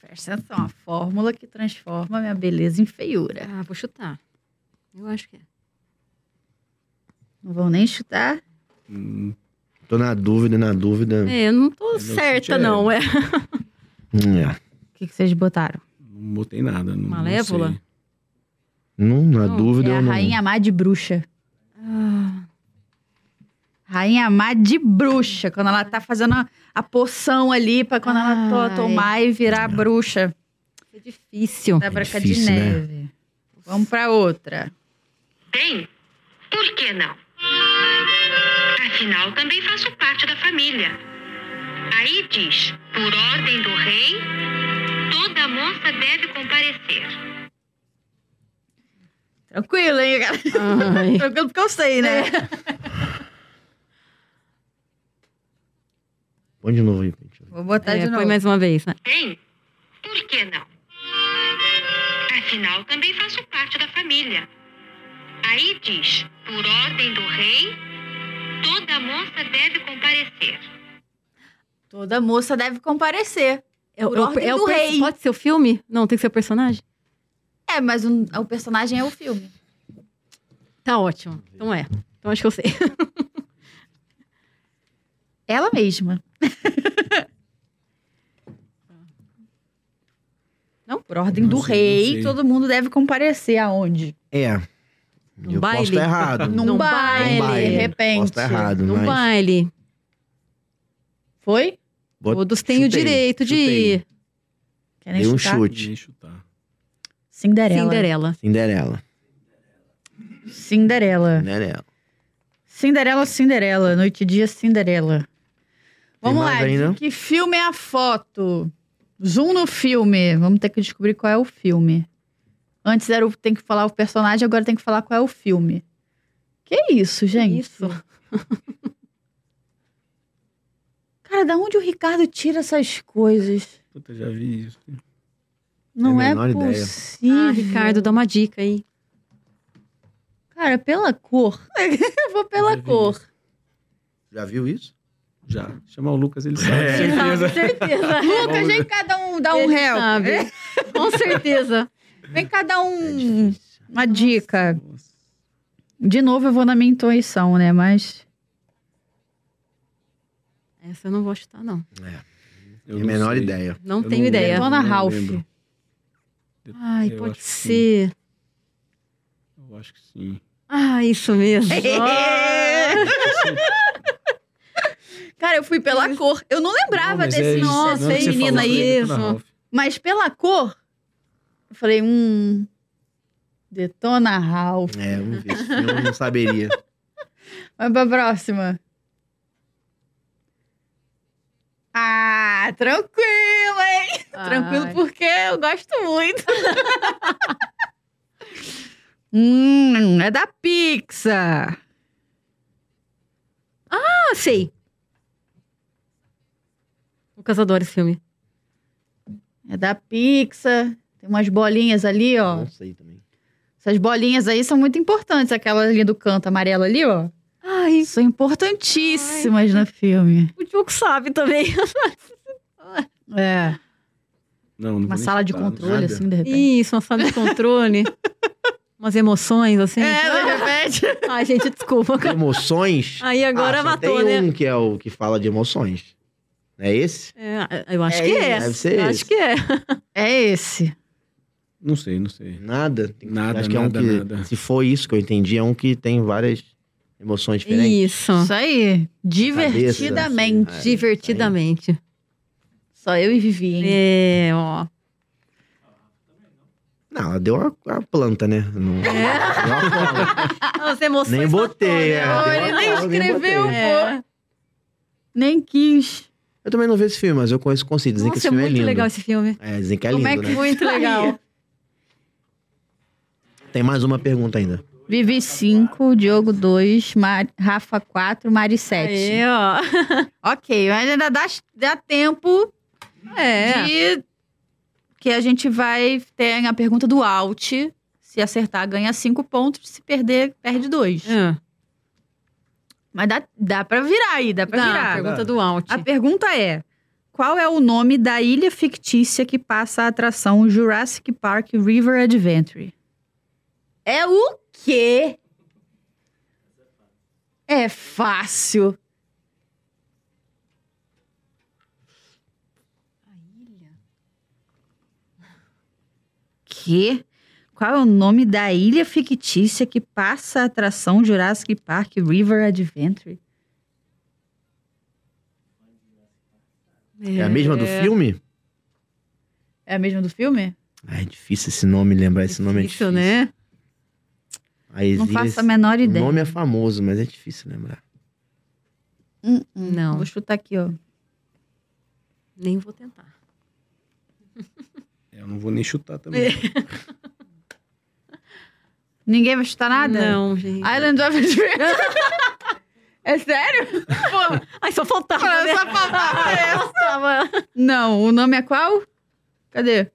Speaker 1: Presta atenção, a fórmula que transforma minha beleza em feiura.
Speaker 3: Ah, vou chutar. Eu acho que é.
Speaker 1: Não vão nem chutar.
Speaker 2: Tô na dúvida, na dúvida.
Speaker 3: É, eu não tô
Speaker 4: meu chute
Speaker 3: certa,
Speaker 4: é-
Speaker 3: não. É.
Speaker 2: Hum, é.
Speaker 1: O que, que vocês botaram?
Speaker 4: Não botei nada. Não,
Speaker 3: Malévola?
Speaker 4: Não sei.
Speaker 2: Não, Hum, na
Speaker 3: Não,
Speaker 2: dúvida
Speaker 1: é a
Speaker 2: eu não.
Speaker 1: rainha má de bruxa.
Speaker 3: Ah,
Speaker 1: Rainha má de bruxa, quando ela tá fazendo a, a poção ali pra quando ela to-
Speaker 3: Ai.
Speaker 1: tomar e virar bruxa
Speaker 3: é difícil.
Speaker 1: da Branca de
Speaker 2: difícil, né?
Speaker 1: Neve. Vamos pra outra.
Speaker 6: Bem, por que não? Afinal, também faço parte da família. Aí diz: por ordem do rei, toda moça deve comparecer.
Speaker 1: Tranquilo, hein, cara?
Speaker 3: Ai.
Speaker 1: Tranquilo porque eu sei, né?
Speaker 2: Põe de novo aí. Deixa eu ver.
Speaker 1: Vou botar
Speaker 3: É,
Speaker 1: de novo.
Speaker 3: põe mais uma vez, né?
Speaker 6: Bem, por que não? Afinal, também faço parte da família. Aí diz: por ordem do rei, toda moça deve comparecer.
Speaker 1: Toda moça deve comparecer.
Speaker 3: É,
Speaker 1: Por ordem do
Speaker 3: perso-
Speaker 1: rei.
Speaker 3: Pode ser o filme? Não, tem que ser o personagem?
Speaker 1: É, mas um- o personagem é o filme.
Speaker 3: Tá ótimo. Então é. Então acho que eu sei.
Speaker 1: Ela mesma.
Speaker 3: Não?
Speaker 1: Por ordem do
Speaker 4: Não sei, não
Speaker 1: rei,
Speaker 4: sei.
Speaker 1: todo mundo deve comparecer aonde?
Speaker 2: É.
Speaker 3: Num
Speaker 2: eu
Speaker 3: baile?
Speaker 2: posso estar errado.
Speaker 1: Num,
Speaker 3: Num
Speaker 1: baile,
Speaker 3: baile.
Speaker 1: de repente.
Speaker 2: Posso estar errado,
Speaker 3: Num
Speaker 2: mas...
Speaker 3: baile.
Speaker 1: Foi?
Speaker 2: Bot-
Speaker 3: Todos têm o
Speaker 2: chutei,
Speaker 3: direito de
Speaker 2: chutei.
Speaker 3: ir.
Speaker 1: Querem
Speaker 2: Dei um
Speaker 1: chutar?
Speaker 2: chute.
Speaker 4: Nem chutar.
Speaker 1: Cinderela.
Speaker 3: Cinderela.
Speaker 2: Cinderela.
Speaker 1: Cinderela.
Speaker 2: Cinderela.
Speaker 1: Cinderela, Cinderela. Noite e dia, Cinderela. Vamos lá.
Speaker 2: mais ainda?
Speaker 1: de Que filme é a foto? Zoom no filme. Vamos ter que descobrir qual é o filme. Antes era o, tem que falar o personagem, agora tem que falar qual é o filme. Que isso, gente?
Speaker 3: isso?
Speaker 1: Cara, da onde o Ricardo tira essas coisas?
Speaker 4: Puta, já vi isso.
Speaker 1: Não
Speaker 2: a
Speaker 1: é
Speaker 2: menor ideia.
Speaker 1: possível.
Speaker 3: Ah, Ricardo, dá uma dica aí.
Speaker 1: Cara, pela cor. Eu vou pela
Speaker 2: é
Speaker 4: Já vi
Speaker 1: cor.
Speaker 2: Já viu isso?
Speaker 4: Já. Chamar o Lucas, ele sabe.
Speaker 2: É.
Speaker 3: Com certeza.
Speaker 1: Lucas, vem cada um dá um
Speaker 3: Ele
Speaker 1: réu.
Speaker 3: sabe. Com certeza.
Speaker 1: Vem cada um
Speaker 2: É Difícil.
Speaker 1: uma dica.
Speaker 4: Nossa.
Speaker 1: De novo, eu vou na minha intuição, né? Mas.
Speaker 3: Essa eu não vou chutar, não.
Speaker 4: Eu
Speaker 2: Tem a
Speaker 4: não
Speaker 2: menor
Speaker 4: sei.
Speaker 2: ideia.
Speaker 3: Não
Speaker 4: Eu
Speaker 3: tenho
Speaker 4: eu
Speaker 3: ideia.
Speaker 1: Detona
Speaker 4: não
Speaker 1: Ralph.
Speaker 4: lembro. né?
Speaker 3: Ai,
Speaker 4: Eu acho
Speaker 3: pode
Speaker 4: que
Speaker 3: ser.
Speaker 4: Eu acho que sim.
Speaker 3: Ah, isso mesmo.
Speaker 1: É, Cara, eu fui pela cor. Eu não lembrava
Speaker 4: Não, mas é
Speaker 1: desse,
Speaker 4: isso.
Speaker 1: nossa,
Speaker 4: Não,
Speaker 3: é
Speaker 4: que você
Speaker 1: esse menino
Speaker 4: falou,
Speaker 1: aí.
Speaker 4: né? foi Detona Ralph.
Speaker 1: Mas pela cor, eu falei, hum. Detona Ralph.
Speaker 2: É, vamos ver. Esse filme eu não saberia.
Speaker 1: Vai pra próxima. Ah, tranquilo, hein? Tranquilo
Speaker 3: Ai.
Speaker 1: porque eu gosto muito. hum, é da Pixar.
Speaker 3: Ah, sei. Lucas adora esse filme.
Speaker 1: É da Pixar. Tem Umas bolinhas ali, ó.
Speaker 2: Não sei também.
Speaker 1: Essas bolinhas aí são muito importantes. Aquela ali do canto amarelo ali, ó.
Speaker 3: Ai,
Speaker 1: São importantíssimas no filme.
Speaker 3: Ah, o Diogo sabe também.
Speaker 1: É.
Speaker 4: Não, não vou
Speaker 1: Uma
Speaker 4: nem
Speaker 1: sala de
Speaker 4: falar, não.
Speaker 1: controle,
Speaker 2: nada.
Speaker 1: assim, de repente.
Speaker 3: Isso, uma sala de controle. Umas emoções, assim.
Speaker 1: É, de repente.
Speaker 3: Ai, gente, desculpa.
Speaker 2: Emoções.
Speaker 3: Aí agora
Speaker 2: Ah, só
Speaker 3: matou,
Speaker 2: tem
Speaker 3: né?
Speaker 2: um que é o que fala de emoções. Não é esse?
Speaker 3: É, eu
Speaker 2: É
Speaker 3: acho que
Speaker 2: esse,
Speaker 3: é.
Speaker 2: deve ser
Speaker 3: acho
Speaker 2: esse.
Speaker 3: que é.
Speaker 1: É esse.
Speaker 4: Não sei, não sei.
Speaker 2: Nada. Tem-
Speaker 4: Nada,
Speaker 2: Acho que é
Speaker 4: nada,
Speaker 2: um que,
Speaker 4: nada.
Speaker 2: se for isso que eu entendi, é um que tem várias emoções diferentes.
Speaker 3: Isso.
Speaker 1: Isso aí. Divertidamente.
Speaker 2: Cabeça, assim, é.
Speaker 3: Divertidamente.
Speaker 1: Só eu e Vivi, hein?
Speaker 3: É, ó.
Speaker 2: Não, ela deu uma, uma planta, né? Não, deu uma planta.
Speaker 3: As emoções. né?
Speaker 2: nem botei. é,
Speaker 1: Olha,
Speaker 2: deu uma
Speaker 1: ele nem
Speaker 2: planta, nem
Speaker 1: escreveu,
Speaker 2: botei.
Speaker 3: É.
Speaker 1: Nem quis.
Speaker 2: Eu também não vi esse filme, mas eu conheço o conceito. Dizem que esse
Speaker 3: Nossa, é
Speaker 2: filme é,
Speaker 3: muito
Speaker 2: lindo.
Speaker 3: legal esse filme.
Speaker 2: É, dizem que é
Speaker 1: Como
Speaker 2: lindo,
Speaker 1: é que
Speaker 2: né?
Speaker 1: muito legal?
Speaker 2: Tem mais uma pergunta ainda.
Speaker 1: Vivi 5, Diogo 2, Rafa 4, Mari 7.
Speaker 3: Aí, ó.
Speaker 1: Ok, mas ainda dá, dá tempo
Speaker 3: É.
Speaker 1: de que a gente vai ter a pergunta do Alt. Se acertar, ganha 5 pontos. Se perder, perde 2.
Speaker 2: Ah.
Speaker 3: É.
Speaker 1: Mas dá, dá pra virar aí, dá pra
Speaker 3: Dá,
Speaker 2: Tá,
Speaker 1: virar.
Speaker 3: pergunta do Alt.
Speaker 1: A pergunta é: qual é o nome da ilha fictícia que passa a atração Jurassic Park River Adventure? É o quê? É fácil. Que? Qual é o nome da ilha fictícia que passa a atração Jurassic Park River Adventure?
Speaker 2: É, a mesma do filme?
Speaker 1: É a mesma do filme?
Speaker 2: Ah, é difícil esse nome, lembrar esse nome é
Speaker 3: Isso,
Speaker 2: difícil.
Speaker 3: né?
Speaker 2: Aí
Speaker 1: Não
Speaker 2: existe-
Speaker 1: faço a menor
Speaker 2: O
Speaker 1: ideia.
Speaker 2: nome é famoso, mas é difícil lembrar.
Speaker 3: Não,
Speaker 1: Vou chutar aqui, ó.
Speaker 3: nem vou tentar.
Speaker 4: Eu não vou nem chutar também.
Speaker 1: Ninguém vai chutar nada?
Speaker 3: Ah, Não, gente.
Speaker 1: Island of Adventure. é sério?
Speaker 3: Ai, só faltava, né?
Speaker 1: Só faltava essa.
Speaker 3: Tava-
Speaker 1: Não, o nome é qual? Cadê?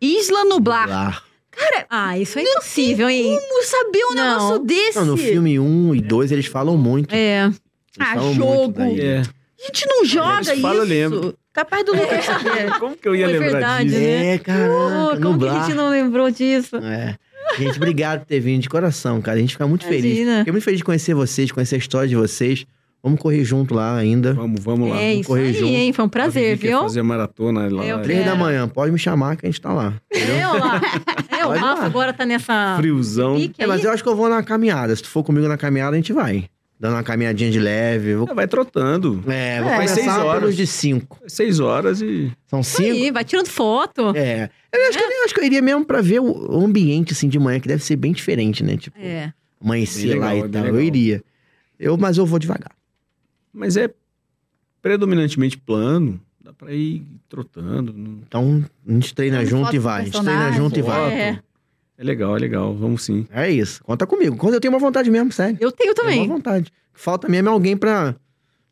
Speaker 1: Isla Nublar.
Speaker 2: Lá.
Speaker 3: Ah, isso é impossível, hein?
Speaker 1: Como saber um
Speaker 3: Não.
Speaker 1: negócio desse?
Speaker 2: Não, no filme 1 e 2 eles falam muito.
Speaker 3: É.
Speaker 2: Eles
Speaker 1: Ah,
Speaker 2: falam
Speaker 1: jogo.
Speaker 2: Muito daí.
Speaker 4: É.
Speaker 1: A gente não joga
Speaker 4: Eles
Speaker 1: isso.
Speaker 4: falam, eu lembro.
Speaker 1: Capaz do Lucas saber.
Speaker 4: Como que eu ia
Speaker 3: Foi
Speaker 4: lembrar
Speaker 3: verdade,
Speaker 4: disso?
Speaker 3: né?
Speaker 2: É, caraca,
Speaker 3: Pô, como que a
Speaker 2: nublar.
Speaker 3: gente não lembrou disso?
Speaker 2: É. Gente, obrigado por ter vindo de coração, cara. A gente fica muito feliz.
Speaker 3: Imagina.
Speaker 2: Fiquei muito feliz de conhecer vocês, conhecer a história de vocês. Vamos correr junto lá ainda.
Speaker 4: Vamos, vamos lá.
Speaker 3: É
Speaker 2: vamos
Speaker 3: isso
Speaker 2: correr
Speaker 3: aí,
Speaker 2: junto.
Speaker 3: hein? Foi um prazer,
Speaker 4: A Vivi quer
Speaker 3: viu?
Speaker 4: fazer maratona lá.
Speaker 3: Eu
Speaker 2: Três
Speaker 3: É.
Speaker 2: da manhã, pode me chamar que a gente tá lá.
Speaker 3: Eu lá. Eu,
Speaker 2: Pode ir
Speaker 3: Rafa,
Speaker 2: lá.
Speaker 3: agora tá nessa
Speaker 4: Friozão.
Speaker 3: pique
Speaker 2: É, mas
Speaker 3: aí.
Speaker 2: eu acho que eu vou na caminhada. Se tu for comigo na caminhada, a gente vai. Dando uma caminhadinha de leve. Vou...
Speaker 4: Ah, Vai trotando.
Speaker 2: É, vou
Speaker 4: É. Faz
Speaker 2: começar
Speaker 4: seis horas.
Speaker 2: pelos de cinco.
Speaker 4: Seis horas e...
Speaker 2: São cinco?
Speaker 3: Aí, vai tirando foto.
Speaker 2: É. Eu acho, que, eu acho que eu iria mesmo pra ver o ambiente, assim, de manhã, que deve ser bem diferente, né? Tipo,
Speaker 3: É.
Speaker 2: amanhecer
Speaker 4: Bem
Speaker 2: lá
Speaker 4: legal,
Speaker 2: e
Speaker 4: bem
Speaker 2: tal. Eu
Speaker 4: legal.
Speaker 2: iria. Eu, mas eu vou devagar.
Speaker 4: Mas é predominantemente plano. Dá pra ir trotando. não-
Speaker 2: Então, a gente treina
Speaker 1: Tem
Speaker 2: junto
Speaker 1: foto
Speaker 2: e
Speaker 1: do
Speaker 2: vai. A gente treina
Speaker 1: personagem.
Speaker 2: junto e vai.
Speaker 3: É.
Speaker 4: É legal, é legal. Vamos sim.
Speaker 2: É isso. Conta comigo. Quando eu tenho uma vontade mesmo, sério.
Speaker 3: Eu tenho
Speaker 2: Tenho
Speaker 3: também.
Speaker 2: uma vontade. Falta mesmo é alguém pra.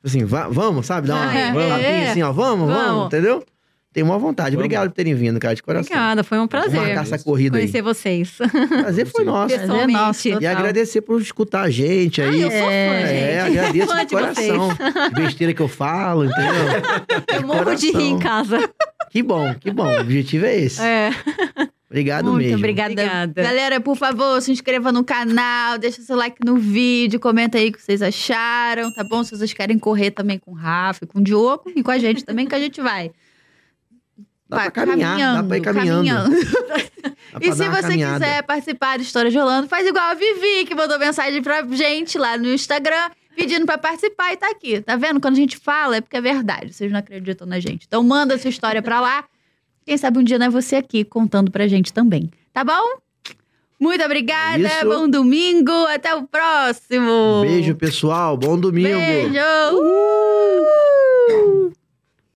Speaker 2: Assim, va- vamos, sabe? Dar uma
Speaker 3: Ah, é.
Speaker 2: papinha
Speaker 3: É.
Speaker 2: assim, ó. Vamos, vamos,
Speaker 3: Vamos.
Speaker 2: entendeu? Tenho uma vontade.
Speaker 4: Vamos.
Speaker 2: Obrigado por terem vindo, cara, de coração.
Speaker 3: Obrigada, foi um
Speaker 2: assim. Vamos
Speaker 3: prazer
Speaker 2: marcar essa corrida aí. É, né?
Speaker 3: conhecer vocês.
Speaker 2: Prazer foi nosso.
Speaker 1: Prazer é nosso,
Speaker 3: Pessoalmente.
Speaker 2: E agradecer por escutar a gente
Speaker 3: Ah,
Speaker 2: aí.
Speaker 3: eu sou fã,
Speaker 2: é,
Speaker 3: gente.
Speaker 2: agradeço
Speaker 3: Fã
Speaker 2: de
Speaker 3: de vocês.
Speaker 2: coração. Besteira que eu falo, entendeu?
Speaker 3: Eu morro de rir em casa.
Speaker 2: Que bom, que bom. O objetivo é esse.
Speaker 3: É.
Speaker 2: Obrigado
Speaker 1: Muito
Speaker 2: mesmo.
Speaker 1: obrigada.
Speaker 3: Obrigada.
Speaker 1: Galera, por favor, se inscreva no canal, deixa seu like no vídeo, comenta aí o que vocês acharam, tá bom? Se vocês querem correr também com o Rafa, com o Diogo e com a gente também, que a gente vai.
Speaker 2: Dá
Speaker 3: Tá
Speaker 2: pra caminhar, dá pra ir caminhando. Dá pra
Speaker 1: E
Speaker 2: dar
Speaker 1: se
Speaker 2: uma
Speaker 1: você
Speaker 2: caminhada.
Speaker 1: quiser participar do História de Orlando, faz igual a Vivi, que mandou mensagem pra gente lá no Instagram, pedindo pra participar e tá aqui. Tá vendo? Quando a gente fala, é porque é verdade. Vocês não acreditam na gente. Então manda sua história pra lá. Quem sabe um dia não é você aqui contando pra gente também. Tá bom? Muito obrigada.
Speaker 2: É Isso.
Speaker 1: Bom domingo. Até o próximo.
Speaker 2: Beijo, pessoal. Bom domingo.
Speaker 1: Beijo. Uhul.